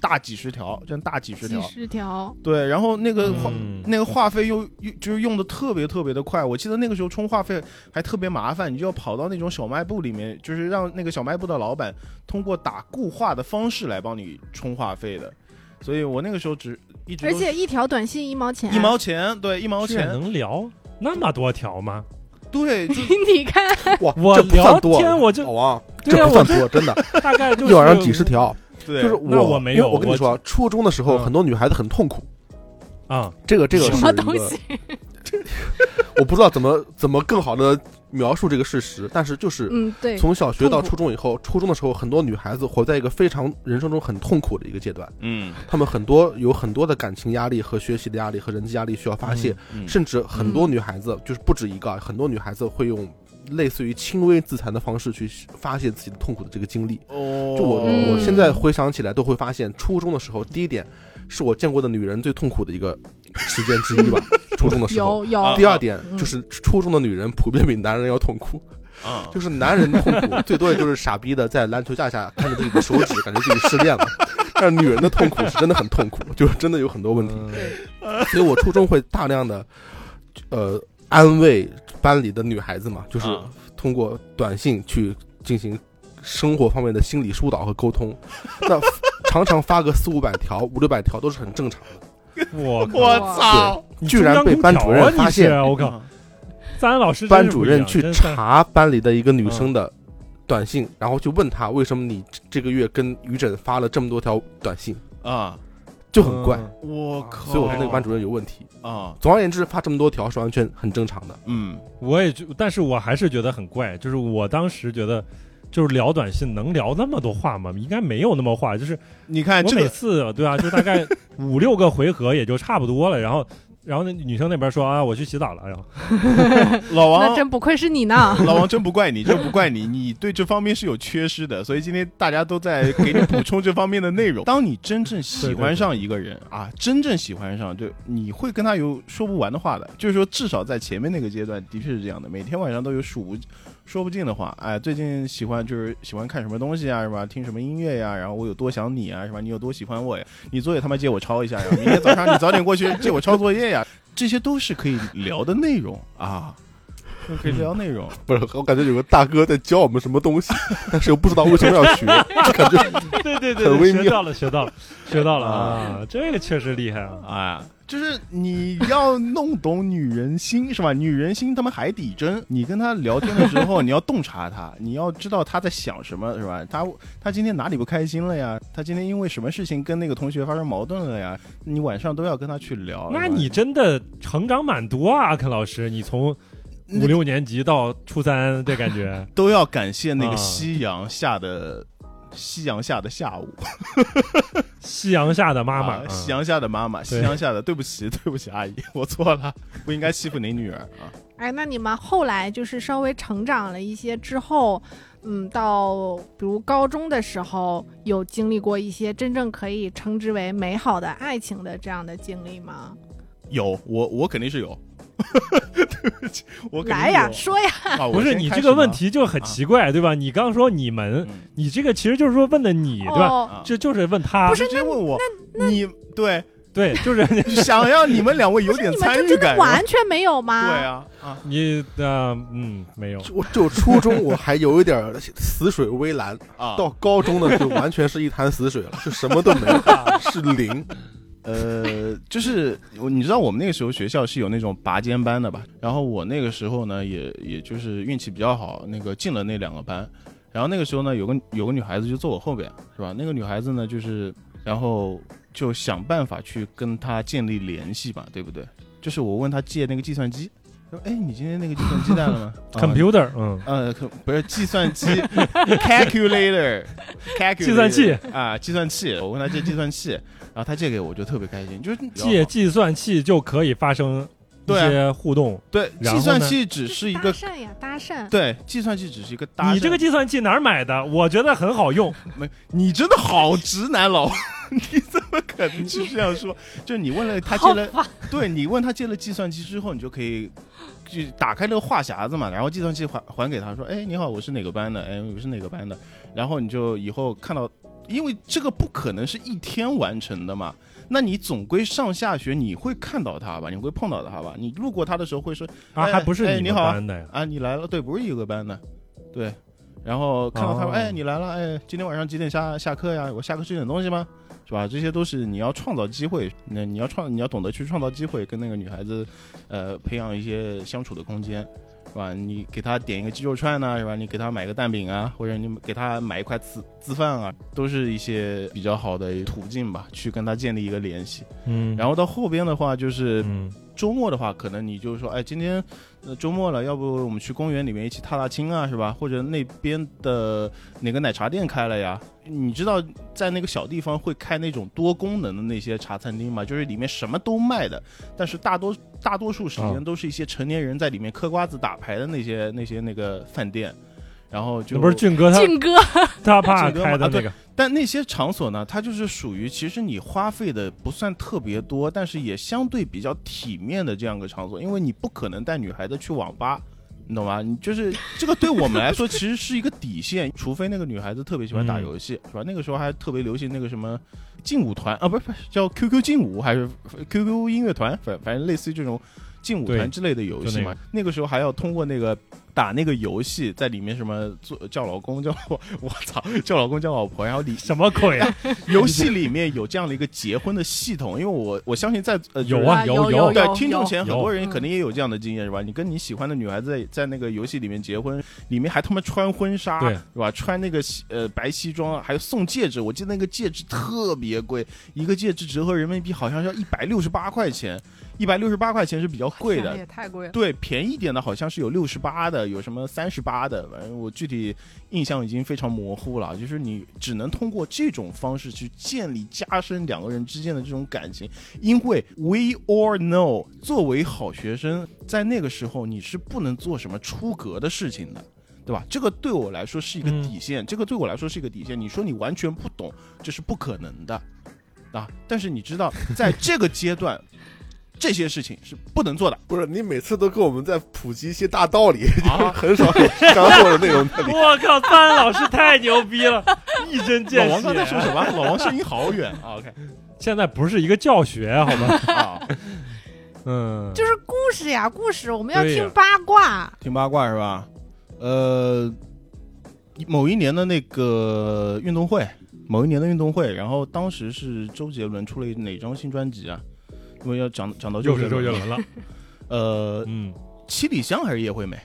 S2: 大几十条，真大几十
S3: 几
S2: 条，
S3: 十条，
S2: 对，然后那个话、
S1: 嗯
S2: 那个话费又又就是用的特别特别的快，我记得那个时候充话费还特别麻烦，你就要跑到那种小卖部里面，就是让那个小卖部的老板通过打固话的方式来帮你充话费的，所以我那个时候只一直
S3: 而
S2: 都是
S3: 且一条短信一毛钱。
S2: 一毛钱，对，一毛
S1: 这
S2: 钱，
S1: 能聊那么多条 吗？
S2: 对，就
S3: 你看，
S4: 哇，
S1: 我
S4: 这不算多，
S1: 聊天我就
S4: 老王，
S1: 对
S4: 这
S1: 啊，
S4: 不
S1: 我
S4: 算多，真的，
S1: 大概 就是
S4: 一晚上几十条。
S2: 对，
S4: 就是
S1: 那我
S4: 我
S1: 没
S4: 因为
S1: 有
S4: 我跟
S1: 我
S4: 你说啊，初中的时候
S1: 嗯
S4: 很多女孩子很痛苦，
S1: 啊，
S4: 这个这个
S3: 什
S4: 是
S3: 么
S4: 一
S3: 东
S4: 个
S3: 西？
S4: 我不知道怎么怎么更好的描述这个事实，但是就是
S3: 嗯，对，
S4: 从小学
S3: 痛
S4: 到
S3: 苦
S4: 初中以后，初中的时候，很多女孩子活在一个非常人生中很痛苦的一个阶段，
S2: 嗯，
S4: 她们很多有很多的感情压力和学习的压力和人际压力需要发泄，
S2: 嗯
S4: 甚至很多女孩子、就是不止一个啊，很多女孩子会用类似于轻微自残的方式去发泄自己的痛苦的这个经历。
S2: 哦
S4: 就我、
S3: 嗯
S4: 我现在回想起来，都会发现初中的时候，第一点是我见过的女人最痛苦的一个时间之一 吧。初中的时候，
S3: 有有，
S2: 啊
S4: 第二点
S3: 嗯
S4: 就是初中的女人普遍比男人要痛苦，
S2: 啊，
S4: 就是男人痛苦最多也就是傻逼的在篮球架下看着自己的手指，感觉自己失恋了。 但是女人的痛苦是真的很痛苦，就是真的有很多问题。所以我初中会大量的呃安慰班里的女孩子嘛，就是
S2: 啊
S4: 通过短信去进行生活方面的心理疏导和沟通。那 常常发个四五百条、五六百条都是很正常的。
S1: 我 靠
S2: 我操，
S1: 你
S4: 居然
S1: 中央
S4: 被
S1: 空
S4: 班
S1: 调
S4: 主任
S1: 啊你
S4: 发现
S1: 是我靠，咱老师真
S4: 班
S1: 是
S4: 主
S1: 不一
S4: 任
S1: 样
S4: 去
S1: 真是嗯
S4: 查班里的一个女生的短信，然后就问她为什么你这个月跟于枕发了这么多条短信，
S2: 啊！
S4: 就很怪。
S1: 嗯哦
S2: 我靠！
S4: 所以我说那个班主任有问题。
S2: 啊，
S4: 总而言之，发这么多条是完全很正常的。
S2: 嗯
S1: 我也就，但是我还是觉得很怪，就是我当时觉得。就是聊短信能聊那么多话吗？应该没有那么话，就是，
S2: 你看
S1: 我
S2: 这
S1: 每
S2: 个
S1: 次对啊，就大 概五六个回合也就差不多了。然后，然后那女生那边说啊，我去洗澡了。然后
S2: 老
S3: 那
S2: 王，
S3: 真不愧是 你呢。
S2: 老王真不怪你，真不怪你，你对这方面是有缺失的，所以今天大家都在给你补充这方面的内 容。当你真正喜欢上一个人啊，真正喜欢上，就你会跟他有说不完的话的。就是说，至少在前面那个阶段，的确是这样的，每天晚上都有数不说不尽的话。哎，最近喜欢就是喜欢看什么东西啊，是吧？听什么音乐呀、然后我有多想你啊，是吧？你有多喜欢我呀？你作业他妈借我抄一下呀！明天早上你早点过去借我抄作业呀！ 这些都是可以聊的内容啊，都 可以聊内容。
S4: 不是，我感觉有个大哥在教我们什么东西， 但是又不知道为什么要学，感觉
S1: 对对
S4: 很
S1: 对对，
S4: 微
S1: 学
S4: 妙
S1: 到了，学 到了，学到了啊！这个确实厉害啊！
S2: 啊，就是你要弄懂女人心是吧？ 女人心他妈海底针，你跟她聊天的时候，你要洞察她，你要知道她在想什么是吧？她她今天哪里不开心了呀？她今天因为什么事情跟那个同学发生矛盾了呀？你晚上都要跟她去聊。
S1: 那
S2: 是吧
S1: 你真的成长蛮多啊，阿肯老师，你从五六年级到初三，这感 觉
S2: 都要感谢那
S1: 啊
S2: 个夕阳下的。夕阳下的下午，
S1: 夕阳下的妈妈，
S2: 啊
S1: 啊
S2: 夕阳下的妈妈，夕阳下的，对不起，对不起，阿姨，我错了，不应该欺负您女儿啊。
S3: 哎，那你们后来就是稍微成长了一些之后，嗯，到比如高中的时候，有经历过一些真正可以称之为美好的爱情的这样的经历吗？
S2: 有，我我肯定是有， 对不起，我肯定
S3: 来呀，
S2: 有
S3: 说呀，
S2: 啊，我
S1: 不是
S2: 先
S1: 你
S2: 开
S1: 这
S2: 始
S1: 个问
S2: 吗，
S1: 题就很奇怪，对吧？你刚说你们，
S2: 嗯啊
S1: 你这个其实就是说问的你，对
S2: 呃
S1: 吧？
S3: 哦，
S1: 这就是问他，
S3: 不是
S2: 直接啊问我，你对，
S1: 对，就是 你
S2: 想要你们两位有点
S3: 你们
S2: 参
S3: 就
S2: 与
S3: 真的
S2: 感，
S3: 完全没有吗？
S2: 对啊啊，
S1: 你呃嗯没有，？”
S4: 我就初中我还有一点儿死水微澜，
S2: 啊
S4: 到高中呢就完全是一潭死水了，就什么都没有，是零。
S2: 呃， 就是我你知道我们那个时候学校是有那种拔尖班的吧？然后我那个时候呢，也也就是运气比较好，那个进了那两个班。然后那个时候呢，有个有个女孩子就坐我后边，是吧？那个女孩子呢，就是然后就想办法去跟她建立联系吧，对不对？就是我问她借那个计算机，说：“哎，你今天那个计算机带了吗 啊
S1: computer，嗯，
S2: 呃，可不是计算 机，calculator，
S1: 计算器
S2: 啊，计算器。我问他借计算器，然后他借给我，我就特别开心，就是
S1: 借计算器就可以发生一
S2: 对啊
S1: 些互动。
S2: 对
S1: 然后
S2: 计算
S1: 呢
S2: 器只是一个
S3: 搭讪呀，搭讪。
S2: 对计算器只是一个搭讪。
S1: 你这个计算器哪儿买的？我觉得很好用。
S2: 没，你真的好直男老， 你怎么可能是这样说？就是你问了他借了，对你问他借了计算机之后，你就可以就打开那个话匣子嘛，然后计算机还还给他说，哎，你好，我是哪个班的？哎，我是哪个班的？然后你就以后看到，因为这个不可能是一天完成的嘛。那你总归上下学你会看到他吧，你会碰到他吧？你路过他的时候会说
S1: 啊，
S2: 哎
S1: 还不
S2: 哎
S1: 是
S2: 你
S1: 们
S2: 好啊
S1: 班的呀？
S2: 啊，你来了，对，不是一个班的，对。然后看到他
S1: 哦
S2: 们，哎，你来了，哎，今天晚上几点下下课呀？我下课吃点东西吗？是吧？这些都是你要创造机会，那你要创，你要懂得去创造机会，跟那个女孩子，呃，培养一些相处的空间，是吧？你给她点一个鸡肉串呐、是吧？你给她买个蛋饼啊，或者你给她买一块粢粢饭啊，都是一些比较好的途径吧，去跟她建立一个联系。
S1: 嗯，
S2: 然后到后边的话，就是
S1: 嗯，
S2: 周末的话，可能你就说，哎，今天呃周末了，要不我们去公园里面一起踏踏青啊，是吧？或者那边的哪个奶茶店开了呀？你知道在那个小地方会开那种多功能的那些茶餐厅吗？就是里面什么都卖的，但是大多大多数时间
S1: 嗯
S2: 都是一些成年人在里面嗑瓜子打牌的那些那些那个饭店，然后就
S1: 那不是俊哥他
S3: 靖哥，
S1: 他爸
S2: 俊哥
S1: 开的
S2: 吗
S1: 那
S2: 啊对
S1: 个，
S2: 但那些场所呢，它就是属于其实你花费的不算特别多，但是也相对比较体面的这样一个场所，因为你不可能带女孩子去网吧。你懂吗？你就是这个对我 们来说其实是一个底线，除非那个女孩子特别喜欢打游戏，
S1: 嗯
S2: 是吧？那个时候还特别流行那个什么劲舞团啊，不是不是叫 QQ 劲舞还是 QQ 音乐团，反反正类似于这种劲舞团
S1: 对
S2: 之类的游
S1: 就
S2: 戏
S1: 那
S2: 嘛。那个时候还要通过那个打那个游戏，在里面什么做叫老公叫我我操叫老公叫老婆，然后里
S1: 什么鬼 啊？
S2: 游戏里面有这样的一个结婚的系统，因为我我相信在呃
S1: 有啊有有
S3: 有有嗯
S2: 对听众前很
S1: 有
S2: 多人肯定也有这样的经验是吧？你跟你喜欢的女孩子在在那个游戏里面结婚，里面还他妈穿婚纱
S1: 对
S2: 是吧？穿那个西呃白西装，还有送戒指，我记得那个戒指特别贵，一个戒指折合人民币好像要一百六十八块钱，一百六十八块钱是比较贵
S5: 天哪
S2: 的，
S5: 也太贵了。
S2: 对，便宜一点的好像是有六十八的，有什么三十八的，反正我具体印象已经非常模糊了。就是你只能通过这种方式去建立、加深两个人之间的这种感情，因为 we all know，作为好学生，在那个时候你是不能做什么出格的事情的。对吧？这个对我来说是一个
S1: 嗯
S2: 底线，这个对我来说是一个底线。你说你完全不懂，这是不可能的，啊！但是你知道，在这个阶段， 这些事情是不能做的。
S6: 不是你每次都跟我们在普及一些大道理，
S2: 啊
S6: 很少有干货的内容在里。
S1: 我靠，三安老师太牛逼了，一针见
S2: 老
S1: 血。啊
S2: 王刚才说什么？老王声音好远 啊！OK
S1: 现在不是一个教学，好吧？
S2: 啊，
S1: 嗯，
S3: 就是故事呀，故事，我们要
S1: 对呀
S3: 听八卦。
S2: 听八卦是吧？呃，某一年的那个运动会，某一年的运动会，然后当时是周杰伦出了哪张新专辑啊？因为要讲讲到
S1: 又
S2: 杰
S1: 是周杰
S2: 伦了，
S1: 伦了。
S2: 呃，
S1: 嗯，
S2: 七里香还是叶惠美？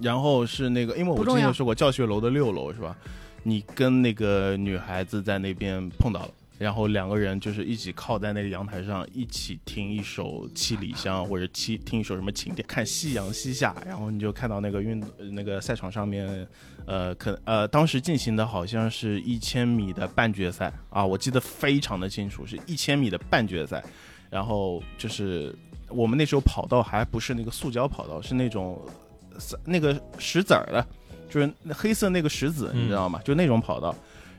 S2: 然后是那个，因为我
S3: 不
S2: 之
S3: 重
S2: 前
S3: 要
S2: 说过教学楼的六楼是吧？你跟那个女孩子在那边碰到了，然后两个人就是一起靠在那个阳台上，一起听一首《七里香》或者七听一首什么情调，看夕阳西下，然后你就看到那个运呃那个赛场上面，呃，可呃当时进行的好像是一千米的半决赛啊，我记得非常的清楚，是一千米的半决赛，然后就是我们那时候跑道还不是那个塑胶跑道，是那种呃三那个石子儿的，就是那黑色那个石子，
S1: 嗯
S2: 你知道吗？就那种跑道，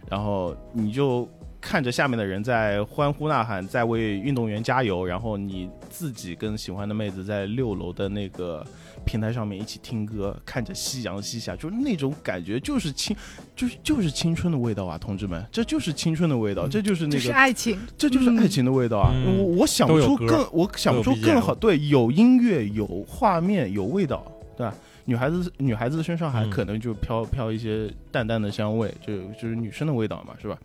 S2: 然后你就看着下面的人在欢呼呐喊，在为运动员加油，然后你自己跟喜欢的妹子在六楼的那个平台上面一起听歌，看着夕阳西下，就是那种感觉，就是青，就是就是青春的味道啊，同志们，这就是青春的味道，这就是那
S3: 这
S2: 个
S3: 是爱情，
S2: 这就是爱情的味道啊！
S1: 嗯
S2: 我我想不
S1: 都有
S2: 出
S1: 歌
S2: 更，我想不出更好。对，有音乐，有画面，有味道，对吧？女孩子女孩子身上还
S1: 嗯
S2: 可能就飘、飘一些淡淡的香味，就就是女生的味道嘛，是吧？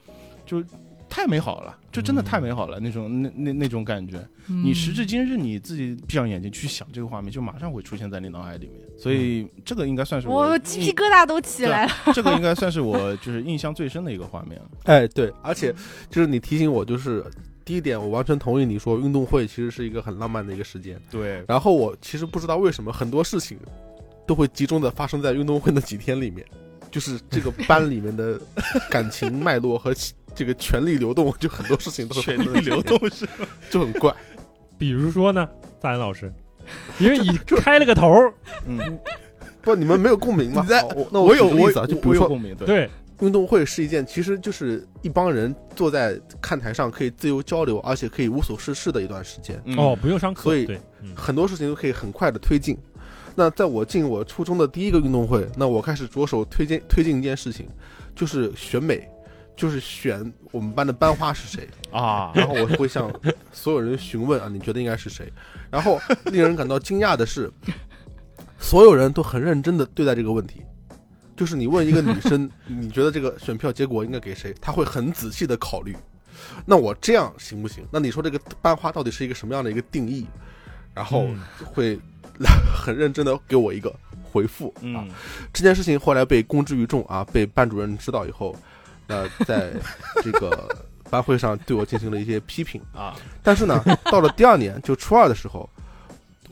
S2: 就太美好了，就真的
S1: 嗯
S2: 太美好了，那种那那那种感觉。
S3: 嗯
S2: 你时至今日，你自己闭上眼睛去想这个画面，就马上会出现在你脑海里面。所
S1: 嗯
S2: 以这个应该算是我
S3: 我鸡皮疙瘩都起来了。
S2: 这个应该算是我就是印象最深的一个画面 了。
S4: 哎，对，而且
S2: 嗯
S4: 就是你提醒我，就是第一点，我完全同意你说运动会其实是一个很浪漫的一个时间。
S2: 对，
S4: 然后我其实不知道为什么很多事情都会集中的发生在运动会那几天里面，就是这个班里面的感情脉络和其这个权力流动，就很多事情都是
S2: 权力流动是
S4: 就很怪。
S1: 比如说 呢，赞恩老师，因为你开了个头儿，
S2: 嗯，
S4: 不，你们没有共鸣 吗？
S6: 你在
S4: 好那
S6: 我有
S4: 举个
S6: 我
S4: 例子啊，就比
S2: 我
S4: 如
S2: 有
S4: 说
S2: 共鸣，对。
S1: 对，
S4: 运动会是一件，其实就是一帮人坐在看台上可以自由交流，而且可以无所事事的一段时间。
S2: 嗯
S1: 哦，，不用上课，
S4: 所以
S1: 对，嗯
S4: 很多事情都可以很快的推进。那在我进我初中的第一个运动会，那我开始着手推荐推进一件事情，就是选美，就是选我们班的班花是谁。
S2: 啊，
S4: 然后我会向所有人询问啊，你觉得应该是谁？然后令人感到惊讶的是，所有人都很认真的对待这个问题。就是你问一个女生， 你觉得这个选票结果应该给谁，她会很仔细的考虑。那我这样行不行？那你说这个班花到底是一个什么样的一个定义？然后
S1: 嗯
S4: 会 很认真的给我一个回复啊。
S2: 嗯，
S4: 这件事情后来被公之于众啊，被班主任知道以后，呃，在这 个班会上对我进行了一些批评。
S2: 啊，
S4: 但是呢，到了第二年，就初二的时候，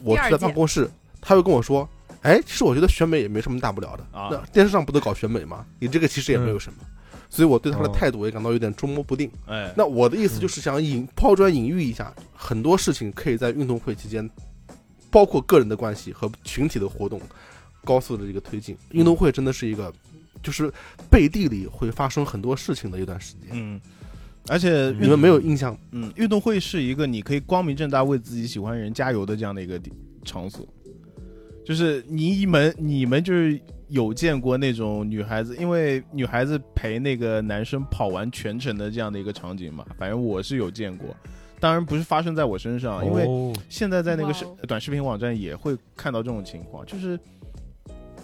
S4: 我
S3: 第
S4: 去他
S3: 二届
S4: 办公室，他会跟我说：“哎，其实我觉得选美也没什么大不了的
S2: 啊嗯
S4: 那电视上不都搞选美吗？你这个其实也没有什么。所以我对他的
S1: 哦
S4: 态度也感到有点捉摸不定。
S2: 哎，
S4: 那我的意思就是想引抛砖引玉一下，很多事情可以在运动会期间，包括个人的关系和群体的活动，高速的这个推进。运动会真的是一个，就是背地里会发生很多事情的一段时间。
S2: 嗯，而且
S4: 你
S2: 运
S4: 们没有印象？
S2: 嗯，运动会是一个你可以光明正大为自己喜欢的人加油的这样的一个地场所，就是你们你们就是有见过那种女孩子，因为女孩子陪那个男生跑完全程的这样的一个场景嘛，反正我是有见过，当然不是发生在我身上，啊因为
S1: 哦
S2: 现在在那个
S3: 哇
S2: 视
S3: 哦
S2: 短视频网站也会看到这种情况，就是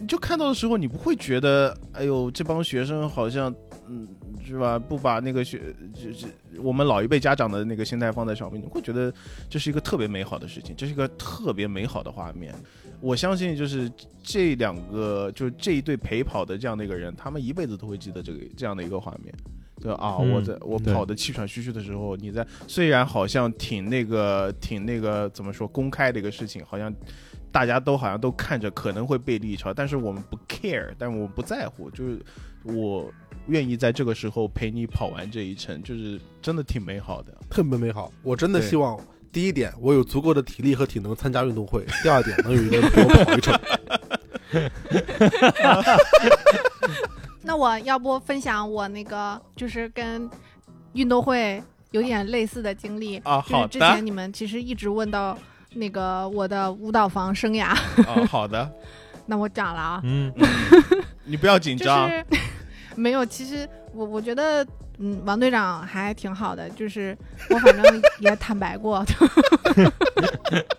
S2: 你就看到的时候，你不会觉得，哎呦，这帮学生好像，嗯，是吧？不把那个学，这这我们老一辈家长的那个心态放在上面，你会觉得这是一个特别美好的事情，这是一个特别美好的画面。我相信，就是这两个，就是这一对陪跑的这样的一个人，他们一辈子都会记得这个这样的一个画面。对吧啊，
S1: 嗯
S2: 我在我
S1: 对
S2: 跑的气喘吁吁的时候，你在虽然好像挺那个挺那个怎么说公开的一个事情，好像大家都好像都看着可能会被立潮，但是我们不 care，但我们不在乎，就是我愿意在这个时候陪你跑完这一程，就是真的挺美好的。
S4: 特别美好。我真的
S2: 对
S4: 希望，第一点，我有足够的体力和体能参加运动会；第二点，能有一个人陪我跑一程。
S3: 那我要不分享我那个就是跟运动会有点类似的经历
S2: 啊
S3: 就是之前你们其实一直问到那个我的舞蹈房生涯，
S2: 啊，好的，
S3: 那我讲了啊，
S1: 嗯，
S2: 你不要紧
S3: 就
S2: 张。
S3: 是没有，其实我我觉得。嗯，王队长还挺好的，就是我反 正也坦白过，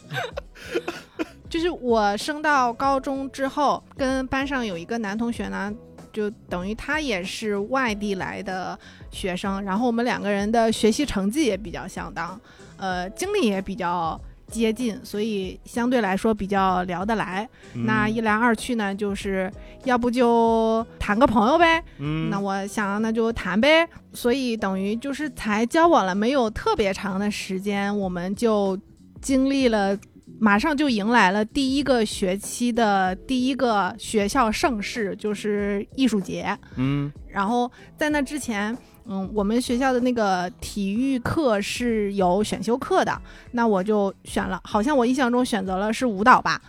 S3: 就是我升到高中之后，跟班上有一个男同学呢，就等于他也是外地来的学生，然后我们两个人的学习成绩也比较相当，呃，经历也比较接近，所以相对来说比较聊得来。
S2: 嗯
S3: 那一来二去呢，就是要不就谈个朋友呗。
S2: 嗯，
S3: 那我想那就谈呗。所以等于就是才交往了没有特别长的时间，我们就经历了。马上就迎来了第一个学期的第一个学校盛事，就是艺术节。
S2: 嗯
S3: 然后在那之前，嗯，我们学校的那个体育课是有选修课的，那我就选了，好像我印象中选择了是舞蹈吧。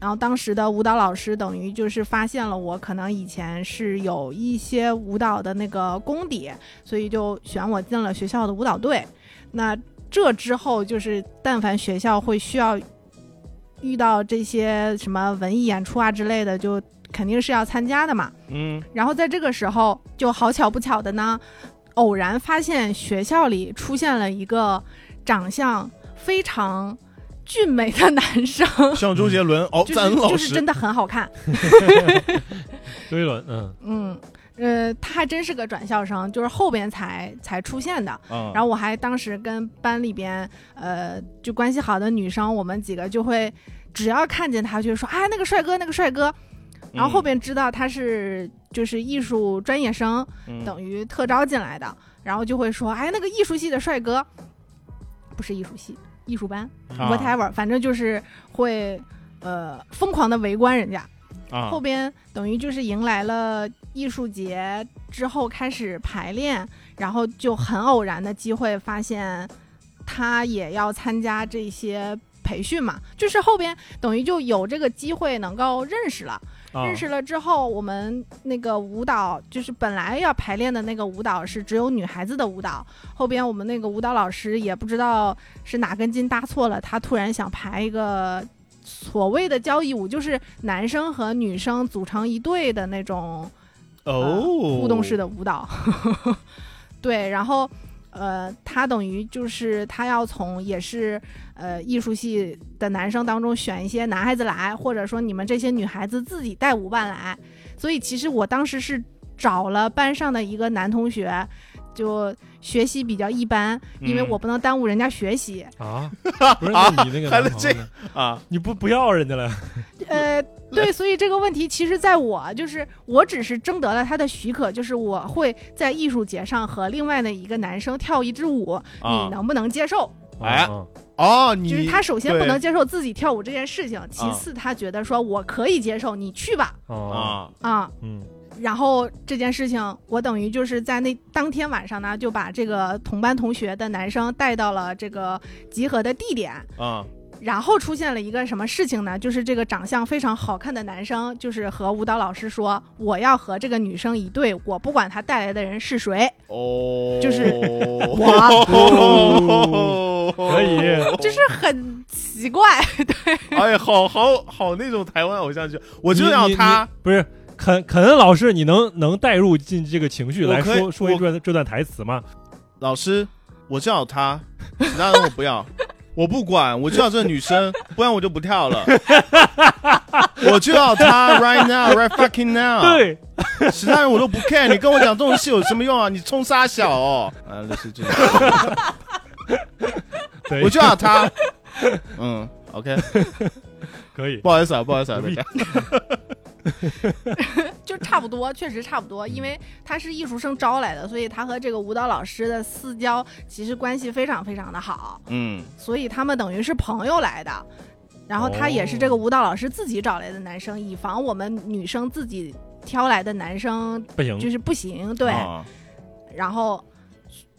S3: 然后当时的舞蹈老师等于就是发现了我可能以前是有一些舞蹈的那个功底，所以就选我进了学校的舞蹈队。那这之后就是，但凡学校会需要遇到这些什么文艺演出啊之类的，就肯定是要参加的嘛。
S2: 嗯
S3: 然后在这个时候，就好巧不巧的呢，偶然发现学校里出现了一个长相非常俊美的男生，
S2: 像周杰伦、敖
S3: 就是
S2: 赞恩老
S3: 就是
S2: 师
S3: 真，的很好看。
S1: 周杰伦，嗯，
S3: 嗯，呃，他还真是个转校生，就是后边才才出现的。
S2: 然
S3: 然后我还当时跟班里边呃就关系好的女生，我们几个就会只要看见他就说啊那个帅哥那个帅哥，
S2: 嗯
S3: 然后后边知道他是就是艺术专业生。
S2: 嗯
S3: 等于特招进来的，然后就会说，哎，那个艺术系的帅哥，不是艺术系，艺术班、
S2: 啊
S3: whatever，反正就是会呃疯狂的围观人家。
S2: 啊
S3: 后边等于就是迎来了艺术节之后开始排练，然后就很偶然的机会发现他也要参加这些培训嘛，就是后边等于就有这个机会能够认识了。
S1: 啊
S3: 认识了之后，我们那个舞蹈就是本来要排练的那个舞蹈是只有女孩子的舞蹈，后边我们那个舞蹈老师也不知道是哪根筋搭错了，他突然想排一个所谓的交谊舞，就是男生和女生组成一队的那种
S2: 哦
S3: 啊互动式的舞蹈。 对，然后呃，他等于就是他要从也是呃艺术系的男生当中选一些男孩子来，或者说你们这些女孩子自己带舞伴来。所以其实我当时是找了班上的一个男同学。就学习比较一般，因为
S2: 嗯
S3: 我不能耽误人家学习。
S1: 啊，不是那你那个
S2: 还能
S1: 男朋友呢
S2: 啊，
S1: 你不不要人家了？
S3: 呃，对，所以这个问题其实在我就是我只是征得了他的许可，就是我会在艺术节上和另外的一个男生跳一支舞，
S2: 啊
S3: 你能不能接受？
S2: 哎
S1: 嗯
S2: 哦，
S3: 就是
S2: 你
S3: 他首先不
S2: 对啊
S3: 能接受自己跳舞这件事情，其次他觉得说我可以接受，你去吧
S1: 嗯啊，
S2: 啊，
S3: 啊。
S1: 嗯
S3: 然后这件事情，我等于就是在那当天晚上呢，就把这个同班同学的男生带到了这个集合的地点。
S2: 啊
S3: 然后出现了一个什么事情呢？就是这个长相非常好看的男生，就是和舞蹈老师说，我要和这个女生一对，我不管她带来的人是谁，
S2: 哦，
S3: 就是
S2: 我
S3: 我
S1: 可 以，
S3: 就是很奇怪。
S2: 哎，好好好那种台湾偶像剧，我就要
S1: 你你
S2: 他
S1: 你不是肯肯恩老师，你能能带入进这个情绪
S2: 我
S1: 来
S2: 可以
S1: 说说一
S2: 我
S1: 段这段台词吗？
S2: 老师，我就要他， 其他人我不要，我不管，我就要这女生， 不然我就不跳了， 我就要她 right now right fucking now，，
S1: 对，
S2: 其他人我都不 care，你跟我讲这种戏有什么用啊？你冲杀小哦，啊，类似这种，
S1: 对
S2: 我就要他，嗯，OK，
S1: 可以，
S2: 不好意思啊，不好意思
S1: 不
S2: 啊，大
S1: 必
S2: 家
S3: 就差不多，确实差不多，因为他是艺术生招来的，所以他和这个舞蹈老师的私交其实关系非常非常的好，
S2: 嗯，
S3: 所以他们等于是朋友来的。然后他也是这个舞蹈老师自己找来的男生，以防我们女生自己挑来的男生
S1: 不行，
S3: 就是不行。对，
S2: 啊
S3: 然后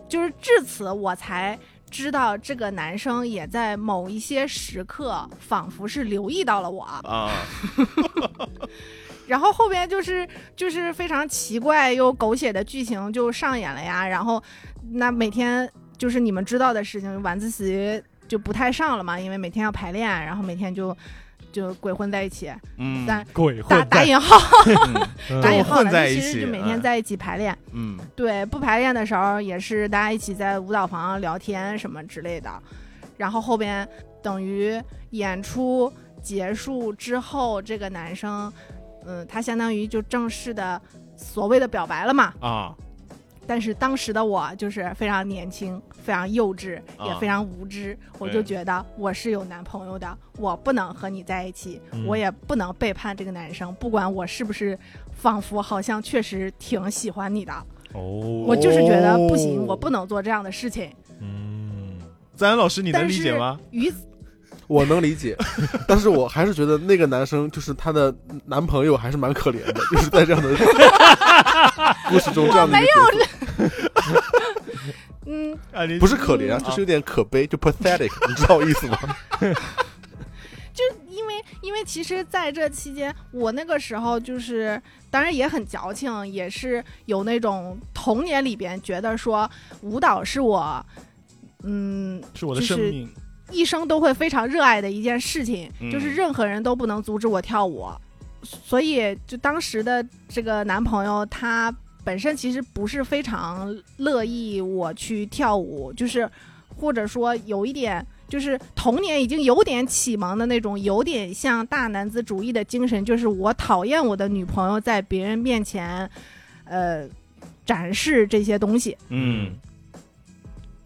S3: 就是至此我才知道这个男生也在某一些时刻仿佛是留意到了我。
S2: 啊，
S3: 然后后边就是就是非常奇怪又狗血的剧情就上演了呀。然后那每天就是你们知道的事情，晚自习就不太上了嘛，因为每天要排练，然后每天就就鬼混在一起，
S2: 嗯，
S3: 但
S1: 鬼
S3: 打
S1: 混
S3: 打
S1: 蛋，
S3: 引号
S2: 嗯
S1: 嗯
S3: 打引号
S2: 混
S3: 了，
S2: 在
S3: 就
S2: 一
S3: 其
S2: 起
S3: 实就每天
S2: 嗯
S3: 在一起排练。
S2: 嗯，
S3: 对，不排练的时候也是大家一起在舞蹈房聊天什么之类的，然后后边等于演出结束之后，这个男生，嗯，他相当于就正式的所谓的表白了嘛。
S2: 啊，
S3: 但是当时的我就是非常年轻，非常幼稚，也
S2: 啊
S3: 非常无知，我就
S2: 对
S3: 觉得我是有男朋友的，我不能和你在一起，
S1: 嗯
S3: 我也不能背叛这个男生，不管我是不是，仿佛好像确实挺喜欢你的。
S1: 哦，
S3: 我
S1: 我
S3: 就是觉得不行，
S2: 哦
S3: 我不能做这样的事情。
S1: 嗯，
S2: 赞恩老师，你能
S3: 但
S2: 理
S3: 是
S2: 解吗？
S3: 于
S6: 我能理解，但是我还是觉得那个男生就是他的男朋友还是蛮可怜的，就是在这样的故事中这样的一个角色
S3: 嗯，
S2: 啊，你
S6: 不是可怜啊，就是有点可悲，就 pathetic，你 知道我意思吗？
S3: 就因为因为其实在这期间，我那个时候就是当然也很矫情，也是有那种童年里边觉得说舞蹈是我嗯
S2: 是我的
S3: 就是
S2: 生命，
S3: 一生都会非常热爱的一件事情，
S2: 嗯
S3: 就是任何人都不能阻止我跳舞。所以，就当时的这个男朋友，他本身其实不是非常乐意我去跳舞，就是或者说有一点，就是童年已经有点启蒙的那种，有点像大男子主义的精神，就是我讨厌我的女朋友在别人面前，呃，展示这些东西。
S2: 嗯。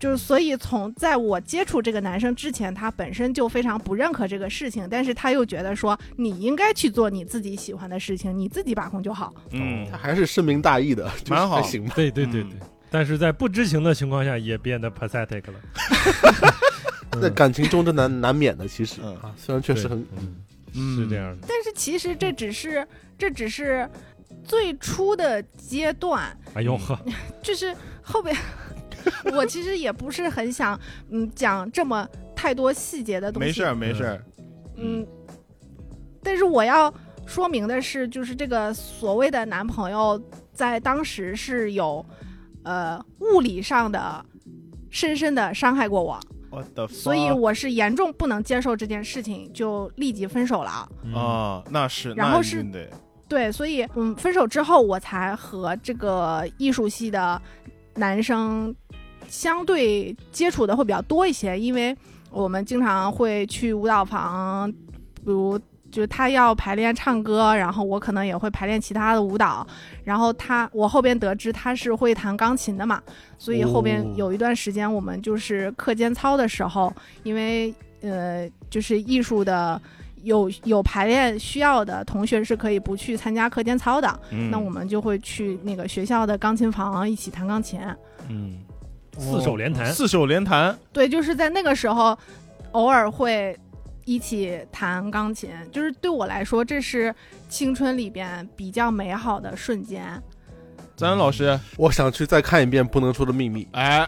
S3: 就是所以从在我接触这个男生之前，他本身就非常不认可这个事情，但是他又觉得说你应该去做你自己喜欢的事情，你自己把控就好。
S2: 嗯
S6: 他还是深明大 义的，就是
S2: 蛮好
S6: 还行吧。
S1: 对对对
S2: 嗯
S1: 对，但是在不知情的情况下也变得 pathetic 了。嗯
S6: 在感情中这难难免的，其实
S2: 嗯
S6: 啊，虽然确实
S1: 对
S6: 很，
S1: 嗯
S2: 嗯
S1: 是这样的。
S3: 但是其实这只是这只是最初的阶段，
S1: 哎呦呵，
S3: 就是后边 我其实也不是很想嗯讲这么太多细节的东西，
S2: 没事儿，没事儿，
S3: 嗯，但是我要说明的是，就是这个所谓的男朋友，在当时是有呃物理上的深深的伤害过我，
S2: 我的，
S3: 所以我是严重不能接受这件事情，就立即分手了。
S1: 嗯
S2: 啊，那是，
S3: 然
S2: 那
S3: 后
S2: 一
S3: 是
S2: 定得
S3: 对，所以嗯，分手之后我才和这个艺术系的男生相对接触的会比较多一些，因为我们经常会去舞蹈房，比如就是他要排练唱歌，然后我可能也会排练其他的舞蹈，然后他我后边得知他是会弹钢琴的嘛，所以后边
S1: 哦
S3: 有一段时间我们就是课间操的时候，因为呃就是艺术的。有有排练需要的同学是可以不去参加课间嗯
S2: 嗯
S3: 啊操的，那我们就会去那个学校的钢琴房一起弹钢琴。
S2: 嗯
S1: 四手联弹，
S2: 四手联弹，
S3: 对，就是在那个时候，偶尔会一起弹钢琴。就是对我来说，这是青春里边比较美好的瞬间。
S2: 咱老师，
S4: 我想去再看一遍《不能说的秘密
S2: 哎，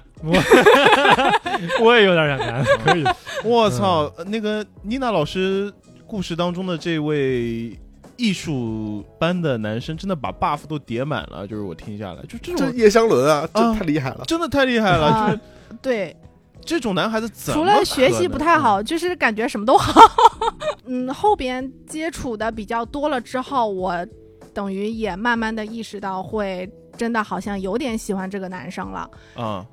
S1: 我也有点想看，可以，
S2: 我操，那个妮娜老师故事当中的这位。艺术班的男生真的把 buff 都叠满了，就是我听下来，就这》，
S4: 这
S2: 种
S4: 叶湘伦啊，
S2: 啊
S4: 这太厉害了。
S2: 真的太厉害了，
S3: 啊
S2: 就是
S3: 对，
S2: 这种男孩子怎么
S3: 除了学习不太
S2: 可能，
S3: 好，就是感觉什么都好。 嗯，后边接触的比较多了之后，我等于也慢慢的意识到，会真的好像有点喜欢这个男生了。
S2: 啊、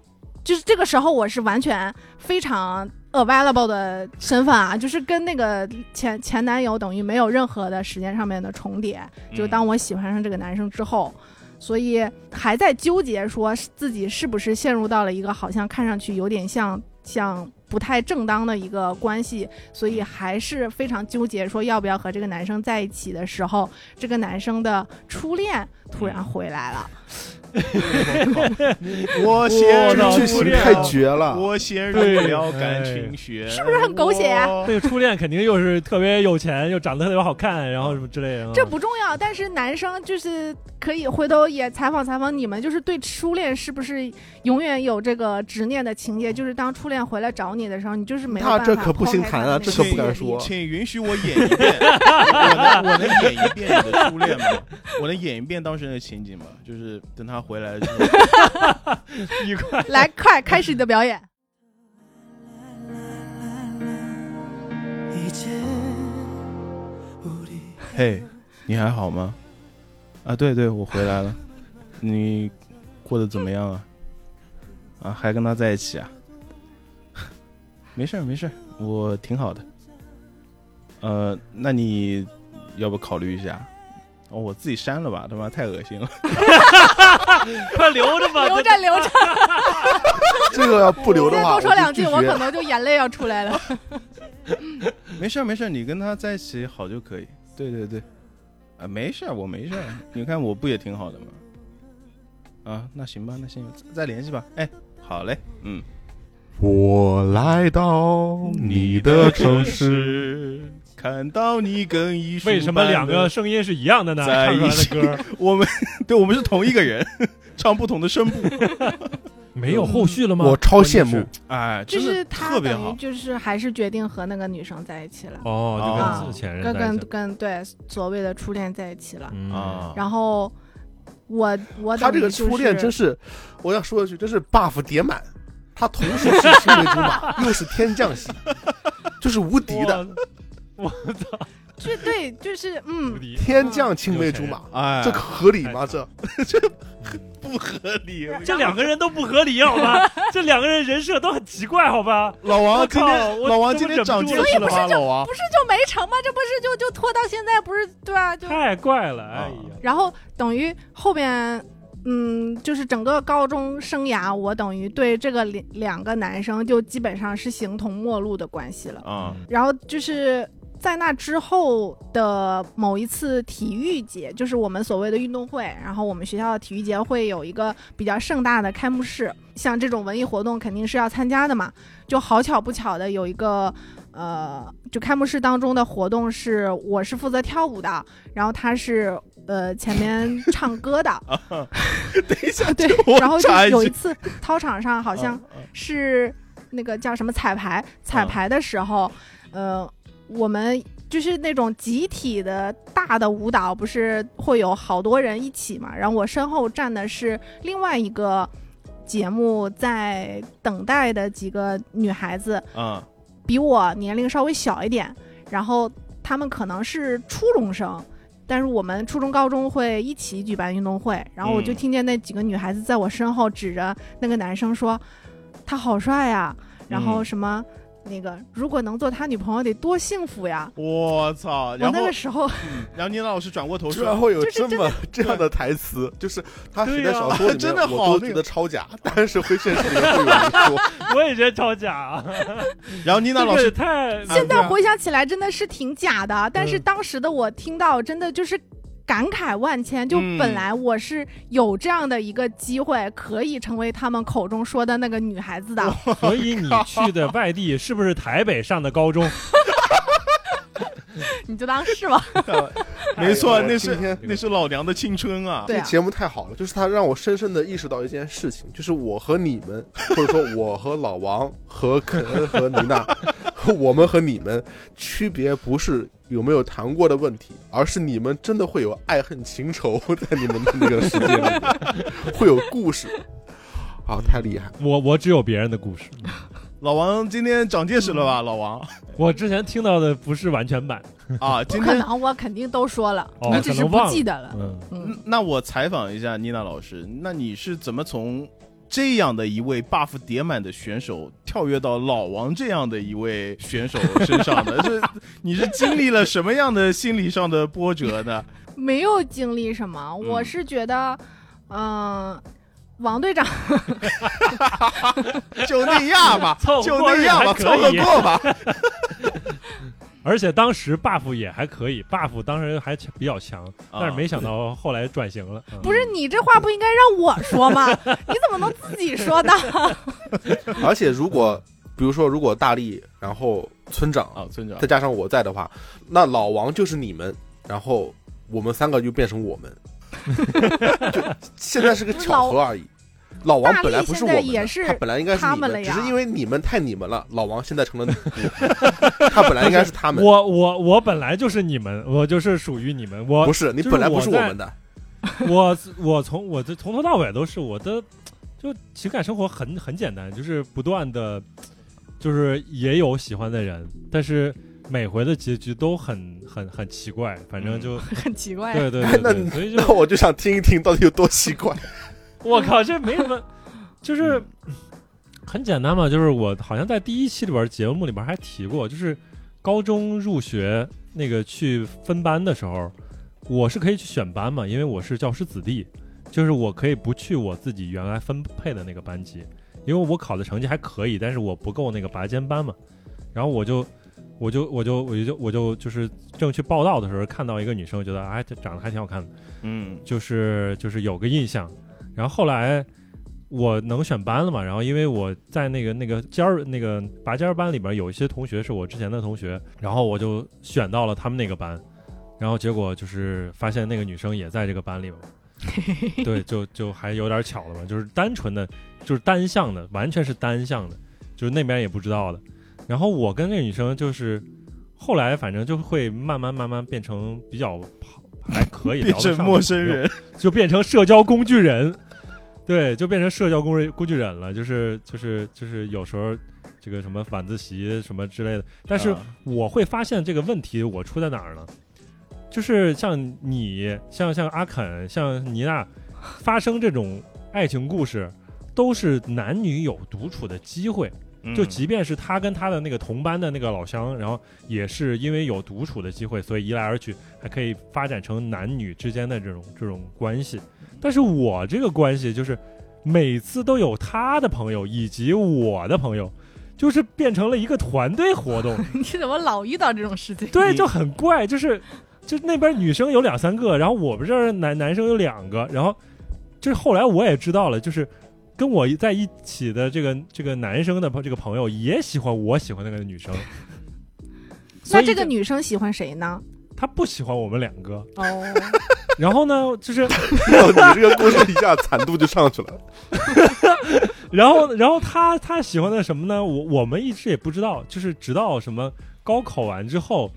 S3: 就是这个时候，我是完全非常 available 的身份啊，就是跟那个前前男友等于没有任何的时间上面的重叠。就当我喜欢上这个男生之后，所以还在纠结说是自己是不是陷入到了一个好像看上去有点像像不太正当的一个关系，所以还是非常纠结说要不要和这个男生在一起的时候，这个男生的初恋突然回来了。
S2: 我先
S1: 我
S4: 这
S1: 操
S4: 剧
S1: 初
S4: 情
S1: 恋啊
S4: 太绝了，
S2: 我先入
S1: 对
S2: 了感情学，
S3: 是不是很狗血啊
S2: 我
S1: 这个初恋肯定又是特别有钱，又长得特别好看，然后什么之类的。
S4: 嗯
S3: 这不重要，但是男生就是可以回头也采访采访你们，就是对初恋是不是永远有这个执念的情节？就是当初恋回来找你的时候，你就是没有办
S4: 那
S3: 法
S4: 嗯这可不
S3: 抛开
S4: 行
S3: 他
S4: 谈
S3: 的
S4: 啊
S3: 那
S4: 这
S3: 个
S4: 可不
S3: 记
S4: 敢
S3: 忆
S4: 说
S2: 请允许我演一遍，我能我能演一遍你的初恋吗？ 我能演一遍当时那个情景吗？就是等他回来之后，
S1: 一块，
S3: 来，快开始你的表 演。
S2: 嘿，你还好吗？啊，对对，我回来了。你过得怎么样啊？啊，还跟他在一起啊？没事儿没事儿，我挺好的。呃，那你要不考虑一下？哦，我自己删了吧，他妈太恶心了。
S1: 快留着 吧，
S3: 留着留着，
S4: 这个要不留的
S3: 再
S4: 话，
S3: 多说两句，
S4: 我
S3: 我
S4: 就拒
S3: 可
S4: 绝
S3: 能就眼泪要出来 了。
S2: 没事儿没事儿，你跟他在一起好就可以。对对对，啊，没事儿，我没事儿。你看我不也挺好的吗？啊，那行吧，那行，再联系吧。哎，好嘞，嗯。
S7: 我来到你的城市，，
S2: 看到你跟艺术
S1: 为什么
S2: 般的
S1: 两个声音是一样的呢？
S2: 在
S1: 唱出来
S2: 一
S1: 的
S2: 起
S1: 歌
S2: 我们 对我们是同一个人， 唱不同的声部？
S1: 没有后续了吗？
S7: 我超羡慕
S1: 关。
S2: 哎，
S3: 就
S2: 真的
S3: 是他
S2: 特别
S3: 等于
S2: 好。
S3: 就是还是决定和那个女生在一起了，
S1: 哦，就
S3: 啊
S1: 跟前
S3: 跟
S1: 任在一
S3: 跟
S1: 起
S3: 跟对所谓的初恋在一起了。
S1: 嗯
S2: 啊
S3: 然后我我
S4: 他
S3: 等于
S4: 这个
S3: 就是
S4: 初恋真是，我要说一句，真是 buff 叠满。他同时是青梅 竹马，又是天降系，就是无敌的
S3: 就对，就是
S1: 无
S3: 嗯，
S1: 敌
S4: 天降青梅竹马，
S2: 哎，
S4: 这合理吗？这
S2: 不合理。
S1: 这两个人都不合理，好吧？这两个人人设都很奇怪，好吧？
S2: 老王今
S1: 我靠
S2: 天
S1: 我
S2: 老王
S1: 真
S2: 今天
S1: 忍不
S2: 长
S1: 住
S2: 见
S1: 了
S2: 识了吧？
S3: 所以不是
S2: 老王
S3: 不是就没成吗？这不是就就拖到现在，不是对啊？就
S1: 太怪了，
S2: 啊
S1: 哎呀，
S3: 然后等于后边，嗯，就是整个高中生涯，我等于对这个两两个男生就基本上是形同陌路的关系了。
S2: 啊
S3: 然后就是在那之后的某一次体育节，就是我们所谓的运动会，然后我们学校的体育节会有一个比较盛大的开幕式，像这种文艺活动肯定是要参加的嘛。就好巧不巧的有一个。呃，就开幕式当中的活动是，我是负责跳舞的，然后他是呃前面唱歌的，
S2: 等一下，
S3: 对
S2: 我，
S3: 然后就
S2: 插一
S3: 有一
S2: 句
S3: 次 操场上好像
S2: 啊
S3: 是那个叫什么彩排，彩排的时候，呃，我们就是那种集体的大的舞蹈，不是会有好多人一起嘛？然后我身后站的是另外一个节目在等待的几个女孩子，
S2: 啊啊
S3: 比我年龄稍微小一点，然后她们可能是初中生。但是我们初中、高中会一起举办运动会，然后我就
S2: 嗯
S3: 听见那几个女孩子在我身后指着那个男生说：“他好帅呀！”然后
S2: 嗯
S3: 什么、那个，如果能做他女朋友得多幸福呀！
S2: 我操！
S3: 我
S2: 然
S3: 那
S2: 后
S3: 个时候，
S2: 然后妮娜老师转过头
S4: 居然
S2: 说，
S4: 会有
S3: 就是
S4: 这
S3: 真
S4: 么 这样的台词，就是他写
S1: 对
S4: 在
S1: 呀
S4: 小说里面，
S2: 真的好
S4: 我都
S2: 那个
S4: 觉得超假， 但是会现实里面会有人说，
S1: 我也觉得超假 啊，
S2: 然后妮娜
S1: 这
S2: 老
S1: 个也
S2: 师
S1: 太
S2: 啊
S3: 现在回想起来真的是挺假的，但是
S1: 嗯
S3: 当时的我听到真的就是感慨万千。就
S2: 嗯
S3: 本来我是有这样的一个机会，可以成为他们口中说的那个女孩子的，
S1: 所以你去的外地是不是台北上的高中？
S3: 你就当是吧。
S2: 哎 没错，那
S4: 今
S2: 是
S4: 天
S2: 那是老娘的青春啊！
S3: 对
S4: 这
S3: 啊
S4: 节目太好了，就是它让我深深的意识到一件事情，就是我和你们， 或者说我和老王、和肯恩和妮娜， 我们和你们区别不是有没有谈过的问题，而是你们真的会有爱恨情仇在你们的那个世 界里，会有故事。啊，太厉害了！
S1: 我我只有别人的故事，
S2: 老王今天长见识了吧？老王
S1: 我之前听到的不是完全版。
S2: 啊，今
S3: 可
S2: 天
S3: 能我肯定都说了，
S1: 哦
S3: 你只
S1: 可
S3: 是
S1: 能
S3: 不
S1: 忘了
S3: 记得了。
S1: 嗯，
S3: 嗯
S2: 嗯，那我采访一下妮娜老师，那你是怎么从这样的一位 buff 叠满的选手跳跃到老王这样的一位选手身上的？这你是经历了什么样的心理上的波折呢？
S3: 没有经历什么，我是觉得，嗯、王队长，
S2: 就那样吧
S1: 凑，合
S2: 就
S1: 过
S2: 那
S1: 日
S2: 样
S1: 还
S2: 吧，
S1: 可
S2: 凑合
S1: 以
S2: 过吧。
S1: 而且当时 buff 也还可以，buff 当时还比较强，但是没想到后来转型了。啊嗯
S3: 不是你这话不应该让我说吗？你怎么能自己说呢？
S4: 而且如果比如说，如果大力，然后村长
S2: 啊，村长
S4: 再，加上我在的话，那老王就是你们，然后我们三个就变成我们，就现在是个巧合而已。老王本来不我
S3: 大力现
S4: 们
S3: 在
S4: 的，
S3: 也是
S4: 他本来应该是
S3: 他
S4: 你
S3: 们了
S4: 们，只
S3: 呀
S4: 是因为你们太你们了，老王现在成了你，他本来应该是他们，
S1: 我我我本来就是你们，我就是属于你们，我
S4: 不是你
S1: 就是
S4: 本来不是
S1: 我
S4: 我
S1: 在
S4: 们的，
S1: 我我从我这从头到尾都是我的，就情感生活很很简单，就是不断的，就是也有喜欢的人，但是每回的结局都很很很奇怪，反正就、
S3: 很奇怪，
S1: 对对对
S4: 那
S1: 对，所以
S4: 那
S1: 就
S4: 我就想听一听到底有多奇怪。
S1: 我靠，这没什么，就是很简单嘛，就是我好像在第一期里边节目里边还提过，就是高中入学那个去分班的时候，我是可以去选班嘛，因为我是教师子弟，就是我可以不去我自己原来分配的那个班级，因为我考的成绩还可以，但是我不够那个拔尖班嘛，然后我就。我就我就我就我就就是正去报道的时候，看到一个女生，我觉得哎，这长得还挺好看的，
S2: 嗯
S1: 就是就是有个印象。然后后来我能选班了嘛，然后因为我在那个那个尖儿那个拔尖儿班里边有一些同学是我之前的同学，然后我就选到了他们那个班，然后结果就是发现那个女生也在这个班里嘛。对，就就还有点巧了嘛，就是单纯的，就是单向的，完全是单向的，就是那边也不知道的。然后我跟那个女生就是后来反正就会慢慢慢慢变成比较好，还可以聊
S2: 变
S1: 得上
S2: 成
S1: 的
S2: 陌生
S1: 朋友
S2: 人，
S1: 就变成社交工具人，对，就变成社交工具工具人了，就是就是就是有时候这个什么晚自习什么之类的，但是
S2: 啊
S1: 我会发现这个问题我出在哪儿呢？就是像你，像像阿肯，像妮娜，发生这种爱情故事，都是男女有独处的机会。
S2: 嗯
S1: 就即便是他跟他的那个同班的那个老乡，然后也是因为有独处的机会，所以一来二去还可以发展成男女之间的这种这种关系。但是我这个关系就是每次都有他的朋友以及我的朋友，就是变成了一个团队活动。
S3: 你怎么老遇到这种事情？
S1: 对，
S2: 你
S1: 就很怪，就是就那边女生有两三个，然后我们这儿男男生有两个，然后就是后来我也知道了，就是跟我一在一起的这个这个男生的朋这个朋友也喜欢我喜欢那个女生，所
S3: 那
S1: 以
S3: 这个
S1: 就
S3: 女生喜欢谁呢？
S1: 他不喜欢我们两个，
S3: 哦，
S1: 然后呢，就是
S4: 你这个故事一下 惨度就上去了，
S1: 然后，然后他他喜欢的什么呢？我我们一直也不知道，就是直到什么高考完之后，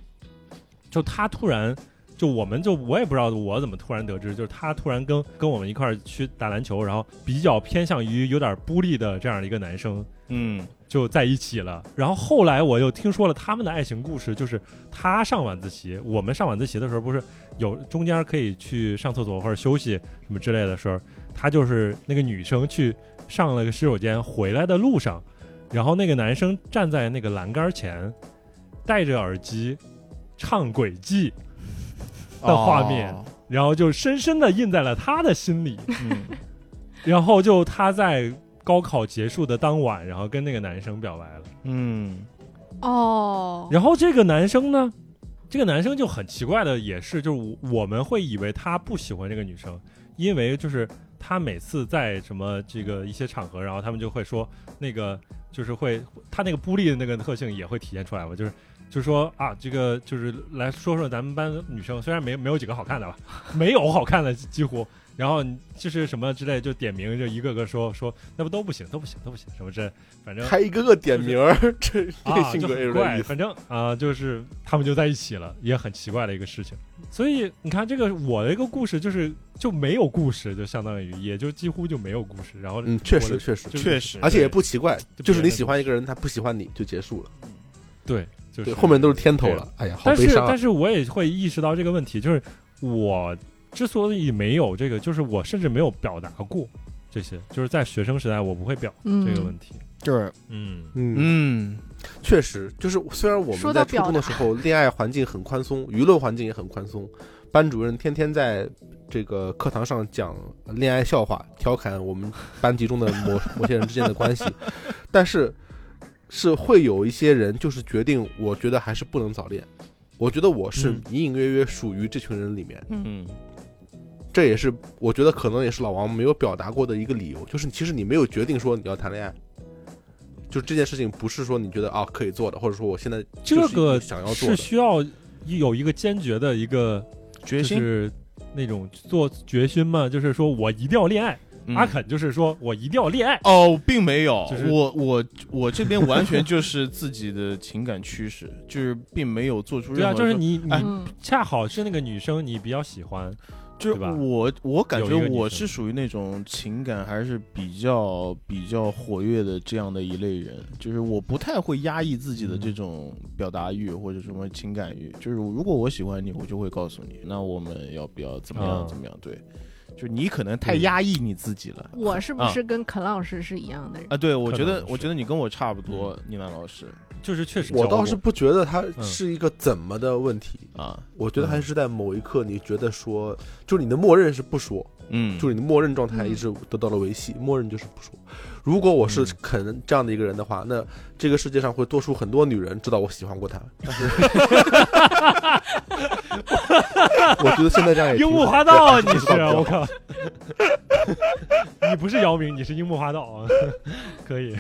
S1: 就他突然就我们就我也不知道我怎么突然得知，就是他突然跟跟我们一块儿去打篮球，然后比较偏向于有点孤立的这样的一个男生，
S2: 嗯
S1: 就在一起了。然后后来我又听说了他们的爱情故事，就是他上晚自习，我们上晚自习的时候不是有中间可以去上厕所或者休息什么之类的时候，他就是那个女生去上了个洗手间，回来的路上，然后那个男生站在那个栏杆前，戴着耳机唱《轨迹》的画面，
S2: 哦
S1: 然后就深深的印在了他的心里。
S2: 嗯
S1: 然后就他在高考结束的当晚，然后 跟那个男生表白了。
S2: 嗯
S3: 哦，
S1: 然后这个男生呢，这个男生就很奇怪的，也是就是我我们会以为他不喜欢这个女生，因为就是他每次在什么这个一些场合，然后他们就会说那个就是会他那个孤立的那个特性也会体现出来嘛，就是。就是说啊，这个就是来说说咱们班女生，虽然没没有几个好看的吧， 没有好看的几乎，然后就是什么之类，就点名就一个个说说，那不都不行，都不行，都不行，什么这，反正
S4: 还一个个点名儿，这 这
S1: 啊，
S4: 性
S1: 就
S4: 格
S1: 很
S4: 也有点
S1: 怪，
S4: 意思。
S1: 反正啊、就是他们就在一起了，也很奇怪的一个事情。所以你看，这个我的一个故事就是就没有故事，就相当于也就几乎就没有故事。然后
S4: 嗯，
S1: 我
S4: 确
S1: 的
S4: 实确实，
S1: 就
S2: 确实
S4: 而且也不奇怪，
S1: 就
S4: 就是
S1: 别
S4: 你
S1: 的
S4: 喜欢一个人，他不喜欢你就结束了，
S1: 对，就是
S4: 对，后面都是天头了。哎呀，好
S1: 但
S4: 悲
S1: 是
S4: 伤啊
S1: 但！是我也会意识到这个问题，就是我之所以没有这个，就是我甚至没有表达过这些，就是在学生时代我不会表
S3: 嗯
S1: 这个问题。
S2: 就是
S1: 嗯
S4: 嗯，
S2: 嗯，
S4: 确实，就是虽然我
S3: 说
S4: 们
S3: 到
S4: 在初中的时候，恋爱环境很宽松，舆论环境也很宽松，班主任天天在这个课堂上讲恋爱笑话，调侃我们班级中的 某某些人之间的关系，但是是会有一些人就是决定，我觉得还是不能早恋。我觉得我是
S1: 嗯
S4: 隐隐约约属于这群人里面，
S2: 嗯
S4: 这也是我觉得可能也是老王没有表达过的一个理由，就是其实你没有决定说你要谈恋爱，就这件事情不是说你觉得啊可以做的，或者说我现在
S1: 这
S4: 就是
S1: 个
S4: 想要做
S1: 是
S4: 的，
S1: 需要有一个坚决的一个
S2: 决
S1: 就
S2: 心
S1: 是那种做决心嘛，就是说我一定要恋爱。阿。
S2: 嗯
S1: 肯就是说我一定要恋爱。
S2: 哦，并没有，
S1: 就是
S2: 我我我这边完全就是自己的情感驱使，就是并没有做出
S1: 对
S2: 任
S1: 啊，
S2: 何。
S1: 就是你
S2: 哎
S1: 你
S3: 嗯，
S1: 恰好是那个女生你比较喜欢，
S2: 就是
S1: 对吧
S2: 我，我感觉
S1: 有一个女
S2: 我
S1: 生
S2: 是属于那种情感还是比较比较活跃的这样的一类人，就是我不太会压抑自己的
S1: 嗯
S2: 这种表达欲或者什么情感欲。就是如果我喜欢你，我就会告诉你，那我们要不要怎么样
S1: 啊
S2: 怎么样？对，就是你可能太
S1: 嗯
S2: 压抑你自己了。
S3: 我是不
S2: 啊
S3: 是跟肯老师是一样的人？
S2: 啊，对，我觉
S1: 可
S2: 得
S1: 能，是嗯
S2: 我觉得你跟我差不多，倪楠老师
S1: 就是确实
S4: 我
S1: 交过
S4: 倒是不觉得它
S1: 嗯
S4: 是一个怎么的问题，
S2: 啊，
S4: 我觉得还是在某一刻你觉得说，就是你的默认是不说，
S2: 嗯，
S4: 就是你的默认状态一直得到了维系，默认就是不说。如果我是
S1: 嗯
S4: 肯这样的一个人的话，那这个世界上会多出很多女人知道我喜欢 过他。我觉得现在这样也挺
S1: 樱
S4: 好
S1: 木花道啊，
S4: 对
S1: 你
S4: 还
S1: 是
S4: 知道 不
S1: 我
S4: 要
S1: 靠， 你不是姚明，你是樱木花道啊， 可 以，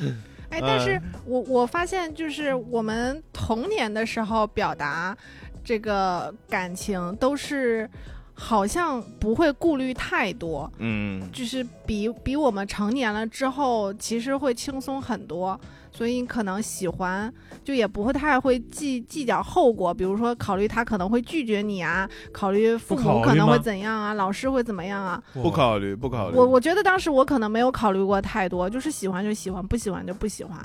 S1: 嗯
S3: 哎，但是我我发现，就是我们童年的时候表达这个感情，都是好像不会顾虑太多，
S2: 嗯，
S3: 就是比比我们成年了之后，其实会轻松很多。所以你可能喜欢，就也不会太会计计较后果，比如说考虑他可能会拒绝你啊，考虑父
S1: 不考
S3: 母
S1: 虑
S3: 可能会
S1: 吗
S3: 怎样啊，老师会怎么样啊。
S2: 不考虑，不考虑，
S3: 我我觉得当时我可能没有考虑过太多，就是喜欢就喜欢，不喜欢就不喜欢，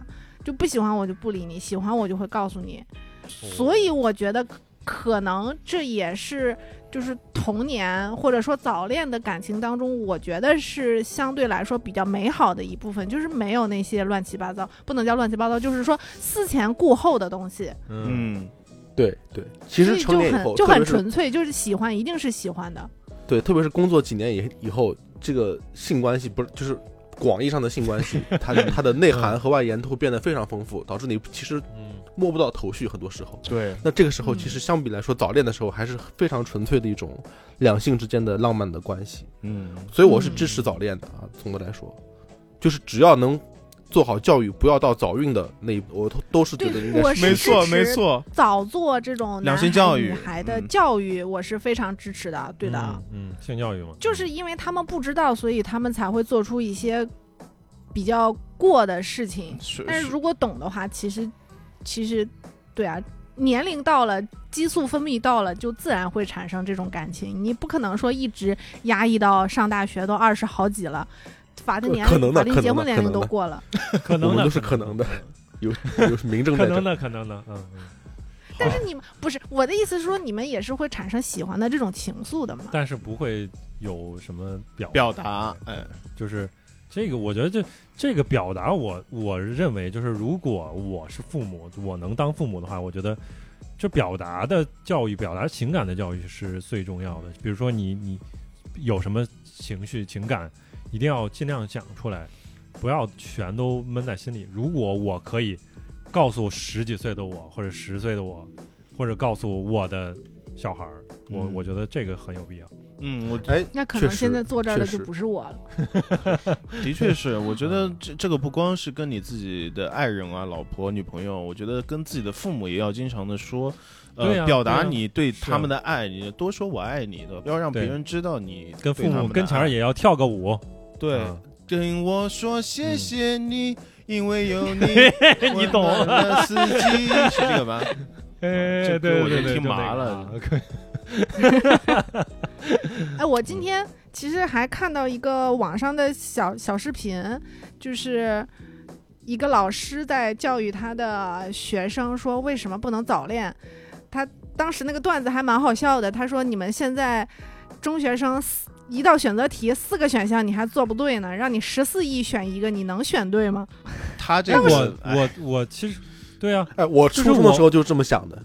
S3: 就不喜欢我就不理你，喜欢我就会告诉你。
S4: 嗯
S3: 所以我觉得可能这也是就是童年或者说早恋的感情当中，我觉得是相对来说比较美好的一部分，就是没有那些乱七八糟，不能叫乱七八糟，就是说思前顾后的东西，
S1: 嗯，
S2: 嗯，
S4: 对对，其实成
S3: 所以
S4: 年
S3: 就
S4: 以后，
S3: 很就很
S4: 特别是
S3: 纯粹，就是喜欢一定是喜欢的。
S4: 对，特别是工作几年以以后，这个性关系不是就是广义上的性关系，它的它的内涵和外延都会变得非常丰富，导致你其实
S1: 嗯
S4: 摸不到头绪，很多时候。
S2: 对，
S4: 那这个时候，
S3: 嗯
S4: 其实相比来说，早恋的时候还是非常纯粹的一种两性之间的浪漫的关系，
S2: 嗯，
S4: 所以我是支持早恋的啊。总的来说，就是只要能做好教育，不要到早孕的那一步，我都都是觉得应该
S3: 我
S4: 是
S3: 是
S2: 没错，
S3: 支持
S2: 没错，
S3: 早做这种
S2: 两
S3: 男
S2: 性
S3: 孩
S2: 教育
S3: 女孩的
S2: 嗯
S3: 教育，我是非常支持的。对的，
S1: 嗯，嗯性教育嘛，
S3: 就是因为他们不知道，所以他们才会做出一些比较过的事情。
S4: 呃
S2: 是
S3: 但是
S2: 是
S3: 如果懂的话，其实其实对啊，年龄到了，激素分泌到了，就自然会产生这种感情。你不可能说一直压抑到上大学都二十好几了。法定年
S4: 呃可能
S3: 龄、
S4: 的
S3: 法定
S4: 可
S3: 结
S4: 能
S3: 婚
S4: 的
S3: 年
S4: 可
S3: 龄
S4: 能
S3: 都
S4: 的
S3: 过了，
S1: 可能的
S4: 我们都是可能的，有有明证
S1: 可
S4: 在
S1: 能
S4: 这儿。
S1: 的，可能的，嗯，嗯
S3: 但
S4: 啊
S3: 是你们不是我的意思是说，你们也是会产生喜欢的这种情愫的嘛？
S1: 但是不会有什么表
S2: 表达，哎，
S1: 就是这个，我觉得这这个表达我，我认为就是，如果我是父母，我能当父母的话，我觉得这表达的教育、表达情感的教育是最重要的。比如说你你有什么情绪、情感，一定要尽量讲出来，不要全都闷在心里。如果我可以告诉十几岁的我，或者十岁的我，或或者告诉我的小孩儿，我
S2: 嗯
S1: 我觉得这个很有必要。
S2: 嗯，我
S4: 哎，
S3: 那可
S4: 确
S3: 能现
S4: 实
S3: 在坐这儿
S4: 确
S3: 的就
S4: 实
S3: 不是我了。
S2: 的确是，我觉得这这个不光是跟你自己的爱人啊、老婆、女朋友，我觉得跟自己的父母也要经常的说，
S1: 对
S2: 呃，
S1: 啊
S2: 表达
S1: 对啊
S2: 你对他
S1: 是
S2: 们的爱，你多说“我爱你”的，要让别
S1: 对
S2: 人知道你
S1: 跟
S2: 对
S1: 父
S2: 他
S1: 母
S2: 们的
S1: 跟前
S2: 爱
S1: 儿也要跳个舞，
S2: 对。
S1: 嗯
S2: 跟我说谢谢你，因为有你，
S1: 你懂
S2: 温 暖了四季，是这个吧？
S1: 哎，对
S2: 这歌
S1: 对
S2: 我
S1: 对，
S2: 就听
S1: 就那
S2: 麻
S1: 个
S2: 了
S1: 啊
S3: 哎，我今天其实还看到一个网上的小小视频，就是一个老师在教育他的学生说为什么不能早恋。他当时那个段子还蛮好笑的，他说你们现在中学生四一道选择题四个选项你还做不对呢，让你十四亿选一个，你能选对吗？
S2: 他这
S1: 哎
S2: 个
S1: 我
S2: 是
S1: 我我其实。对呀、
S4: 哎，我
S1: 就是
S4: 初中的
S1: 我
S4: 时候就是这么想的，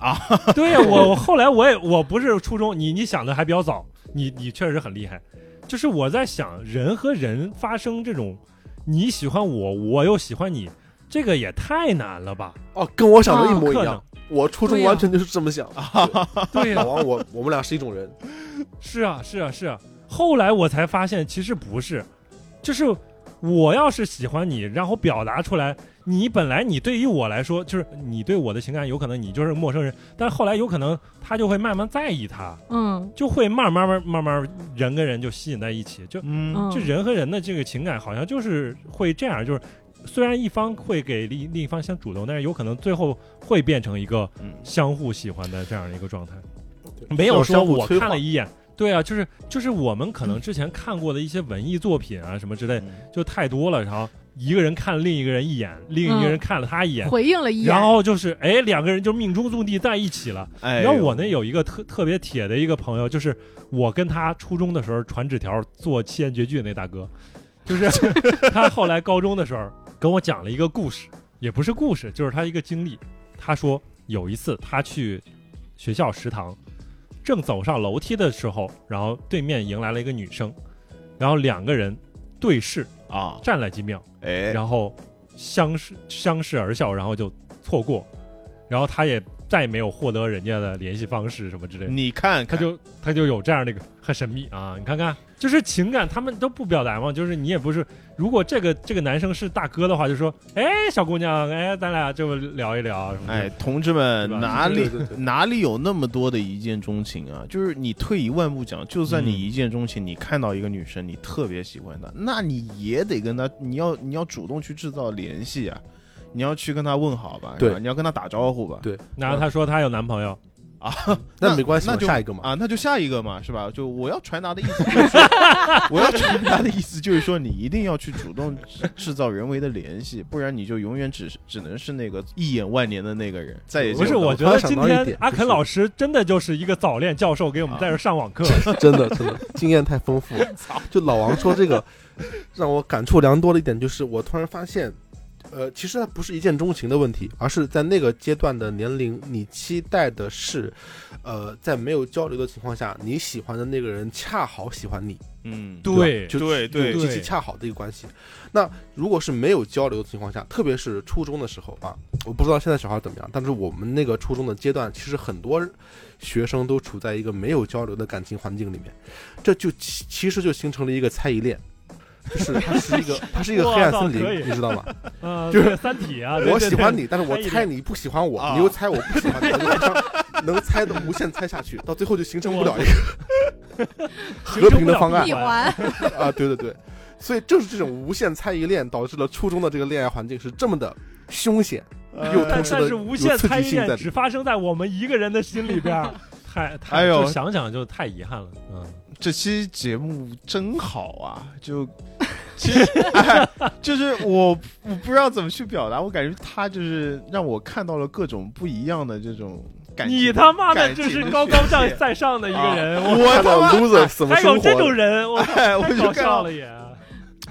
S1: 对呀、我我后来我也我不是初中，你你想的还比较早，你你确实很厉害。就是我在想，人和人发生这种你喜欢我，我又喜欢你，这个也太难了吧？
S4: 哦，跟我想的一模一
S1: 可
S4: 样
S1: 能。
S4: 我初中
S1: 对呀
S4: 完全就是这么想。
S1: 对呀、
S4: 老王，我我们俩是一种人。
S1: 是啊，是啊，是啊。后来我才发现，其实不是，就是我要是喜欢你，然后表达出来，你本来你对于我来说，就是你对我的情感，有可能你就是陌生人，但后来有可能他就会慢慢在意他，
S3: 嗯，
S1: 就会慢慢慢慢慢人跟人就吸引在一起，就
S2: 嗯，
S1: 就人和人的这个情感好像就是会这样，就是虽然一方会给另另一方先主动，但是有可能最后会变成一个
S2: 嗯
S1: 相互喜欢的这样一个状态，
S4: 对
S1: 没
S4: 要
S1: 有
S4: 相
S1: 说
S4: 互
S1: 我
S4: 催
S1: 看
S4: 化
S1: 了一眼。对啊，就是就是我们可能之前看过的一些文艺作品啊什么之类，就太多了。然后一个人看另一个人一眼，另一个人看了他一眼，
S3: 回应了嗯一眼，
S1: 然后就是哎，两个人就命中注定在一起了。
S2: 哎，
S1: 然后我呢有一个特特别铁的一个朋友，就是我跟他初中的时候传纸条做七言绝句的那大哥， 就是他后来高中的时候跟我讲了一个故事，也不是故事，就是他一个经历。他说有一次他去学校食堂，正走上楼梯的时候，然后对面迎来了一个女生，然后两个人对视
S2: 啊，
S1: 站了几秒，
S2: 哎，
S1: 然后相视相视而笑，然后就错过，然后他也再也没有获得人家的联系方式什么之类的，
S4: 嗯
S2: 你看
S1: 他
S2: 看，
S1: 就他就有这样的一个很神秘啊，你看看，就是情感他们都不表达嘛，就是你也不是，如果这个这个男生是大哥的话，就说，哎，小姑娘，哎，咱俩就聊一聊什么的，
S2: 哎，同志们，
S1: 对吧
S2: 哪
S4: 对
S2: 里
S4: 对对
S2: 哪里有那么多的一见钟情啊？就是你退一万步讲，就算你
S1: 嗯
S2: 一见钟情，你看到一个女生，你特别喜欢她，那你也得跟她，你要你要主动去制造联系啊，你要去跟她问好吧，
S4: 对
S2: 是吧你要跟她打招呼吧，
S4: 对
S1: 然后他说他有男朋友，
S4: 那没关系嘛，
S2: 那就
S4: 下一个嘛。
S2: 啊，那就下一个嘛，是吧？就我要传达的意思就是说， 我要传达的意思就是说，你一定要去主动制制造人为的联系，不然你就永远只是只能是那个一眼万年的那个人，再也见
S1: 不是，
S2: 到
S1: 我
S4: 我
S1: 觉
S4: 刚
S1: 得
S4: 想
S1: 今
S4: 到一
S1: 天
S4: 点
S1: 阿
S4: 就
S1: 肯
S4: 是
S1: 老师真的就是一个早恋教授，给我们
S2: 啊
S1: 在这上网课，
S4: 真的真的经验太丰富了。就老王说这个，让我感触良多的一点就是，我突然发现，呃，其实它不是一见钟情的问题，而是在那个阶段的年龄，你期待的是，呃，在没有交流的情况下，你喜欢的那个人恰好喜欢你，
S2: 嗯，
S1: 对
S4: 就
S2: 对对
S4: 极
S1: 对
S4: 其恰好的一个关系。那如果是没有交流的情况下，特别是初中的时候啊，我不知道现在小孩怎么样，但是我们那个初中的阶段，其实很多学生都处在一个没有交流的感情环境里面，这就其其实就形成了一个猜疑链，就是它是一 个它是一个黑暗森
S1: 哇可以
S4: 林，你知道吗？
S1: 嗯，
S4: 就是
S1: 对三体 啊，对
S4: 我
S1: 对
S4: 喜欢
S1: 对
S4: 你，但是我
S1: 猜疑
S4: 猜你不喜欢我
S2: 啊，
S4: 你又猜我不喜欢你， 我就好像能猜的无限猜下去，到最后就形成不了一个和平的方案
S3: 闭环，
S4: 啊，对对对，所以正是这种无限猜疑链，导致了初中的这个恋爱环境是这么的凶险，又
S1: 呃但
S4: 同时
S1: 但
S4: 的
S1: 是无
S4: 有
S1: 限
S4: 刺
S1: 猜
S4: 激
S1: 疑
S4: 性在
S1: 链
S4: 里
S1: 只
S4: 面。
S1: 发生在我们一个人的心里边 儿，太太，
S2: 哎呦
S1: 就想想就太遗憾了，嗯，
S2: 这期节目真好啊！就其实、哎、就是我我不知道怎么去表达，我感觉他就是让我看到了各种不一样的这种感情。
S1: 你他妈的
S2: 感
S1: 这
S2: 情
S1: 是
S2: 的
S1: 高
S2: 宣
S1: 高在
S2: 泄
S1: 在上的一个人，我
S4: 看到 loser 怎么
S1: 还有
S4: 生
S1: 这种
S4: 活？
S1: 人，我
S2: 哎，我
S1: 太
S2: 就
S1: 搞
S2: 看到
S1: 笑了也。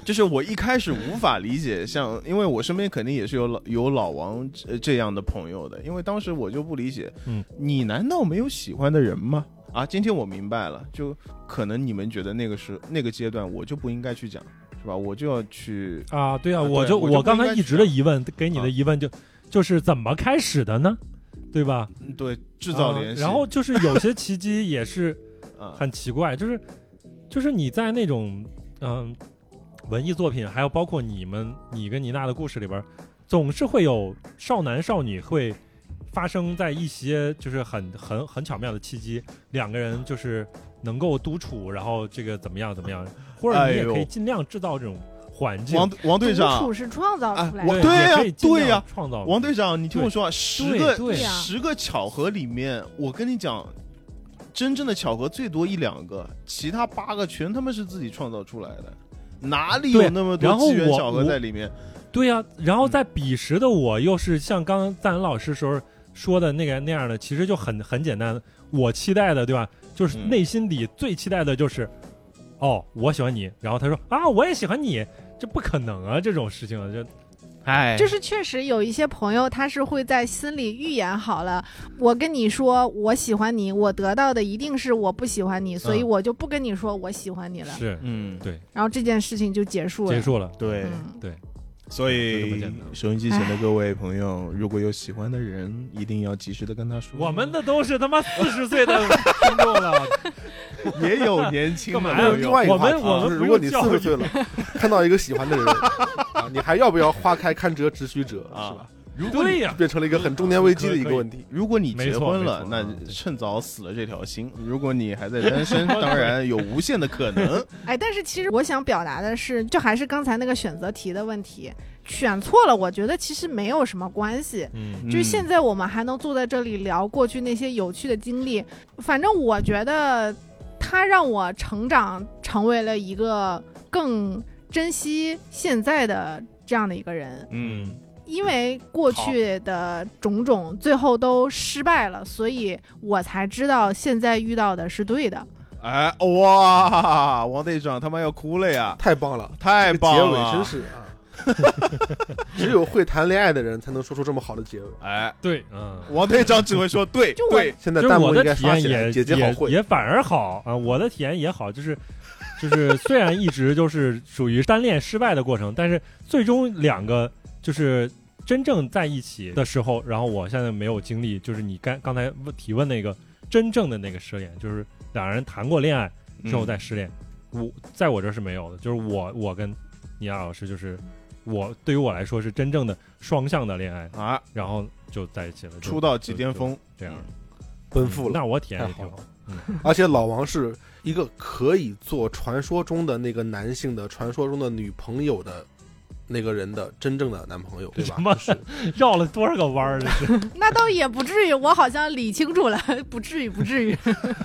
S2: 就是我一开始无法理解，像因为我身边肯定也是有老有老王这呃这样的朋友的，因为当时我就不理解，
S1: 嗯，
S2: 你难道没有喜欢的人吗？啊，今天我明白了，就可能你们觉得那个是那个阶段，我就不应该去讲，是吧？我就要去
S1: 啊，对啊，
S2: 啊
S1: 我
S2: 对
S1: 就
S2: 我就不
S1: 刚才
S2: 应该
S1: 一直
S2: 这
S1: 的
S2: 样
S1: 疑问，给你
S2: 啊
S1: 的疑问就就是怎么开始的呢？对吧？
S2: 对，制造
S1: 啊
S2: 联系，
S1: 然后就是有些奇迹也是
S2: 啊，
S1: 很奇怪，就是就是你在那种嗯、文艺作品，还有包括你们你跟妮娜的故事里边儿，总是会有少男少女会发生在一些就是很很很巧妙的契机，两个人就是能够独处，然后这个怎么样怎么样，或者你也可
S2: 哎呦
S1: 以尽量制造这种环境，
S2: 王王队
S3: 独
S2: 长
S3: 处，是创造出来
S2: 哎我
S3: 的。
S1: 对
S2: 对呀
S1: 也可以尽量
S2: 对呀
S1: 创造
S2: 王队长，你听我说啊，十个
S1: 对
S3: 呀
S2: 十个巧合里面，我跟你讲，真正的巧合最多一两个，其他八个全他妈是自己创造出来的，哪里有
S1: 对
S2: 那么
S1: 然
S2: 多
S1: 后
S2: 机缘
S1: 我
S2: 巧合在里面？
S1: 对呀、然
S2: 嗯
S1: 后在彼时的我，又是像刚刚赞恩老师时候说的那个那样的，其实就很很简单。我期待的，对吧？就是
S2: 嗯
S1: 内心里最期待的就是，哦，我喜欢你。然后他说啊，我也喜欢你，这不可能啊，这种事情啊，就
S2: 哎
S3: 就是确实有一些朋友，他是会在心里预言好了，我跟你说我喜欢你，我得到的一定是我不喜欢你，所以
S1: 嗯
S3: 我就不跟你说我喜欢你了，
S1: 是
S2: 嗯，
S3: 然后这件事情就结束了。
S1: 结束了。
S2: 对
S3: 嗯，
S2: 所
S1: 就这么
S2: 以
S1: 简单
S2: 收音机前的各位朋友，如果有喜欢的人，一定要及时的跟他说。
S1: 我们的都是他妈四十岁的听众了，
S2: 也有年轻的
S1: 干嘛呀
S4: 还有
S2: 朋
S4: 另
S2: 友
S4: 外一个
S1: 我
S4: 话
S1: 们
S4: 题，啊
S1: 我们
S4: 就是
S1: 不
S4: 如果
S1: 用
S4: 你
S1: 教
S4: 四十
S1: 育
S4: 岁了， 看到一个喜欢的人，啊你还要不要花开堪折直须折，是吧
S2: 啊？。如果
S1: 对
S2: 你
S1: 呀、
S4: 变成了一个很中年危机的一
S1: 可
S4: 个
S1: 以
S4: 问题。
S2: 如果你结婚了，
S1: 没错没错
S2: 那
S1: 嗯对
S2: 趁早死了这条心；如果你还在 单身，当然有无限的可能。
S3: 哎，但是其实我想表达的是，就还是刚才那个选择题的问题，选错了，我觉得其实没有什么关系。
S1: 嗯，
S3: 就是现在我们还能坐在这里聊过去那些有趣的经历，反正我觉得它让我成长，成为了一个更珍惜现在的这样的一个人。
S2: 嗯，
S3: 因为过去的种种最后都失败了，所以我才知道现在遇到的是对的。
S2: 哎哇，王队长他妈要哭了呀！
S4: 太棒了，
S2: 太
S4: 这个结
S2: 棒
S4: 尾真
S2: 了！
S4: 是啊， 只有会谈恋爱的人才能说出这么好的结尾。
S2: 哎，
S1: 对，嗯。
S2: 王队长只会说 对
S3: 就我
S2: 对，
S4: 现在
S1: 就是
S4: 弹
S1: 我
S4: 幕应
S1: 的
S4: 该
S1: 体
S4: 刷
S1: 验
S4: 起来，
S1: 也
S4: 姐姐好
S1: 也
S4: 会，
S1: 也反而好啊，我的体验也好，就是就是 虽然一直就是属于单恋失败的过程，但是最终两个就是真正在一起的时候，然后我现在没有经历，就是你刚刚才问提问那个真正的那个失恋，就是两人谈过恋爱之
S4: 嗯
S2: 嗯
S1: 后再失恋，我在我这儿是没有的，就是我我跟倪亚老师就是。我对于我来说是真正的双向的恋爱，
S2: 嗯啊，
S1: 然后就在一起了，就
S2: 出道即巅峰，
S1: 这样
S4: 嗯
S1: 嗯
S4: 奔赴了。
S1: 那我体验也
S4: 太好
S1: 挺好，
S4: 而且老王是一个可以做传说中的那个男性的传说中的女朋友的那个人的真正的男朋友，对吧
S1: 什？么
S4: 就是
S1: 绕了多少个弯儿？这是
S3: 那倒也不至于，我好像理清楚了， 不至于，不至于。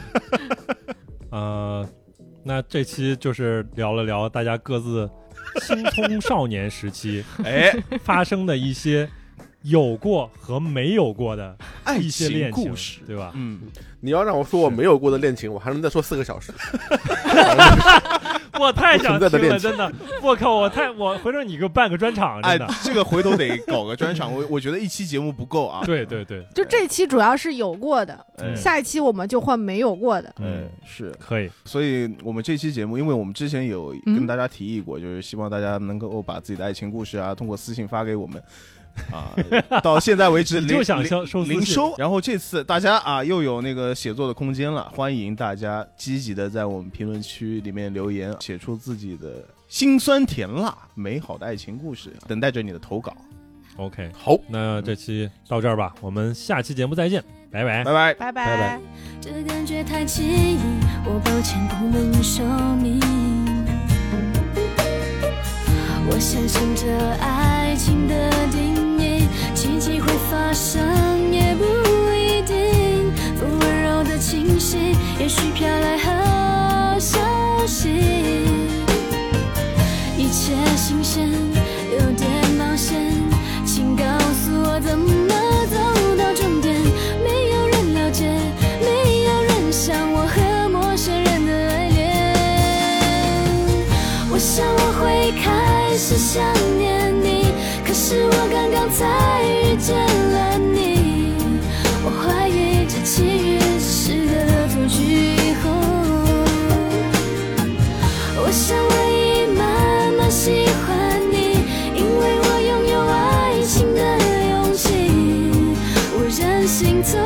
S1: 呃，那这期就是聊了聊大家各自青葱少年时 期
S2: 哎，
S1: 发生的一些有过和没有过的
S2: 爱
S1: 一些
S2: 情
S1: 恋情，
S2: 故事，
S1: 对 吧？
S2: 嗯，
S4: 你要让我说我没有过的恋情，我还能再说四个小时。
S1: 我太想
S4: 不存在的
S1: 听了，
S4: 恋情
S1: 真的，我靠，我太我回头你给我办个专场，
S2: 哎
S1: 啊真的。，
S2: 这个回头得搞个专场，我 我觉得一期节目不够啊。
S1: 对嗯对对，
S3: 就这期主要是有过的，
S2: 哎
S3: 下一期我们就换没有过的。
S2: 哎
S1: 嗯，，
S2: 是，
S1: 可以，
S2: 所以我们这期节目，因为我们之前有
S3: 嗯
S2: 跟大家提议过，就是希望大家能够把自己的爱情故事啊，通过私信发给我们。 啊，到现在为止，
S1: 你
S2: 零
S1: 就想
S2: 零
S1: 收收私
S2: 零
S1: 信
S2: 收。然后这次大家啊又有那个写作的空间了，欢迎大家积极的在我们评论区里面留言，写出自己的辛酸甜辣、美好的爱情故事，等待着你的投稿。
S1: ，OK。
S4: 好，
S1: 那这期到这儿吧，我们下期节目再见，拜拜。
S2: 拜拜。
S3: 拜
S4: 拜拜
S8: 这感觉太奇异，我抱歉不能说明。我相信这爱情的定义，奇迹会发生也不一定。风温柔的清晰，也许飘来好消息。一切新鲜，有点冒险，请告诉我怎么走到终点。没有人了解，没有人像我和陌生人的爱恋。我想我会开始想念你，可是我刚刚才遇见了你。我怀疑这奇遇只是个恶作剧。我想我已慢慢喜欢你，因为我拥有爱情的勇气。我任性自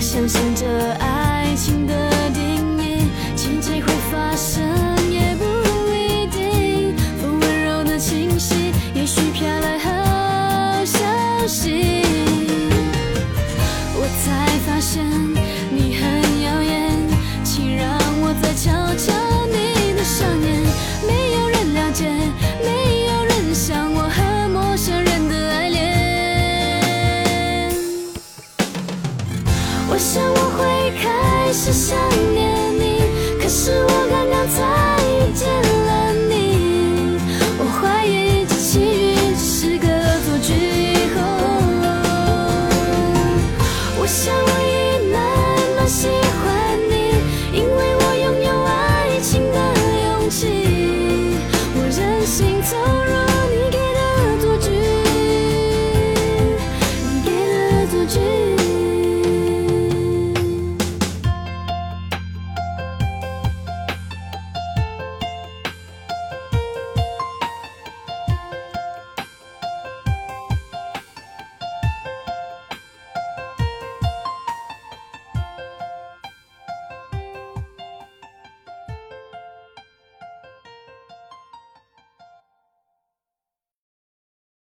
S8: 相信这爱情的定义，奇迹会发生也不一定。风温柔的清晰，也许飘来好消息。我才发现你很耀眼，请让我再瞧瞧你的双眼。没有人了解，没有人像我和陌生人的爱恋。我想我会开始想念你，可是我刚刚才遇见了你，我怀疑这奇遇只是个错觉。我想我已慢慢喜欢你，因为我拥有爱情的勇气。